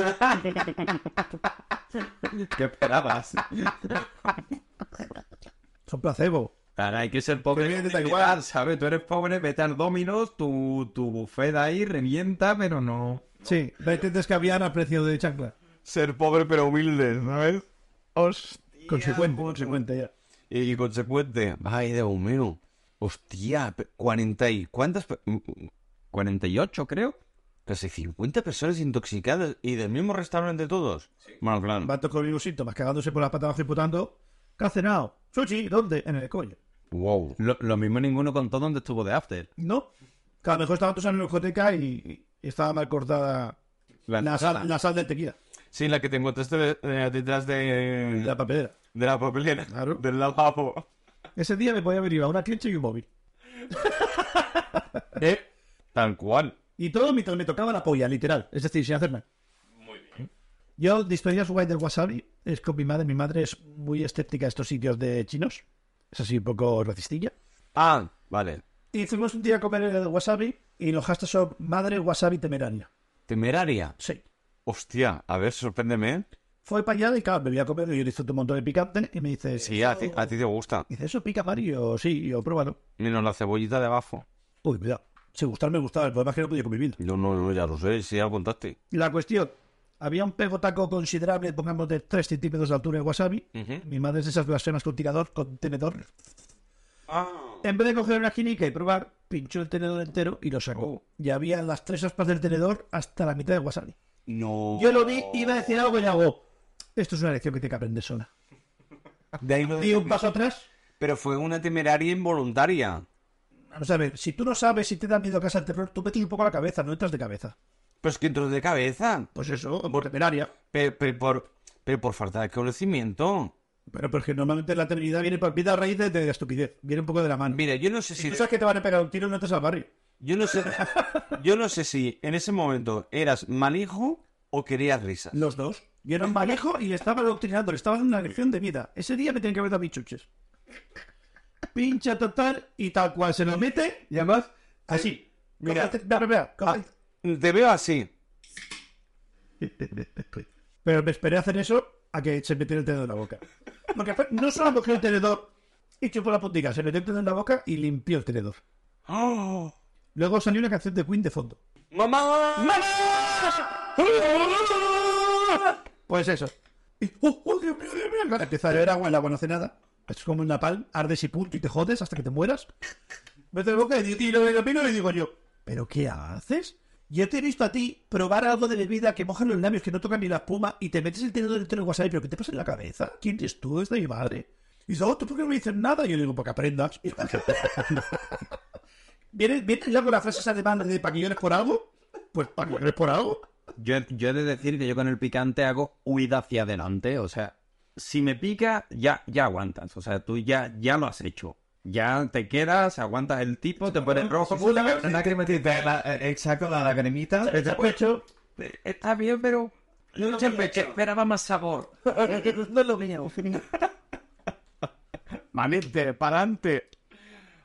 Speaker 3: ¿qué esperabas?
Speaker 2: Son placebo.
Speaker 3: Ahora hay que ser pobre.
Speaker 2: Pero bien,
Speaker 3: con
Speaker 2: da
Speaker 3: dignidad,
Speaker 2: igual.
Speaker 3: ¿sabes? Tú eres pobre, vete al Dominos, tu, tu buffet ahí revienta, pero no.
Speaker 2: Sí, la intentas caviar a precio de chancla.
Speaker 1: Ser pobre pero humilde, ¿sabes?
Speaker 2: Consecuente, consecuente ya.
Speaker 1: Y consecuente, ay, Dios mío, hostia, pe- 40 y cuántas, pe- mm, mm,
Speaker 3: 48, creo.
Speaker 1: casi 50 personas intoxicadas y del mismo restaurante todos. Mal plan.
Speaker 2: Vatos con los síntomas, cagándose por las patas abajo y putando. ¿Qué has cenado? Sushi, ¿dónde? En el coño.
Speaker 1: Wow.
Speaker 3: Lo, lo mismo ninguno contó dónde estuvo de after.
Speaker 2: No. Que a lo mejor estaban todos en la discoteca y, y estaba mal cortada
Speaker 3: La-
Speaker 2: la sal, la sal de tequila,
Speaker 1: Sí, la que te encontraste eh, detrás de,
Speaker 2: de la papelera.
Speaker 1: de la papelera,
Speaker 2: Claro.
Speaker 1: del lavabo.
Speaker 2: Ese día me podía haber ido a una clincha y un móvil.
Speaker 1: Eh, Tal cual.
Speaker 2: Y todo mientras me tocaba la polla, literal. Es decir, sin hacer nada. Muy bien. Yo, de historias guay del wasabi, es con mi madre. Mi madre es muy escéptica a estos sitios de chinos. Es así, un poco racistilla.
Speaker 1: Ah, vale.
Speaker 2: Y fuimos un día a comer el wasabi y los hashtags son madre wasabi temeraria.
Speaker 1: Temeraria.
Speaker 2: Sí.
Speaker 1: Hostia, a ver, sorpréndeme.
Speaker 2: Fue para allá y claro, me voy a comer y yo le hice un montón de picante y me dice,
Speaker 1: Sí, a ti, a ti te gusta.
Speaker 2: dice, ¿eso pica Mario? Sí, yo pruébalo.
Speaker 1: Menos la cebollita de abajo.
Speaker 2: Uy, cuidado. Si gustar me gustaba, el problema es que no podía convivir.
Speaker 1: Yo no, no, ya lo sé, sí, ya lo contaste.
Speaker 2: La cuestión, había un pegotaco considerable, pongamos de 3 centímetros de altura de wasabi.
Speaker 1: Ujú.
Speaker 2: Mi madre es de esas blasfemas con tirador, con tenedor.
Speaker 1: Ah.
Speaker 2: En vez de coger una jinica y probar, pinchó el tenedor entero y lo sacó.
Speaker 1: Oh.
Speaker 2: Y había las tres aspas del tenedor hasta la mitad de wasabi.
Speaker 1: No.
Speaker 2: Yo lo vi, iba a decir algo y hago, esto es una lección que tiene que aprender sola.
Speaker 1: De ahí lo
Speaker 2: Di un paso atrás.
Speaker 1: Pero fue una temeraria involuntaria.
Speaker 2: Vamos a ver, si tú no sabes si te da miedo a casa el terror, tú metes un poco la cabeza, no entras de cabeza.
Speaker 1: Pues que entró de cabeza.
Speaker 2: Pues eso, por temeraria.
Speaker 1: Pero, por, pero por falta de conocimiento.
Speaker 2: Pero porque normalmente la temeridad viene por vida a raíz de, de la estupidez. Viene un poco de la mano.
Speaker 1: Mira, yo no sé si.
Speaker 2: Tú sabes que te van a pegar un tiro y no te al barrio.
Speaker 1: Yo no sé. Yo no sé si en ese momento eras mal hijo o querías risas.
Speaker 2: Los dos. Yo era un manejo y le estaba adoctrinando, le estaba dando una lección de vida. Ese día me tienen que haber dado mis chuches. Pincha total y tal cual se lo mete. Y además, así.
Speaker 1: Mira,
Speaker 2: Ah.
Speaker 1: ah, te veo así.
Speaker 2: Pero me esperé a hacer eso a que se metiera el dedo en la boca. Porque fue- no solo cogió el tenedor y chupó la puntica, se metió el dedo en la boca y limpió el tenedor.
Speaker 1: ¡Oh!
Speaker 2: Luego salió una canción de Queen de fondo.
Speaker 1: ¡Mamá!
Speaker 2: Pues eso. Y, oh, oh, Dios mío, Dios mío. Claro, empieza a llorar agua en la agua no hace nada. Es como un napalm, ardes y punto y te jodes hasta que te mueras. Meto en boca y digo, tiro y lo pino y digo yo, ¿pero qué haces? Yo te he visto a ti probar algo de bebida que moja los labios, que no toca ni la espuma y te metes el tenedor dentro del wasabi, pero ¿qué te pasa en la cabeza? ¿Quién eres tú? Es de mi madre. Y dice, oh, ¿tú por qué no me dices nada? Y yo digo, porque aprendas. ¿Viene, viene ya con las frases además de para que llores por algo? Pues para que llores por algo.
Speaker 3: Yo, yo he de decir que yo con el picante hago huida hacia adelante. O sea, si me pica, ya, ya aguantas. O sea, tú ya, ya lo has hecho. Ya te quedas, aguantas el tipo, te pones rojo. eh,
Speaker 6: exacto, la lagrimita.
Speaker 2: pecho.
Speaker 3: Está bien, pero... pues. Yo esperaba más sabor. No lo veo.
Speaker 6: Manete, para adelante.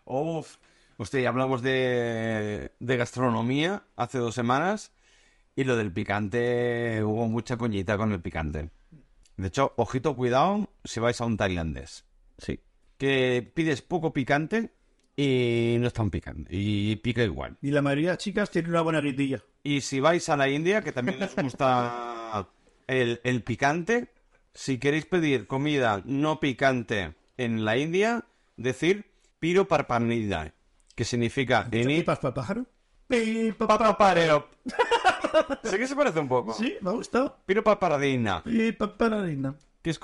Speaker 1: Uf. Hostia, ya hablamos de, de gastronomía hace dos semanas y lo del picante, hubo mucha coñita con el picante. De hecho, ojito, cuidado si vais a un tailandés.
Speaker 3: Sí.
Speaker 1: Que pides poco picante y no es tan picante. Y pica igual.
Speaker 2: Y la mayoría de las chicas tienen una buena guindilla.
Speaker 1: Y si vais a la India, que también les gusta el, el picante, si queréis pedir comida no picante en la India, decir piro parpanida, que significa en i-
Speaker 2: ¿Pipas para el pájaro?
Speaker 1: Papapareo. sé que se parece un poco.
Speaker 2: Sí, me ha gustado.
Speaker 1: Piro paparadina,
Speaker 2: Pipas para la reina.
Speaker 1: que es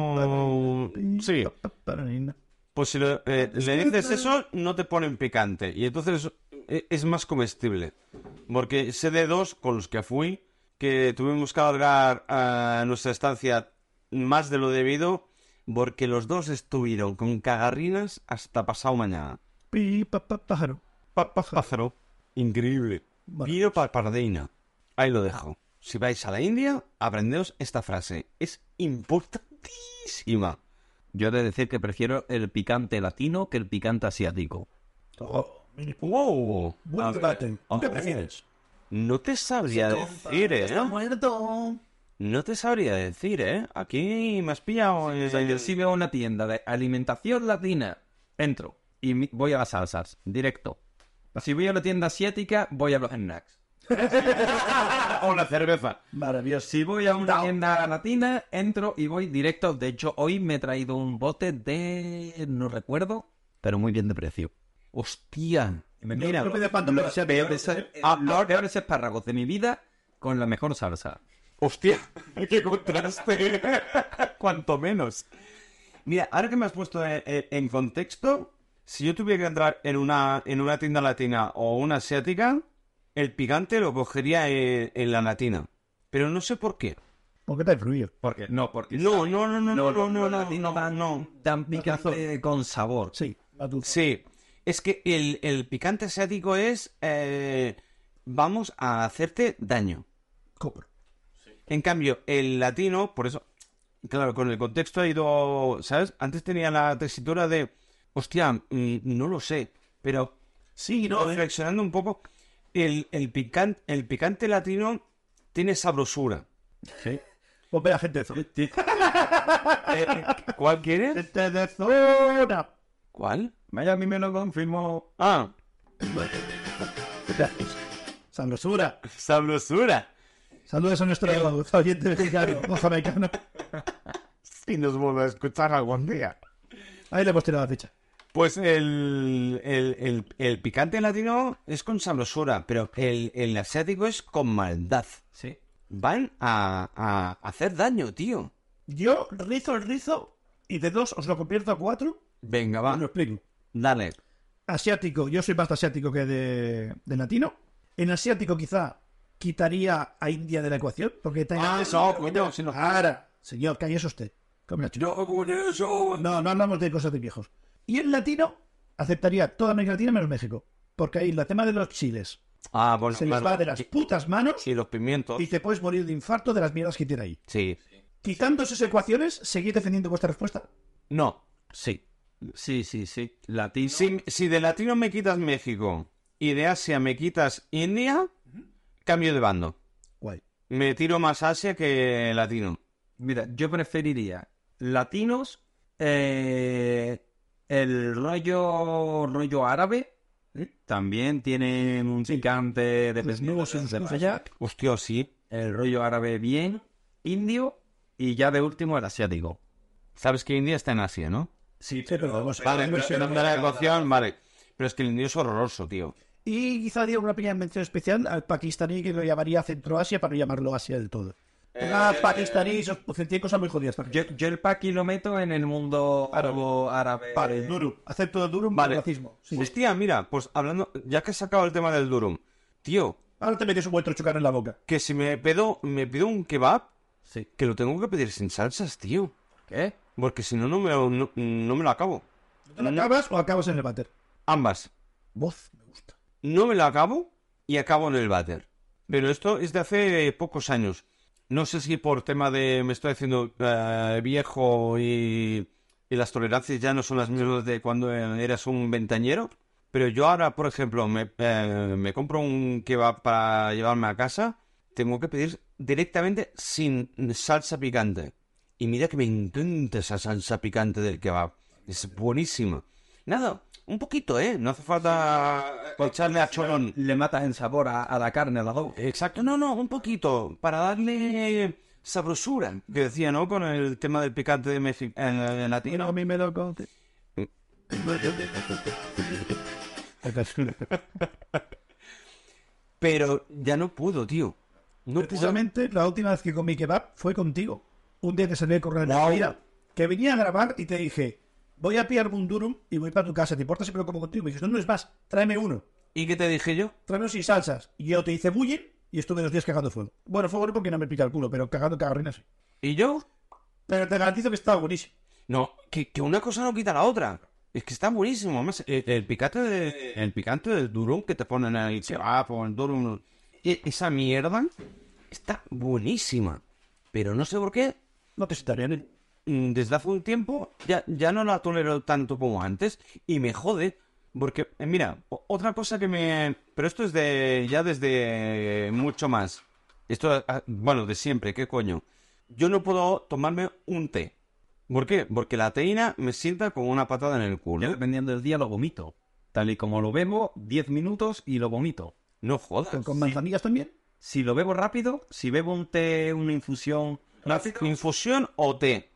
Speaker 1: como... Sí,
Speaker 2: Pipas para la reina.
Speaker 1: pues si lo- eh, le dices eso, no te ponen picante. Y entonces eh, es más comestible. Porque sé de dos con los que fui, que tuvimos que alargar a nuestra estancia más de lo debido, porque los dos estuvieron con cagarrinas hasta pasado mañana.
Speaker 2: Pipas para el pájaro.
Speaker 1: Pájaro. Increíble.
Speaker 2: Bueno.
Speaker 1: Piro parpardeina. Ahí lo dejo. Si vais a la India, aprendeos esta frase. Es importantísima.
Speaker 3: Yo he de decir que prefiero el picante latino que el picante asiático.
Speaker 2: Oh, mini pu-
Speaker 1: ¡Wow!
Speaker 2: Buen debate. ¿Qué prefieres?
Speaker 1: No te sabría decir, ¿eh?
Speaker 2: muerto.
Speaker 1: No te sabría decir, ¿eh? Aquí me has pillado. eh,
Speaker 3: Yo si veo una tienda de alimentación latina, entro y mi- voy a las salsas, directo. Si voy a la tienda asiática, voy a los snacks.
Speaker 1: o la cerveza.
Speaker 2: Maravilloso.
Speaker 3: Si voy a una tienda latina, entro y voy directo. De hecho, hoy me he traído un bote de... no recuerdo, pero muy bien de precio.
Speaker 1: ¡Hostia!
Speaker 3: Mira,
Speaker 2: no pides pan, pero sea peor ese-
Speaker 3: ah, los peores espárragos de mi vida con la mejor salsa.
Speaker 1: ¡Hostia! ¡Qué contraste! Cuanto menos. Mira, ahora que me has puesto en, en- en contexto, si yo tuviera que entrar en una, en una tienda latina o una asiática, el picante lo cogería en, en la latina. Pero no sé por qué.
Speaker 2: ¿Por qué te influido?
Speaker 3: Porque no, porque
Speaker 1: No, no, no, no, no, no, no, no,
Speaker 3: latino
Speaker 1: no,
Speaker 3: van- tan picante con sabor.
Speaker 2: Sí. a tu-
Speaker 1: Sí, es que el, el picante asiático es... eh, vamos a hacerte daño.
Speaker 2: Compro.
Speaker 1: En cambio, el latino, por eso, claro, con el contexto ha ido, ¿sabes? Antes tenía la textura de, hostia, mm, no lo sé, pero
Speaker 2: Sí, no. eh.
Speaker 1: reflexionando un poco, el, el, pican- el picante latino tiene sabrosura.
Speaker 2: Pues ve a gente de zona.
Speaker 1: Eh, ¿Cuál quieres?
Speaker 2: Gente de zona.
Speaker 1: ¿Cuál?
Speaker 3: Vaya, a mí me lo confirmó.
Speaker 1: Ah,
Speaker 2: Sabrosura.
Speaker 1: sabrosura.
Speaker 2: Saludos a nuestro oyente mexicano. Ojo, mexicano.
Speaker 6: Y nos vuelve a escuchar algún día.
Speaker 2: Ahí le hemos tirado la ficha.
Speaker 1: Pues el, el, el- el picante latino es con sabrosura, pero el, el asiático es con maldad.
Speaker 3: Sí.
Speaker 1: Van a, a hacer daño, tío.
Speaker 2: Yo rizo el rizo y de dos os lo convierto a cuatro.
Speaker 1: Venga,
Speaker 2: Os lo
Speaker 1: va,
Speaker 2: explico.
Speaker 1: dale.
Speaker 2: asiático, yo soy más de asiático que de, de latino. En asiático quizá quitaría a India de la ecuación, porque Tailandia-
Speaker 1: Ah, coño, si
Speaker 2: Ahora, señor, cállese usted. Come la chucha. No, no hablamos de cosas de viejos. Y en latino aceptaría toda América Latina menos México, porque ahí el tema de los chiles
Speaker 1: Ah, bueno,
Speaker 2: se les
Speaker 1: claro.
Speaker 2: va de las
Speaker 1: Y-
Speaker 2: putas manos
Speaker 1: y los pimientos.
Speaker 2: y te puedes morir de infarto de las mierdas que tiene ahí.
Speaker 1: Sí.
Speaker 2: Quitando esas ecuaciones, seguid defendiendo vuestra respuesta.
Speaker 1: No.
Speaker 3: Sí. Sí, sí, sí. Latino.
Speaker 1: Si, si de latino me quitas México y de Asia me quitas India, cambio de bando.
Speaker 2: Guay.
Speaker 1: Me tiro más Asia que latino.
Speaker 3: Mira, yo preferiría latinos, eh, el rollo, rollo árabe. ¿eh? También tienen un picante de desnudos en allá.
Speaker 1: Hostia, sí.
Speaker 3: El rollo árabe bien, indio y ya de último el asiático.
Speaker 1: Sabes que India está en Asia, ¿no?
Speaker 3: Sí,
Speaker 2: pero vamos,
Speaker 1: Vale,
Speaker 2: pero-
Speaker 1: pero dando la ecuación, vale. Pero es que el indio es horroroso, tío.
Speaker 2: Y quizá diera una pequeña mención especial al pakistaní que lo llamaría Centroasia para no llamarlo Asia del todo. ah, pakistaní, eso, pues, tiene cosas muy jodidas.
Speaker 3: Yo, yo el paqui lo meto en el mundo árabe. árabe.
Speaker 2: Vale, Durum. Acepto el Durum
Speaker 1: Vale.
Speaker 2: por racismo. Sí.
Speaker 1: Hostia, mira, pues hablando, ya que has sacado el tema del Durum, tío,
Speaker 2: Ahora te metes un buen trochucano en la boca.
Speaker 1: que si me pedo, me pido un kebab,
Speaker 3: Sí.
Speaker 1: que lo tengo que pedir sin salsas, tío.
Speaker 3: ¿Qué?
Speaker 1: Porque si no, no me lo, no, no me lo acabo.
Speaker 2: ¿Te lo acabas o acabas en el váter?
Speaker 1: Ambas.
Speaker 2: Voz, me gusta.
Speaker 1: No me lo acabo y acabo en el váter. Pero esto es de hace pocos años. No sé si por tema de me estoy haciendo eh, viejo y, y las tolerancias ya no son las mismas de cuando eh, eras un ventañero. Pero yo ahora, por ejemplo, me, eh, me compro un kebab para llevarme a casa. Tengo que pedir directamente sin salsa picante. Y mira que me encanta esa salsa picante del kebab. Es buenísima. Nada, un poquito, ¿eh? No hace falta echarle a chorón.
Speaker 3: Pues Le matas el sabor a, a la carne, a la do-
Speaker 1: Exacto, no, no, un poquito, para darle sabrosura, que decía, ¿no? Con el tema del picante de México, latino.
Speaker 2: mí me lo conté.
Speaker 1: Pero ya no puedo, tío. No puedo.
Speaker 2: Precisamente la última vez que comí kebab fue contigo. Un día que salí a correr en la
Speaker 1: Wow.
Speaker 2: vida. Que venía a grabar y te dije, voy a pillarme un durum y voy para tu casa. ¿Te importa si me lo como contigo? Me dijiste, no, no es más, tráeme uno.
Speaker 1: ¿Y qué te dije yo?
Speaker 2: Tráeme uno sin salsas. Y yo te hice bullying y estuve dos días cagando fuego. Bueno, fuego no porque no me pica el culo, pero cagando cagarrina sí.
Speaker 1: ¿Y yo?
Speaker 2: Pero te garantizo que estaba buenísimo.
Speaker 1: No, que, que una cosa no quita la otra. Es que está buenísimo. además, el, el picante de- el picante del durum que te ponen en el kebab o en el durum. e- Esa mierda está buenísima. Pero no sé por qué
Speaker 2: No te sentaría bien.
Speaker 1: mm, desde hace un tiempo ya, ya no la tolero tanto como antes y me jode. Porque, eh, mira, o- otra cosa que me... Pero esto es de... ya desde mucho más. Esto, ah, bueno, de siempre, ¿qué coño? Yo no puedo tomarme un té. ¿Por qué? Porque la teína me sienta como una patada en el
Speaker 3: Yo
Speaker 1: culo.
Speaker 3: dependiendo del día lo vomito. Tal y como lo bebo, 10 minutos y lo vomito.
Speaker 1: No jodas.
Speaker 2: ¿Con, con manzanillas también?
Speaker 3: Si lo bebo rápido, si bebo un té, una infusión...
Speaker 1: ¿Infusión o té?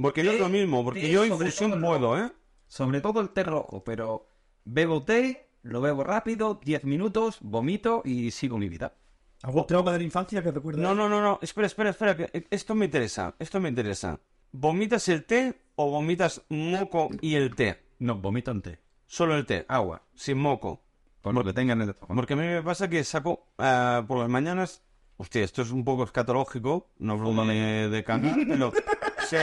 Speaker 1: Porque no es lo mismo, porque
Speaker 3: Eh, té
Speaker 1: yo
Speaker 3: sobre todo
Speaker 1: infusión
Speaker 3: no.
Speaker 1: puedo, ¿eh?
Speaker 3: Sobre todo el té rojo, pero bebo té, lo bebo rápido, 10 minutos, vomito y sigo mi vida.
Speaker 2: ¿Algo trauma de la infancia que recuerdas?
Speaker 1: No, no, no, no. Espera, espera, espera. que, eh, esto me interesa. Esto me interesa. ¿Vomitas el té o vomitas moco y el té?
Speaker 3: No, vomito en té.
Speaker 1: Solo el té, agua, sin moco.
Speaker 3: Por lo que tengan en el estómago.
Speaker 1: Porque a mí me pasa que saco ah, por las mañanas. Hostia, esto es un poco escatológico. No hablo de, de cagar, pero. Sí,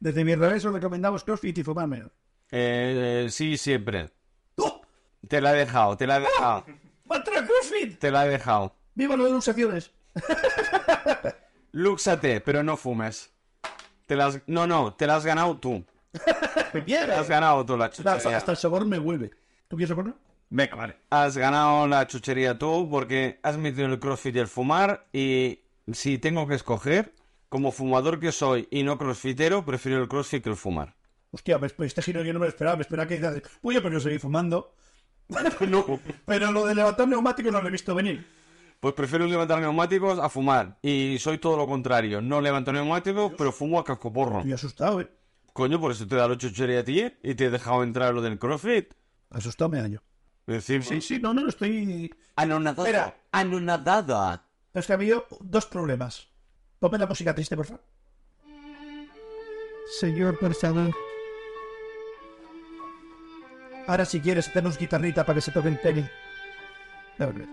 Speaker 2: Desde mi revés os recomendamos CrossFit y fumar menos.
Speaker 1: eh, eh, sí, siempre.
Speaker 2: ¡Oh!
Speaker 1: Te la he dejado, te la he dejado.
Speaker 2: ¡Contra CrossFit!
Speaker 1: Te la he dejado.
Speaker 2: ¡Viva las ilustraciones!
Speaker 1: Lúxate, pero no fumes. Te las... No, no, te la has ganado tú.
Speaker 2: ¡Bien!
Speaker 1: Te has ganado tú la chuchería.
Speaker 2: Hasta, hasta el sabor me vuelve. ¿Tú quieres soborno?
Speaker 3: Venga, vale.
Speaker 1: Has ganado la chuchería tú porque has metido el crossfit y el fumar y si tengo que escoger, como fumador que soy y no crossfitero, prefiero el crossfit que el fumar.
Speaker 2: Hostia, pues, pues este giro yo no me lo esperaba. Me esperaba que dices, uy, pero yo seguí fumando. Pero lo de levantar neumáticos no lo he visto venir.
Speaker 1: Pues prefiero levantar neumáticos a fumar y soy todo lo contrario. No levanto neumáticos, pero fumo a cascoporro.
Speaker 2: Estoy asustado, eh.
Speaker 1: Coño, por eso te he dado la chuchería a ti y te he dejado entrar lo del crossfit.
Speaker 2: Asustado me daño.
Speaker 1: Encima.
Speaker 2: Sí, sí, no, no, estoy...
Speaker 1: Anonadada.
Speaker 2: Espera.
Speaker 1: Anonadada.
Speaker 2: Es que ha habido dos problemas. Ponme la música triste, por favor. Señor, por favor. Ahora, si quieres, tenemos guitarrita para que se toque el tenis. A ver,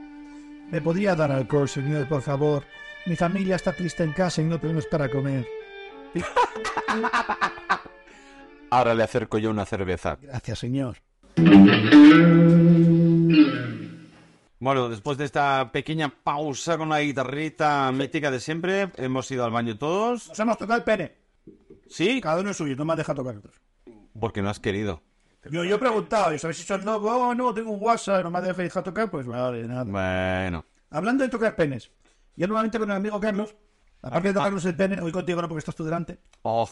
Speaker 2: ¿Me podría dar alcohol, señor, por favor? Mi familia está triste en casa y no tenemos para comer.
Speaker 1: Ahora le acerco yo una cerveza.
Speaker 2: Gracias, señor.
Speaker 1: Bueno, después de esta pequeña pausa con la guitarrita mítica de siempre, hemos ido al baño todos.
Speaker 2: Nos hemos tocado el pene.
Speaker 1: Sí,
Speaker 2: Cada uno es suyo, no me has dejado tocar otros.
Speaker 1: porque no has querido.
Speaker 2: Yo, yo he preguntado, yo sabes si son locos, oh, no, tengo un WhatsApp, no me has dejado tocar, pues vale, nada.
Speaker 1: Bueno.
Speaker 2: Hablando de tocar penes, yo normalmente con el amigo Carlos, aparte de tocarnos
Speaker 3: ah.
Speaker 2: el pene, hoy contigo no porque estás tú delante,
Speaker 3: Eh,
Speaker 1: Oh.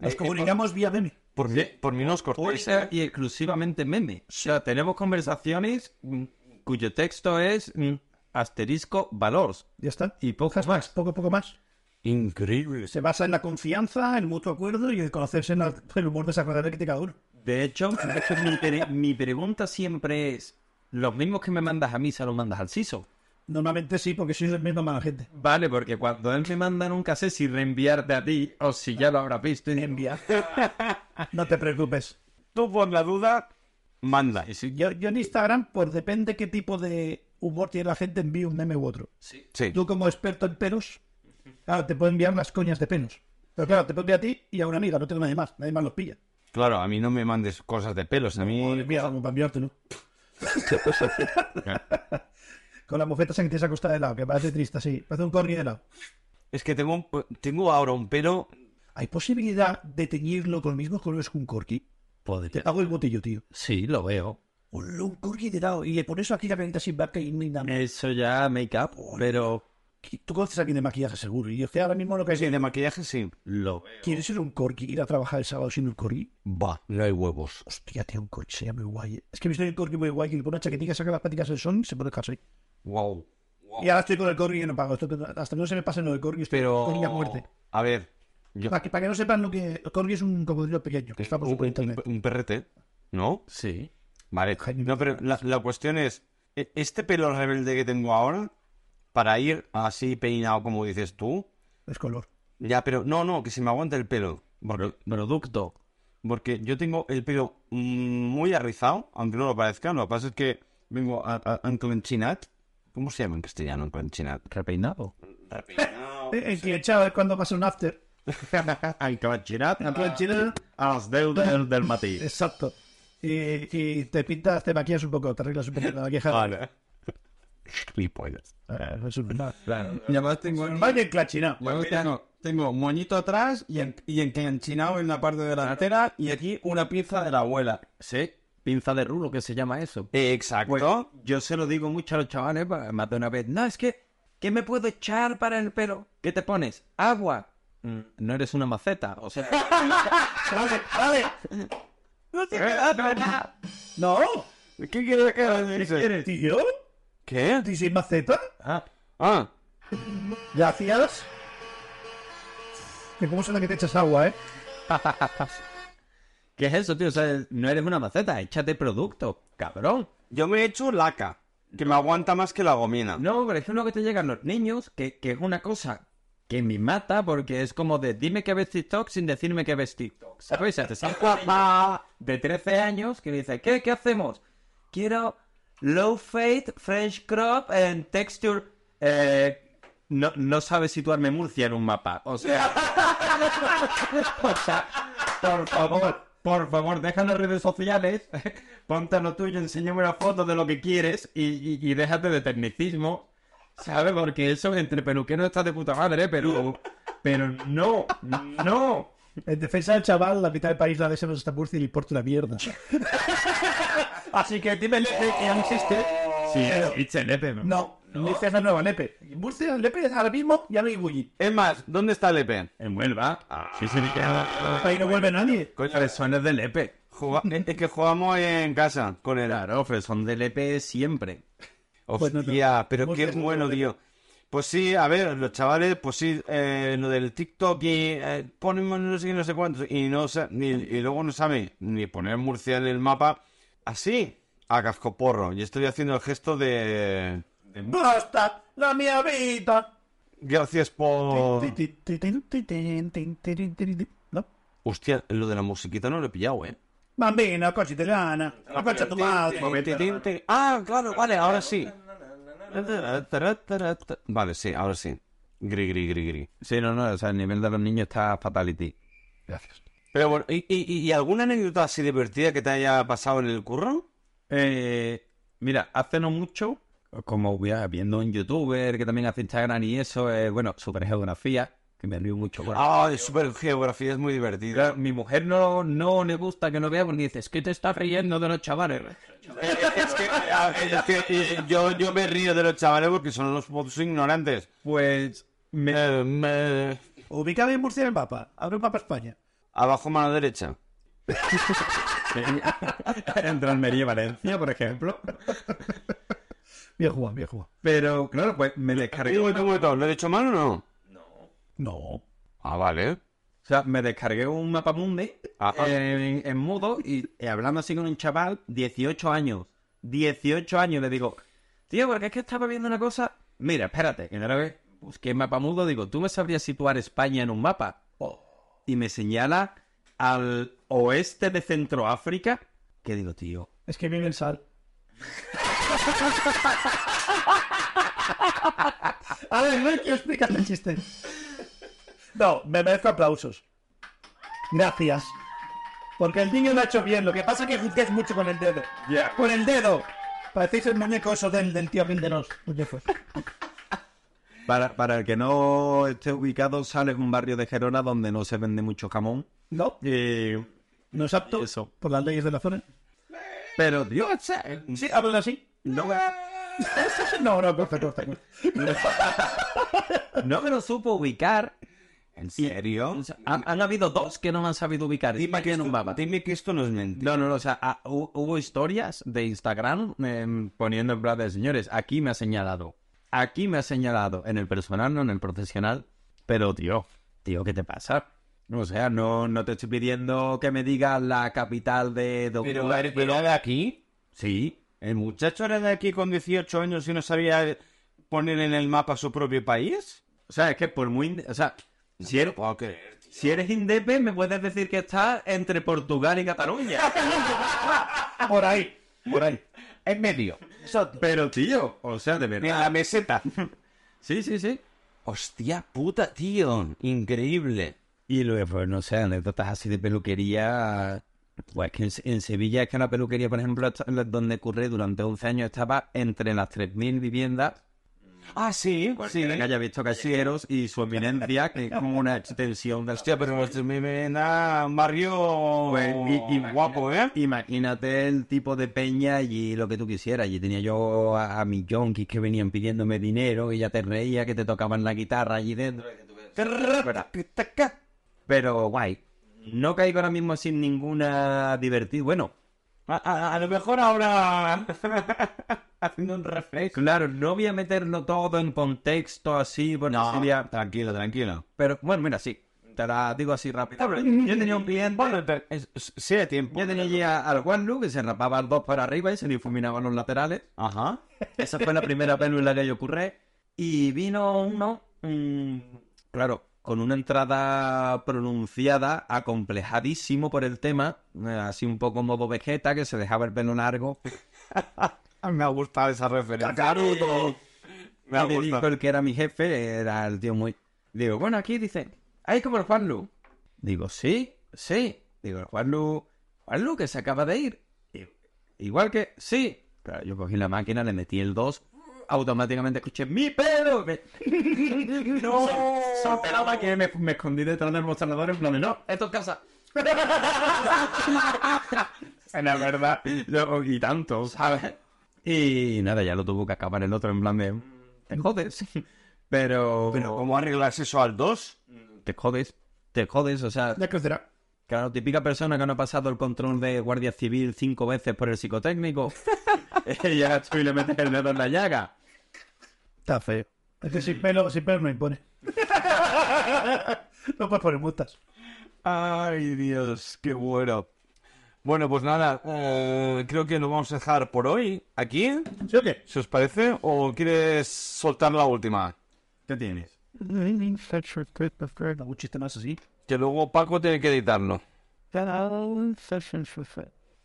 Speaker 2: nos comunicamos vía meme.
Speaker 1: Por, mí- por mí no os cortéis,
Speaker 3: Única
Speaker 1: ¿eh?
Speaker 3: y exclusivamente meme. O sea, tenemos conversaciones mm, cuyo texto es mm, asterisco valors.
Speaker 2: Ya está.
Speaker 3: Y pocas más.
Speaker 2: Poco a poco más.
Speaker 1: Increíble.
Speaker 2: Se basa en la confianza, el mutuo acuerdo y el conocerse en la- el humor desagradable que tiene cada uno.
Speaker 3: De hecho, de hecho, mi, pre- mi pregunta siempre es: ¿los mismos que me mandas a mí se los mandas al CISO?
Speaker 2: Normalmente sí, porque soy el mismo mala gente.
Speaker 3: Vale, porque cuando él me manda nunca sé si reenviarte a ti o si ya lo habrás visto. Y-
Speaker 2: Envía. No te preocupes.
Speaker 1: Tú por la duda, manda.
Speaker 3: Y si-
Speaker 2: Yo, yo en Instagram, pues depende qué tipo de humor tiene la gente, envío un meme u otro.
Speaker 1: Sí.
Speaker 2: Tú como experto en pelos, claro, te puedo enviar las coñas de pelos. Pero claro, te puedo enviar a ti y a una amiga, no tengo nadie más, nadie más los pilla.
Speaker 1: Claro, a mí no me mandes cosas de pelos. A mí.
Speaker 2: Envía algo para enviártelo.
Speaker 5: pues,
Speaker 2: Con las bofetas en que te acostada de lado, que parece triste, sí. Parece un corri de lado.
Speaker 1: Es que tengo, un- tengo ahora un pelo.
Speaker 2: ¿Hay posibilidad de teñirlo con los mismos colores que un corgi? Te
Speaker 5: Podría.
Speaker 2: hago el botillo, tío.
Speaker 5: Sí, lo veo.
Speaker 2: Hola, Un corgi de lado. Y le pones aquí la carita sin vaca y ni nada.
Speaker 3: Eso ya, make-up, pero
Speaker 5: Eh.
Speaker 2: Tú conoces a alguien de maquillaje seguro. Y yo que ahora mismo lo que
Speaker 1: Sí,
Speaker 2: es.
Speaker 1: de maquillaje sí.
Speaker 5: Lo
Speaker 2: ¿Quieres ser un corgi? Ir a trabajar el sábado sin un corgi.
Speaker 1: Va, no hay huevos.
Speaker 2: Hostia, tío, un corgi sería muy guay. eh. Es que he visto un corgi muy guay que le pone una chaquetica, saca las paticas del son y se pone el jersey.
Speaker 1: Wow.
Speaker 2: Y ahora estoy con el corgi y no pago. Esto que- hasta que no se me pase lo del corgi, estoy
Speaker 1: Pero.
Speaker 2: con ella a muerte.
Speaker 1: A ver. Yo...
Speaker 2: Para que, para que no sepan lo que. El corgi es un cocodrilo pequeño. Que está por
Speaker 1: un,
Speaker 2: por internet.
Speaker 1: un- un perrete, ¿no?
Speaker 5: sí.
Speaker 1: Vale.
Speaker 2: Jaime.
Speaker 1: No, pero la, la cuestión es: e- este pelo rebelde que tengo ahora, para ir así peinado como dices tú,
Speaker 2: Es color.
Speaker 1: ya, pero no, no, que se me aguante el pelo. Porque,
Speaker 3: producto.
Speaker 1: porque yo tengo el pelo mm, muy arrizado, aunque no lo parezca. Lo que pasa es que vengo a, a, enclenchinat. ¿Cómo se llama en castellano enclenchinat?
Speaker 3: Repeinado.
Speaker 1: Oh,
Speaker 2: Eh, eh, que echado es cuando pasa un after.
Speaker 3: Enclanchirat
Speaker 2: Tú
Speaker 1: Ah.
Speaker 2: en Chile-
Speaker 3: a las deudas del matí.
Speaker 2: Exacto. Y, y te pintas, te maquillas un poco, te arreglas un poco la maquillaje.
Speaker 1: Vale. Gilipollas.
Speaker 2: Eh, es un...
Speaker 3: Claro. Y además tengo,
Speaker 2: Vaya enclachinado.
Speaker 3: luego tengo, tengo moñito atrás y, en, y enclanchinado en la parte delantera y aquí una pinza de la abuela. Sí, pinza de rulo que se llama eso.
Speaker 1: Exacto.
Speaker 3: Pues, yo se lo digo mucho a los chavales pa- más de una vez. No, es que, ¿qué me puedo echar para el pelo? ¿Qué te pones? Agua. Mm, No eres una maceta, o sea... Eh, No te queda nada.
Speaker 2: No,
Speaker 1: ¿Qué quieres que haga?
Speaker 2: tío,
Speaker 1: ¿Qué?
Speaker 2: ¿tú sin maceta?
Speaker 3: Ah,
Speaker 1: Ah,
Speaker 2: Gracias. Que cómo suena que te echas agua, ¿eh?
Speaker 3: ¿Qué es eso, tío? O sea, no eres una maceta, échate producto, cabrón.
Speaker 1: yo me he hecho laca, que me aguanta más que la gomina.
Speaker 3: No, pero es que lo que te llegan los niños, que, que es una cosa que me mata porque es como de dime que ves TikTok sin decirme que ves TikTok. ¿Sabes? Te de 13 años que me dice, ¿qué, qué hacemos? Quiero low fade, French crop and texture. eh, no, no sabe situarme Murcia en un mapa. O sea. o sea, por favor, por favor, deja las redes sociales, ponte lo tuyo, enséñame una foto de lo que quieres y, y- y déjate de tecnicismo. ¿Sabes? Porque eso entre peluqueros está de puta madre, pero. Pero no, no.
Speaker 2: En defensa del chaval, la mitad del país la deseamos hasta Murcia y le importa una mierda. Así que dime Lepe que no existe.
Speaker 3: Sí, it's a lepe, Eh, ¿no?
Speaker 2: No, Murcia es la nueva Lepe. Murcia, Lepe, ahora mismo ya no hay bullying.
Speaker 1: Es más, ¿dónde está el E EP?
Speaker 3: En Huelva. Sí, sí,
Speaker 2: Ahí no vuelve nadie.
Speaker 3: Coño, fresones del lepe.
Speaker 1: Juga- es que jugamos en casa con el...
Speaker 3: Claro, fresón del lepe siempre.
Speaker 1: Hostia,
Speaker 2: Pues no, no.
Speaker 1: pero
Speaker 2: Hemos
Speaker 1: qué
Speaker 2: tenido
Speaker 1: bueno, tío. Pues sí, a ver, los chavales, pues sí, eh, lo del TikTok y eh, ponemos no sé qué, no sé cuántos, y, no, sa- ni- y luego no sabe ni poner Murcia en el mapa, así, a cascoporro. Y estoy haciendo el gesto de... de-
Speaker 2: ¡Basta! ¡La mía vida!
Speaker 1: Gracias por...
Speaker 2: ¿No?
Speaker 1: Hostia, lo de la musiquita no lo he pillado, eh.
Speaker 2: Bambino, coche italiana, la concha de tu madre.
Speaker 1: Ah, claro, vale, ahora sí. Vale, sí, ahora sí. Gri, gri, gri, gri.
Speaker 3: Sí, no, no, o sea, el nivel de los niños está fatality. Gracias.
Speaker 1: Pero bueno, ¿y, y, y alguna anécdota así divertida que te haya pasado en el curro?
Speaker 3: Eh, mira, hace no mucho, como voy a- viendo un youtuber que también hace Instagram y eso, eh, bueno, super geografía, que me río mucho. bueno.
Speaker 1: Ah, es súper geografía, es muy divertida.
Speaker 3: Claro, mi mujer no, no le gusta que no vea porque dice, es que te estás riendo de los chavales.
Speaker 1: Eh, Es que, a ver, es que, eh, yo, yo me río de los chavales porque son los putos ignorantes.
Speaker 3: Pues me-
Speaker 1: Eh, me-
Speaker 2: Ubicada en Murcia en el mapa. Abre el mapa España.
Speaker 1: Abajo mano derecha.
Speaker 3: entre Almería y Valencia, por ejemplo.
Speaker 2: Bien jugado, bien jugado.
Speaker 3: Pero claro, pues me
Speaker 1: Un
Speaker 3: descargué.
Speaker 1: momento, un momento, ¿Lo he dicho mal o no?
Speaker 2: No.
Speaker 1: Ah, vale.
Speaker 3: O sea, me descargué un mapa mundi
Speaker 1: Ajá.
Speaker 3: en, en mudo y eh, hablando así con un chaval, 18 años. 18 años, le digo, tío, porque es que estaba viendo una cosa. Mira, espérate, que no lo ve. Busqué en mapa mudo, digo, ¿tú me sabrías situar España en un mapa? Y me señala al oeste de Centroáfrica. Que digo, tío,
Speaker 2: Es que vive el sal. A ver, no quiero explicar el chiste. No, me merezco aplausos. Gracias. Porque el niño lo ha hecho bien. Lo que pasa es que juzguéis mucho con el dedo.
Speaker 3: Ya.
Speaker 2: Con el dedo. Parecéis el muñeco eso del, del tío Vinderos. Pues ya fue.
Speaker 3: Para, para el que no esté ubicado, sales un barrio de Gerona donde no se vende mucho jamón.
Speaker 2: No,
Speaker 3: Eh,
Speaker 2: no es apto.
Speaker 3: Eso.
Speaker 2: Por las leyes de la zona.
Speaker 3: pero, tío, o sea, eh,
Speaker 2: Sí, hablan así.
Speaker 3: no,
Speaker 2: No, no, corta, corta. corta.
Speaker 3: no me lo supo ubicar.
Speaker 1: ¿En serio?
Speaker 3: O sea, han, han habido dos que no me han sabido ubicar.
Speaker 1: Dime que,
Speaker 3: en un
Speaker 1: esto,
Speaker 3: mapa.
Speaker 1: dime que esto no es mentira.
Speaker 3: No, no, no, o sea, ah, hu- hubo historias de Instagram em, poniendo en plan de señores, aquí me ha señalado, aquí me ha señalado, en el personal, no en el profesional, pero tío, tío, ¿qué te pasa? O sea, no, no te estoy pidiendo que me digas la capital de... de-
Speaker 1: Pero, pero era de aquí.
Speaker 3: Sí,
Speaker 1: ¿El muchacho era de aquí con 18 años y no sabía poner en el mapa su propio país?
Speaker 3: o sea, es que por muy... inde- O sea, si eres,
Speaker 1: Puedo creer, tío.
Speaker 3: si eres indepe, me puedes decir que estás entre Portugal y Cataluña.
Speaker 2: Por ahí.
Speaker 3: Por ahí.
Speaker 6: En medio.
Speaker 3: Pero tío, o sea, de verdad.
Speaker 1: Mira, la meseta.
Speaker 3: Sí, sí, sí.
Speaker 1: Hostia puta, tío. Increíble.
Speaker 3: Y luego, pues, no sé, anécdotas así de peluquería. Pues que en, Se- en Sevilla es que la peluquería, por ejemplo, esta- la- donde curré durante 11 años estaba entre las 3.000 viviendas.
Speaker 1: Ah, sí, sí.
Speaker 3: Que haya visto callejeros y su eminencia, que es como una extensión del...
Speaker 1: Hostia, pero este me ven a un barrio
Speaker 3: Pues, y-
Speaker 1: y, guapo, ¿eh?
Speaker 3: Imagínate el tipo de peña y lo que tú quisieras. Allí tenía yo a, a mis yonkis que venían pidiéndome dinero y ya te reía que te tocaban la guitarra allí dentro. Pero guay. No caigo ahora mismo sin ninguna divertida. Bueno,
Speaker 1: A, a- a lo mejor ahora haciendo un reflex.
Speaker 3: Claro, no voy a meterlo todo en contexto así, porque sería...
Speaker 1: tranquilo, tranquilo.
Speaker 3: Pero bueno, mira, sí, te la digo así rápido. Yo tenía un cliente,
Speaker 1: Bueno, pero es- es- sí, de tiempo.
Speaker 3: yo tenía allí a- al Wanlu, que se rapaba los dos para arriba y se difuminaban los laterales.
Speaker 1: Ajá.
Speaker 3: Esa fue la primera pelu en la que yo curré. Y vino uno, mm, claro, con una entrada pronunciada, acomplejadísimo por el tema, eh, así un poco modo vegeta, que se dejaba el pelo largo.
Speaker 6: A mí me ha gustado esa referencia.
Speaker 1: Me ha
Speaker 3: y me dijo
Speaker 1: gustado.
Speaker 3: el que era mi jefe, era el tío muy... Digo, bueno, aquí dice, hay como el Juanlu. Digo, sí, sí. Digo, el Juanlu, Juanlu que se acaba de ir. I- Igual que, sí. Claro, yo cogí la máquina, le metí el 2, automáticamente escuché, ¡mi pelo! Me- no, esperaba que me, me escondí detrás del mostrador en plan de, no, esto es casa.
Speaker 6: La verdad.
Speaker 3: Luego, y tanto, ¿sabes? Y nada, ya lo tuvo que acabar el otro en plan de, te jodes. Pero...
Speaker 1: Pero, ¿cómo arreglas eso al 2?
Speaker 3: te jodes, te jodes, o sea,
Speaker 2: Ya crecerá.
Speaker 3: claro, típica persona que no ha pasado el control de Guardia Civil cinco veces por el psicotécnico, ya tú le metes el dedo en la llaga.
Speaker 2: Está feo. Es que sin pelo, sin pelo no impone. no puedes poner multas.
Speaker 1: Ay, Dios, qué bueno. Bueno, pues nada, eh, creo que lo vamos a dejar por hoy aquí,
Speaker 2: ¿Sí o qué?
Speaker 1: si os parece, o quieres soltar la última.
Speaker 3: ¿Qué tienes?
Speaker 2: ¿Algún chiste más así?
Speaker 1: Que luego Paco tiene que editarlo.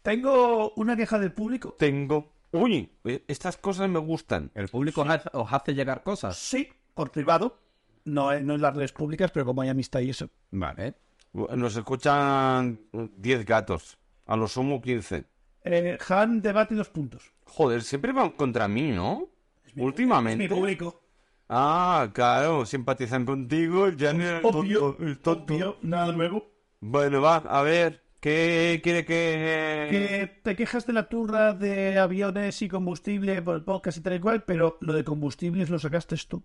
Speaker 2: Tengo una queja del público.
Speaker 1: Tengo. Uy, eh, estas cosas me gustan.
Speaker 3: El público os hace- os hace llegar cosas.
Speaker 2: Sí, por privado. No, eh, no en las redes públicas, pero como hay amistad y eso.
Speaker 3: Vale.
Speaker 1: Nos escuchan 10 gatos, a lo sumo 15.
Speaker 2: Eh, Han debate dos puntos.
Speaker 1: Joder, siempre van contra mí, ¿no?
Speaker 2: Mi
Speaker 1: Últimamente.
Speaker 2: público.
Speaker 1: Ah, claro, simpatizan contigo, ya no eres
Speaker 2: Obvio,
Speaker 1: tonto, el tonto.
Speaker 2: obvio, nada nuevo.
Speaker 1: Bueno, va, a ver, ¿qué quiere que...?
Speaker 2: Que te quejas de la turra de aviones y combustible por el podcast y tal y cual, pero lo de combustibles lo sacaste tú.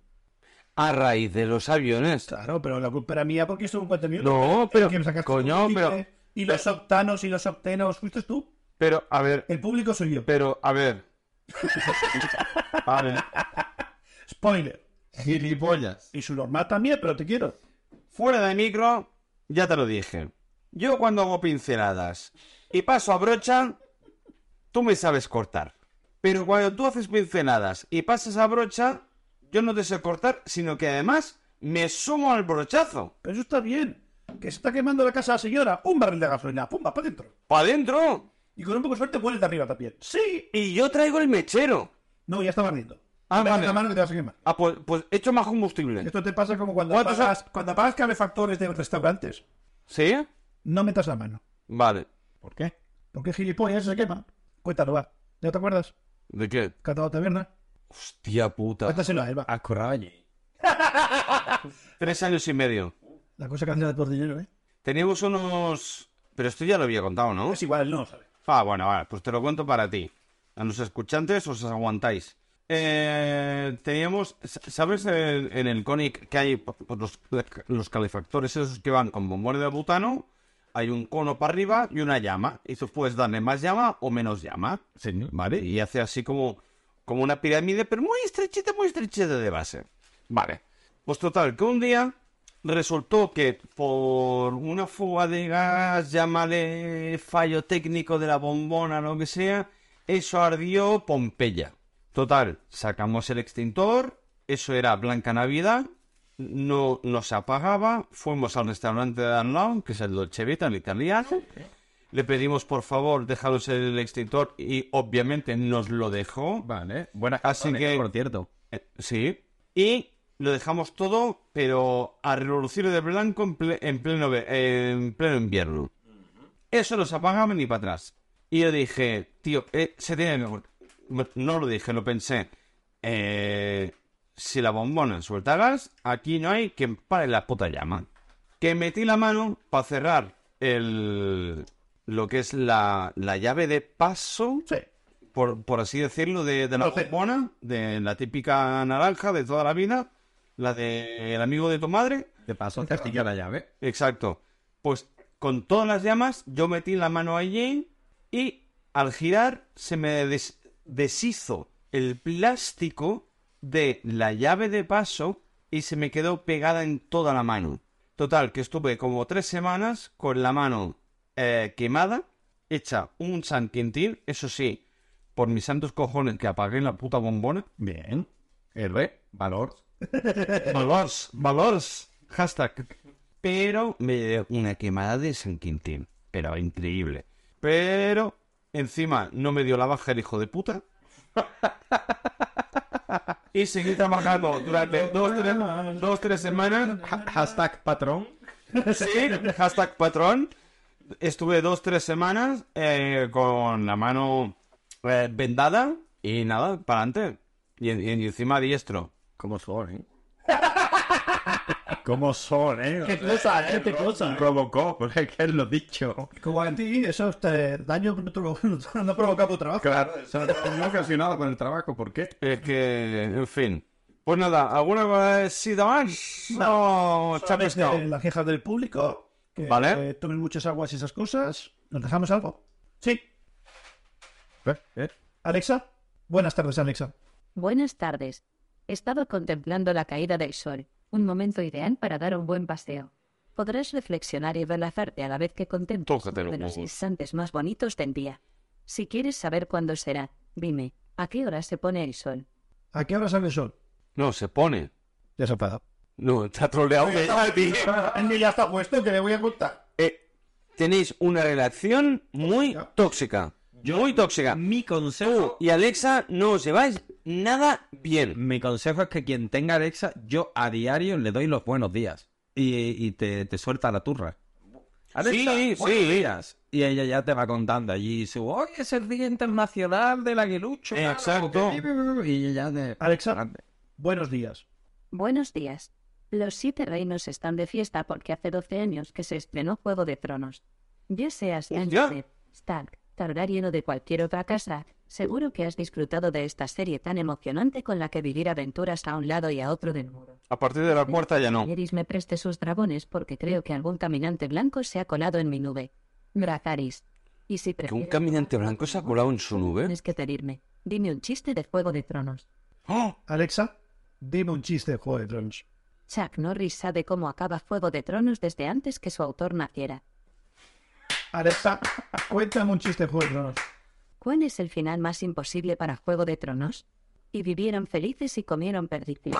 Speaker 1: A raíz de los aviones.
Speaker 2: Claro, pero la culpa era mía porque esto es un cuento mío.
Speaker 1: No, pero,
Speaker 2: Que me sacaste
Speaker 1: coño,
Speaker 2: combustible,
Speaker 1: pero,
Speaker 2: Y los octanos y los octenos, fuiste tú.
Speaker 1: pero, a ver,
Speaker 2: El público soy yo.
Speaker 1: pero, a ver. A ver,
Speaker 2: Spoiler.
Speaker 3: Gilipollas.
Speaker 2: Y su normal también, pero te quiero.
Speaker 1: fuera de micro, ya te lo dije. Yo cuando hago pinceladas y paso a brocha, tú me sabes cortar. Pero cuando tú haces pinceladas y pasas a brocha, yo no te sé cortar, sino que además me sumo al brochazo.
Speaker 2: Pero eso está bien. Que se está quemando la casa de la señora. Un barril de gasolina. Pumba, para adentro.
Speaker 1: ¡Pa' adentro!
Speaker 2: Y con un poco de suerte vuelves de arriba también. Sí.
Speaker 1: Y yo traigo el mechero.
Speaker 2: No, ya está barriendo.
Speaker 1: Ah,
Speaker 2: Baja
Speaker 1: vale.
Speaker 2: la mano que te vas a quemar.
Speaker 1: Ah, pues, pues echo más combustible.
Speaker 2: Esto te pasa como cuando
Speaker 1: ¿Cuántos
Speaker 2: apagas, cuando apagas calefactores de restaurantes.
Speaker 1: ¿Sí?
Speaker 2: No metas la mano.
Speaker 1: Vale.
Speaker 3: ¿Por qué?
Speaker 2: Porque gilipollas se quema. Cuéntalo, va. ¿No te acuerdas?
Speaker 1: ¿De qué?
Speaker 2: Catado taberna.
Speaker 1: Hostia puta.
Speaker 2: Cuéntaselo a él, va.
Speaker 3: Ascorraba allí.
Speaker 1: Tres años y medio.
Speaker 2: La cosa que haces por dinero, ¿eh?
Speaker 1: Teníamos unos... Pero esto ya lo había contado, ¿no?
Speaker 2: Es igual, él no, lo ¿sabe?
Speaker 1: Ah, bueno, vale, pues te lo cuento para ti. A los escuchantes os aguantáis. Eh, teníamos, s- ¿sabes en, en el conic que hay p- p- los, los calefactores esos que van con bombón de butano? Hay un cono para arriba y una llama. Y tú puedes darle más llama o menos llama.
Speaker 3: Señor.
Speaker 1: ¿Vale? Y hace así como, como una pirámide, pero muy estrechita, muy estrechita de base. Vale. Pues total, que un día resultó que por una fuga de gas, llámale fallo técnico de la bombona, lo que sea, eso ardió Pompeya. Total, sacamos el extintor, eso era Blanca Navidad, no nos apagaba, fuimos al restaurante de Arnau, que es el Dolce Vita, el italiano, le pedimos por favor dejaros el extintor y obviamente nos lo dejó.
Speaker 3: Vale. Buenas
Speaker 1: Así
Speaker 3: razones,
Speaker 1: que-
Speaker 3: Por cierto.
Speaker 1: Eh, Sí. Y lo dejamos todo, pero a relucir de blanco en, ple- en pleno, ve- en pleno invierno. Eso los apagaban ni para atrás. Y yo dije, tío, eh, se tiene que... me- No lo dije, lo pensé. Eh, si la bombona suelta gas, aquí no hay quien pare la puta llama. Que metí la mano para cerrar el... Lo que es la, la llave de paso
Speaker 2: Sí.
Speaker 1: por, por así decirlo, de, de la
Speaker 2: Entonces-
Speaker 1: bombona, de la típica naranja de toda la vida, la de el amigo de tu madre,
Speaker 3: Te paso castilla la llave.
Speaker 1: exacto. Pues con todas las llamas yo metí la mano allí y al girar se me des- deshizo el plástico de la llave de paso y se me quedó pegada en toda la mano. Total, que estuve como tres semanas con la mano eh, quemada, hecha un San Quintín, eso sí, por mis santos cojones que apagué la puta bombona.
Speaker 3: Bien. Héroe. Valor.
Speaker 1: Valors, valors, hashtag. Pero me dio una quemada de San Quintín. Pero increíble. Pero encima no me dio la baja el hijo de puta. y seguí trabajando durante dos, tres, dos, tres semanas.
Speaker 3: Ha- hashtag patrón.
Speaker 1: Sí, hashtag patrón. Estuve dos, tres semanas eh, con la mano eh, vendada y nada, para adelante. Y, en- y encima diestro.
Speaker 3: ¿Cómo son, eh? ¿Cómo son, eh?
Speaker 2: Qué cosa, eh, qué cosa.
Speaker 3: Robocop, es que lo he dicho.
Speaker 2: Como a ti, eso te daño no, provo- no provoca tu trabajo.
Speaker 3: Claro, eso no ocasionado con el trabajo, ¿por qué?
Speaker 1: Es que, en fin. Pues nada, ¿alguna cosita más? No,
Speaker 2: Sabes
Speaker 1: chavales, no.
Speaker 2: que las quejas del público, que
Speaker 1: Vale.
Speaker 2: eh, tomen muchas aguas y esas cosas. ¿Nos dejamos algo? Sí. eh. Alexa. Buenas tardes, Alexa.
Speaker 7: Buenas tardes. Estaba contemplando la caída del sol, un momento ideal para dar un buen paseo. Podrás reflexionar y relajarte a la vez que contemplas
Speaker 1: Tócate
Speaker 7: uno
Speaker 1: los
Speaker 7: de los
Speaker 1: huevos.
Speaker 7: instantes más bonitos del día. Si quieres saber cuándo será, dime, ¿a qué hora se pone el sol?
Speaker 2: ¿A qué hora sale el sol?
Speaker 1: No, se pone.
Speaker 2: Ya se ha enfadado.
Speaker 1: No, está troleado. que ya, tío.
Speaker 2: ya está puesto, que le voy a contar.
Speaker 1: Eh, tenéis una relación muy tóxica. Muy tóxica.
Speaker 3: Mi
Speaker 1: Tú
Speaker 3: consejo,
Speaker 1: y Alexa no os lleváis nada bien.
Speaker 3: mi consejo es que quien tenga Alexa, yo a diario le doy los buenos días. Y, y te, te suelta la turra.
Speaker 1: Sí,
Speaker 3: buenos
Speaker 1: sí.
Speaker 3: días. Y ella ya te va contando allí. Su, Hoy es el Día Internacional del Aguilucho. claro,
Speaker 1: Exacto.
Speaker 2: Ah.
Speaker 3: que- Y ella ya te...
Speaker 2: Alexa, buenos días.
Speaker 7: Buenos días. Los siete reinos están de fiesta porque hace 12 años que se estrenó Juego de Tronos. Ya seas
Speaker 1: Hostia.
Speaker 7: Lannister, Stark, Targaryen o de cualquier otra casa, seguro que has disfrutado de esta serie tan emocionante con la que vivir aventuras a un lado y a otro del muro.
Speaker 1: A partir de la cuarta ya no.
Speaker 7: Daenerys me preste sus dragones porque creo que algún caminante blanco se ha colado en mi nube. Dracarys. Y si
Speaker 1: Que un
Speaker 7: prefieres,
Speaker 1: caminante blanco se ha colado en su nube.
Speaker 7: tienes que pedirme. Dime un chiste de Juego de Tronos.
Speaker 1: ¡Oh!
Speaker 2: Alexa, dime un chiste de Juego de Tronos.
Speaker 7: Chuck Norris sabe cómo acaba Fuego de Tronos desde antes que su autor naciera.
Speaker 2: Alexa, cuéntame un chiste de Juego de Tronos.
Speaker 7: ¿Cuál es el final más imposible para Juego de Tronos? Y vivieron felices y comieron perdices.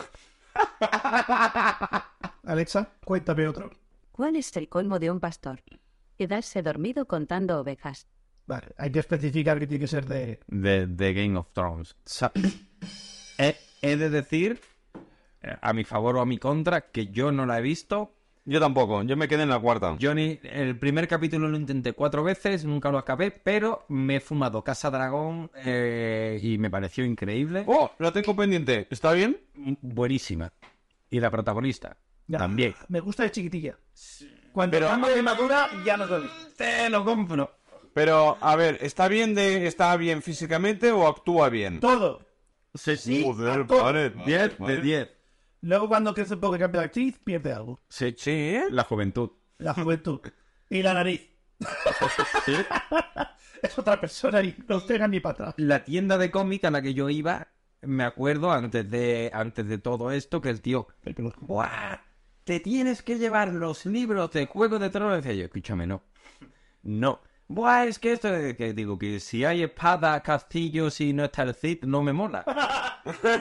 Speaker 2: Alexa, cuéntame otro.
Speaker 7: ¿Cuál es el colmo de un pastor? Quedarse dormido contando ovejas.
Speaker 2: Vale, hay que especificar que tiene que ser de...
Speaker 3: de, de Game of Thrones. Sa- he, he de decir, eh, a mi favor o a mi contra, que yo no la he visto.
Speaker 1: Yo tampoco, yo me quedé en la cuarta.
Speaker 3: Johnny, el primer capítulo lo intenté cuatro veces, nunca lo acabé, pero me he fumado Casa Dragón eh, y me pareció increíble.
Speaker 1: ¡Oh! La tengo pendiente. ¿Está bien?
Speaker 3: Mm, Buenísima. Y la protagonista.
Speaker 2: Ya,
Speaker 3: También.
Speaker 2: Me gusta de chiquitilla. Cuando
Speaker 1: Pero-
Speaker 2: estamos de madura, ya nos doy.
Speaker 3: Te lo compro.
Speaker 1: Pero, a ver, ¿está bien de está bien físicamente o actúa bien?
Speaker 2: Todo.
Speaker 3: Sí, sí.
Speaker 6: Joder,
Speaker 2: todo.
Speaker 6: vale.
Speaker 3: 10 de 10.
Speaker 2: Luego cuando crece un poco y cambia de actriz, pierde algo.
Speaker 3: Sí,
Speaker 1: Sí, ¿eh?
Speaker 3: La juventud.
Speaker 2: La juventud. Y la nariz.
Speaker 3: Sí.
Speaker 2: Es otra persona y no tenga ni pata.
Speaker 3: la tienda de cómic a la que yo iba, me acuerdo antes de, antes de todo esto, que el tío, ¡buah! Te tienes que llevar los libros de Juego de Tronos. Decía yo, escúchame, no. No. Buah, es que esto, es que digo, que si hay espada, castillos y no está el Cid, no me mola.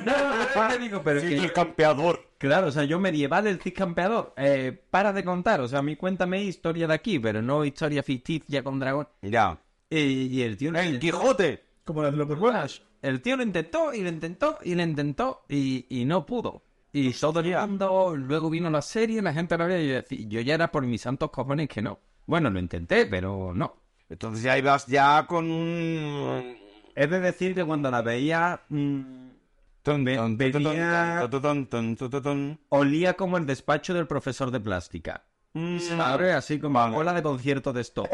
Speaker 3: no, no, digo, pero es que-
Speaker 6: El campeador.
Speaker 3: Claro, o sea, yo medieval el Cid campeador. Eh, para de contar, o sea, a mí cuéntame historia de aquí, pero no historia ficticia con dragón.
Speaker 1: Ya.
Speaker 3: Eh, y el tío...
Speaker 1: ¡El Quijote!
Speaker 2: Como las locos
Speaker 3: Buenas. El tío lo intentó y lo intentó y lo intentó y, y no pudo. Y todo llegando, luego vino la serie, la gente la veía y yo decía, yo ya era por mis santos cojones que no. Bueno, lo intenté, pero no.
Speaker 1: Entonces ya ibas ya con un...
Speaker 3: Es de decir que cuando la veía, mm,
Speaker 1: Tun,
Speaker 3: Ve-
Speaker 1: tun, tun,
Speaker 3: venía-
Speaker 1: tun, tun, tun, tun, tun, tun.
Speaker 3: olía como el despacho del profesor de plástica.
Speaker 1: Mm.
Speaker 3: Sabe, Así como
Speaker 1: Vale.
Speaker 3: cola de concierto de stop.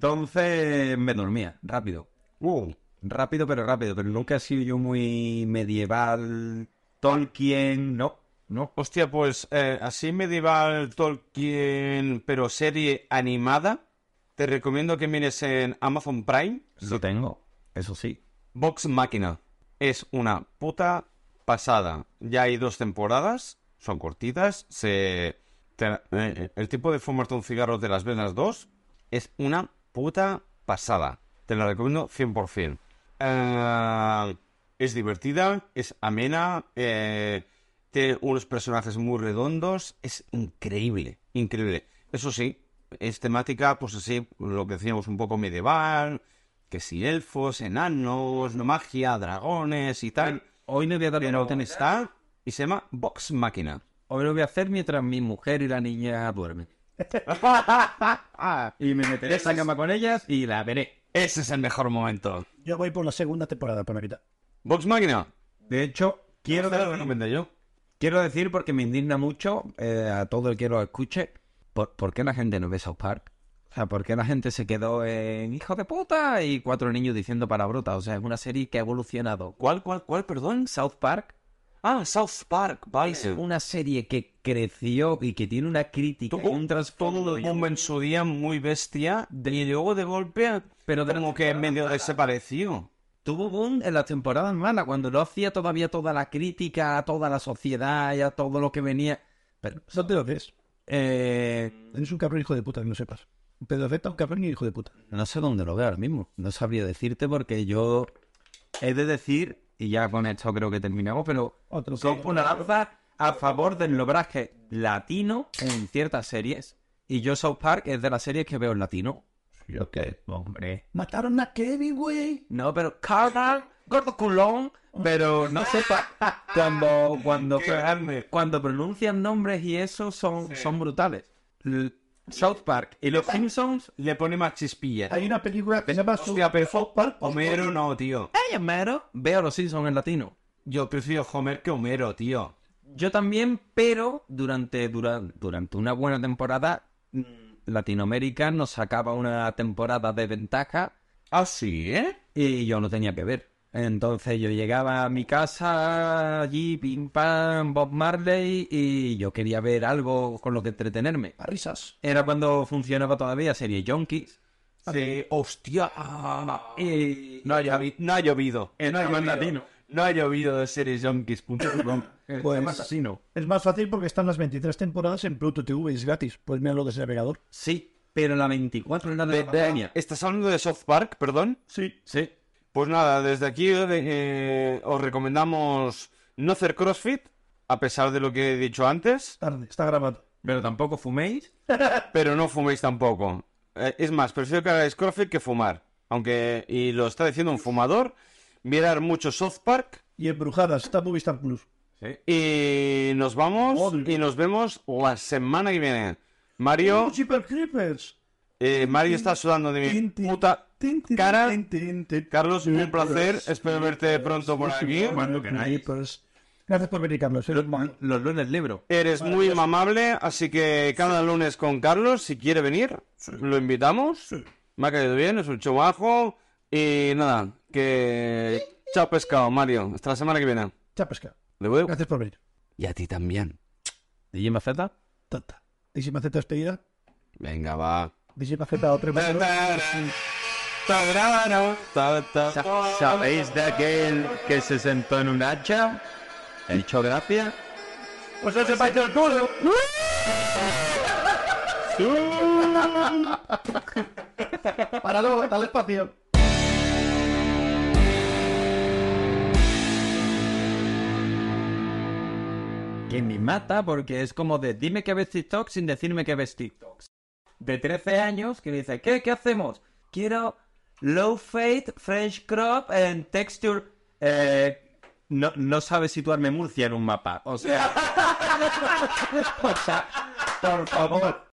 Speaker 3: Entonces me dormía, rápido.
Speaker 1: Uh,
Speaker 3: Rápido, pero rápido. Pero nunca he sido yo muy medieval, Tolkien, no, no.
Speaker 1: Hostia, pues eh, así medieval Tolkien, pero serie animada. Te recomiendo que mires en Amazon Prime.
Speaker 3: Lo tengo, eso sí.
Speaker 1: Vox Máquina. Es una puta pasada. Ya hay dos temporadas, son cortitas. Se... te- eh, eh, el tipo de fumarte un cigarro de las venas dos es una puta pasada. Te la recomiendo 100%. Eh, es divertida, es amena, eh, tiene unos personajes muy redondos. Es increíble, increíble. Eso sí, es temática, pues así, lo que decíamos un poco medieval, que si elfos, enanos, magia, dragones y tal.
Speaker 3: Hoy no voy a dar
Speaker 1: Pero
Speaker 3: orden está.
Speaker 1: está y se llama Vox Máquina.
Speaker 3: Hoy lo voy a hacer mientras mi mujer y la niña duermen. y me meteré en la cama con ellas y la veré.
Speaker 1: Ese es el mejor momento.
Speaker 2: Yo voy por la segunda temporada para mitad.
Speaker 1: Vox Máquina.
Speaker 3: De hecho, quiero,
Speaker 1: Te lo
Speaker 3: decir,
Speaker 1: recomendé yo.
Speaker 3: quiero decir, porque me indigna mucho eh, a todo el que lo escuche, ¿por, por qué la gente no ve South Park? O sea, ¿por qué la gente se quedó en hijo de puta y cuatro niños diciendo palabrotas? O sea, es una serie que ha evolucionado.
Speaker 1: ¿Cuál, cuál, cuál, perdón?
Speaker 3: South Park
Speaker 1: Ah, South Park, Vice.
Speaker 3: una serie que creció y que tiene una crítica y
Speaker 1: Tuvo
Speaker 3: un trasfondo de
Speaker 1: boom en su día muy bestia y luego de golpe
Speaker 3: Pero de-
Speaker 1: como que medio desapareció.
Speaker 3: Tuvo boom en las temporadas malas, cuando no hacía todavía toda la crítica a toda la sociedad y a todo lo que venía. Pero,
Speaker 2: ¿Dónde lo ves?
Speaker 3: eh,
Speaker 2: Eres un cabrón hijo de puta, que no sepas. Un pedofeta, un cabrón y hijo de puta.
Speaker 3: no sé dónde lo veo ahora mismo. No sabría decirte porque yo he de decir, y ya con esto creo que terminamos, pero
Speaker 2: Otro
Speaker 3: son una lanza a favor del doblaje latino en ciertas series. Y yo South Park es de las series que veo en latino. Yo qué, hombre.
Speaker 2: Mataron a Kevin, güey.
Speaker 3: No, pero carnal, gordo culón, pero no sepa cuando cuando cuando pronuncian nombres y eso son son brutales. L- South Park y los Simpsons.
Speaker 1: Le pone más chispilla.
Speaker 2: Hay una película que se llama Su-
Speaker 1: Hostia, pero South Park, Homero no, tío.
Speaker 3: Hey, Homero. Veo los Simpsons en latino.
Speaker 1: Yo prefiero Homer que Homero, tío.
Speaker 3: Yo también, pero durante, dura- durante una buena temporada, mm, Latinoamérica nos sacaba una temporada de ventaja
Speaker 1: Ah, sí, ¿eh?
Speaker 3: y yo no tenía que ver. Entonces yo llegaba a mi casa allí, pim pam, Bob Marley, y yo quería ver algo con lo que entretenerme.
Speaker 2: A risas.
Speaker 3: Era cuando funcionaba todavía serie Junkies.
Speaker 1: Sí, hostia. Eh,
Speaker 3: Y...
Speaker 1: No ha, llovi- no ha llovido.
Speaker 3: Ah. Eh, no ha llovido.
Speaker 1: No ha llovido de series junkies.com.
Speaker 3: Eh,
Speaker 2: Pues-
Speaker 3: es así, ¿no?
Speaker 2: Es más fácil porque están las 23 temporadas en Pluto TV y es gratis. Pues míralo desde el navegador.
Speaker 3: Sí, pero la 24 era de pandemia.
Speaker 1: ¿Estás hablando de South Park, perdón?
Speaker 3: Sí, sí.
Speaker 1: Pues nada, desde aquí eh, os recomendamos no hacer CrossFit, a pesar de lo que he dicho antes,
Speaker 2: Tarde, está grabado.
Speaker 3: Pero tampoco fuméis.
Speaker 1: pero no fuméis tampoco. Eh, es más, prefiero que hagáis CrossFit que fumar. Aunque, y lo está diciendo un fumador, mirar mucho South Park
Speaker 2: Y embrujadas, está Movistar Plus.
Speaker 3: Sí.
Speaker 1: y nos vamos
Speaker 2: Madre.
Speaker 1: y nos vemos la semana que viene. Mario,
Speaker 2: Super Creepers.
Speaker 1: eh, Mario está sudando de mi puta cara. Carlos, un placer. Espero verte pronto por aquí.
Speaker 3: Cuando queráis.
Speaker 2: pues. Gracias por venir, Carlos.
Speaker 3: Los, los lunes libro.
Speaker 1: Eres muy amable, así que cada lunes con Carlos, si quiere venir, lo invitamos. Me ha caído bien, es un chubajo. Y nada, que. Chao pescado, Mario. Hasta la semana que viene.
Speaker 2: Chapesca.
Speaker 1: Adeu.
Speaker 2: Gracias por venir.
Speaker 1: Y a ti también.
Speaker 3: DJ Maceta.
Speaker 2: Tata. ¿Y si me aceptas despedida?
Speaker 1: Venga, va.
Speaker 2: ¿Y si me acepta otra vez?
Speaker 3: Sa- ¿Sabéis de aquel que se sentó en un hacha? ¿He dicho gracias?
Speaker 2: Pues ese país del culo. Para luego, dale espacio.
Speaker 3: Que me mata porque es como de dime que ves TikTok sin decirme que ves TikToks. De 13 años que dice, ¿qué? ¿Qué hacemos? Quiero low fade, French crop and texture. Eh, no, no sabe situarme Murcia en un mapa. O sea, o sea, por favor.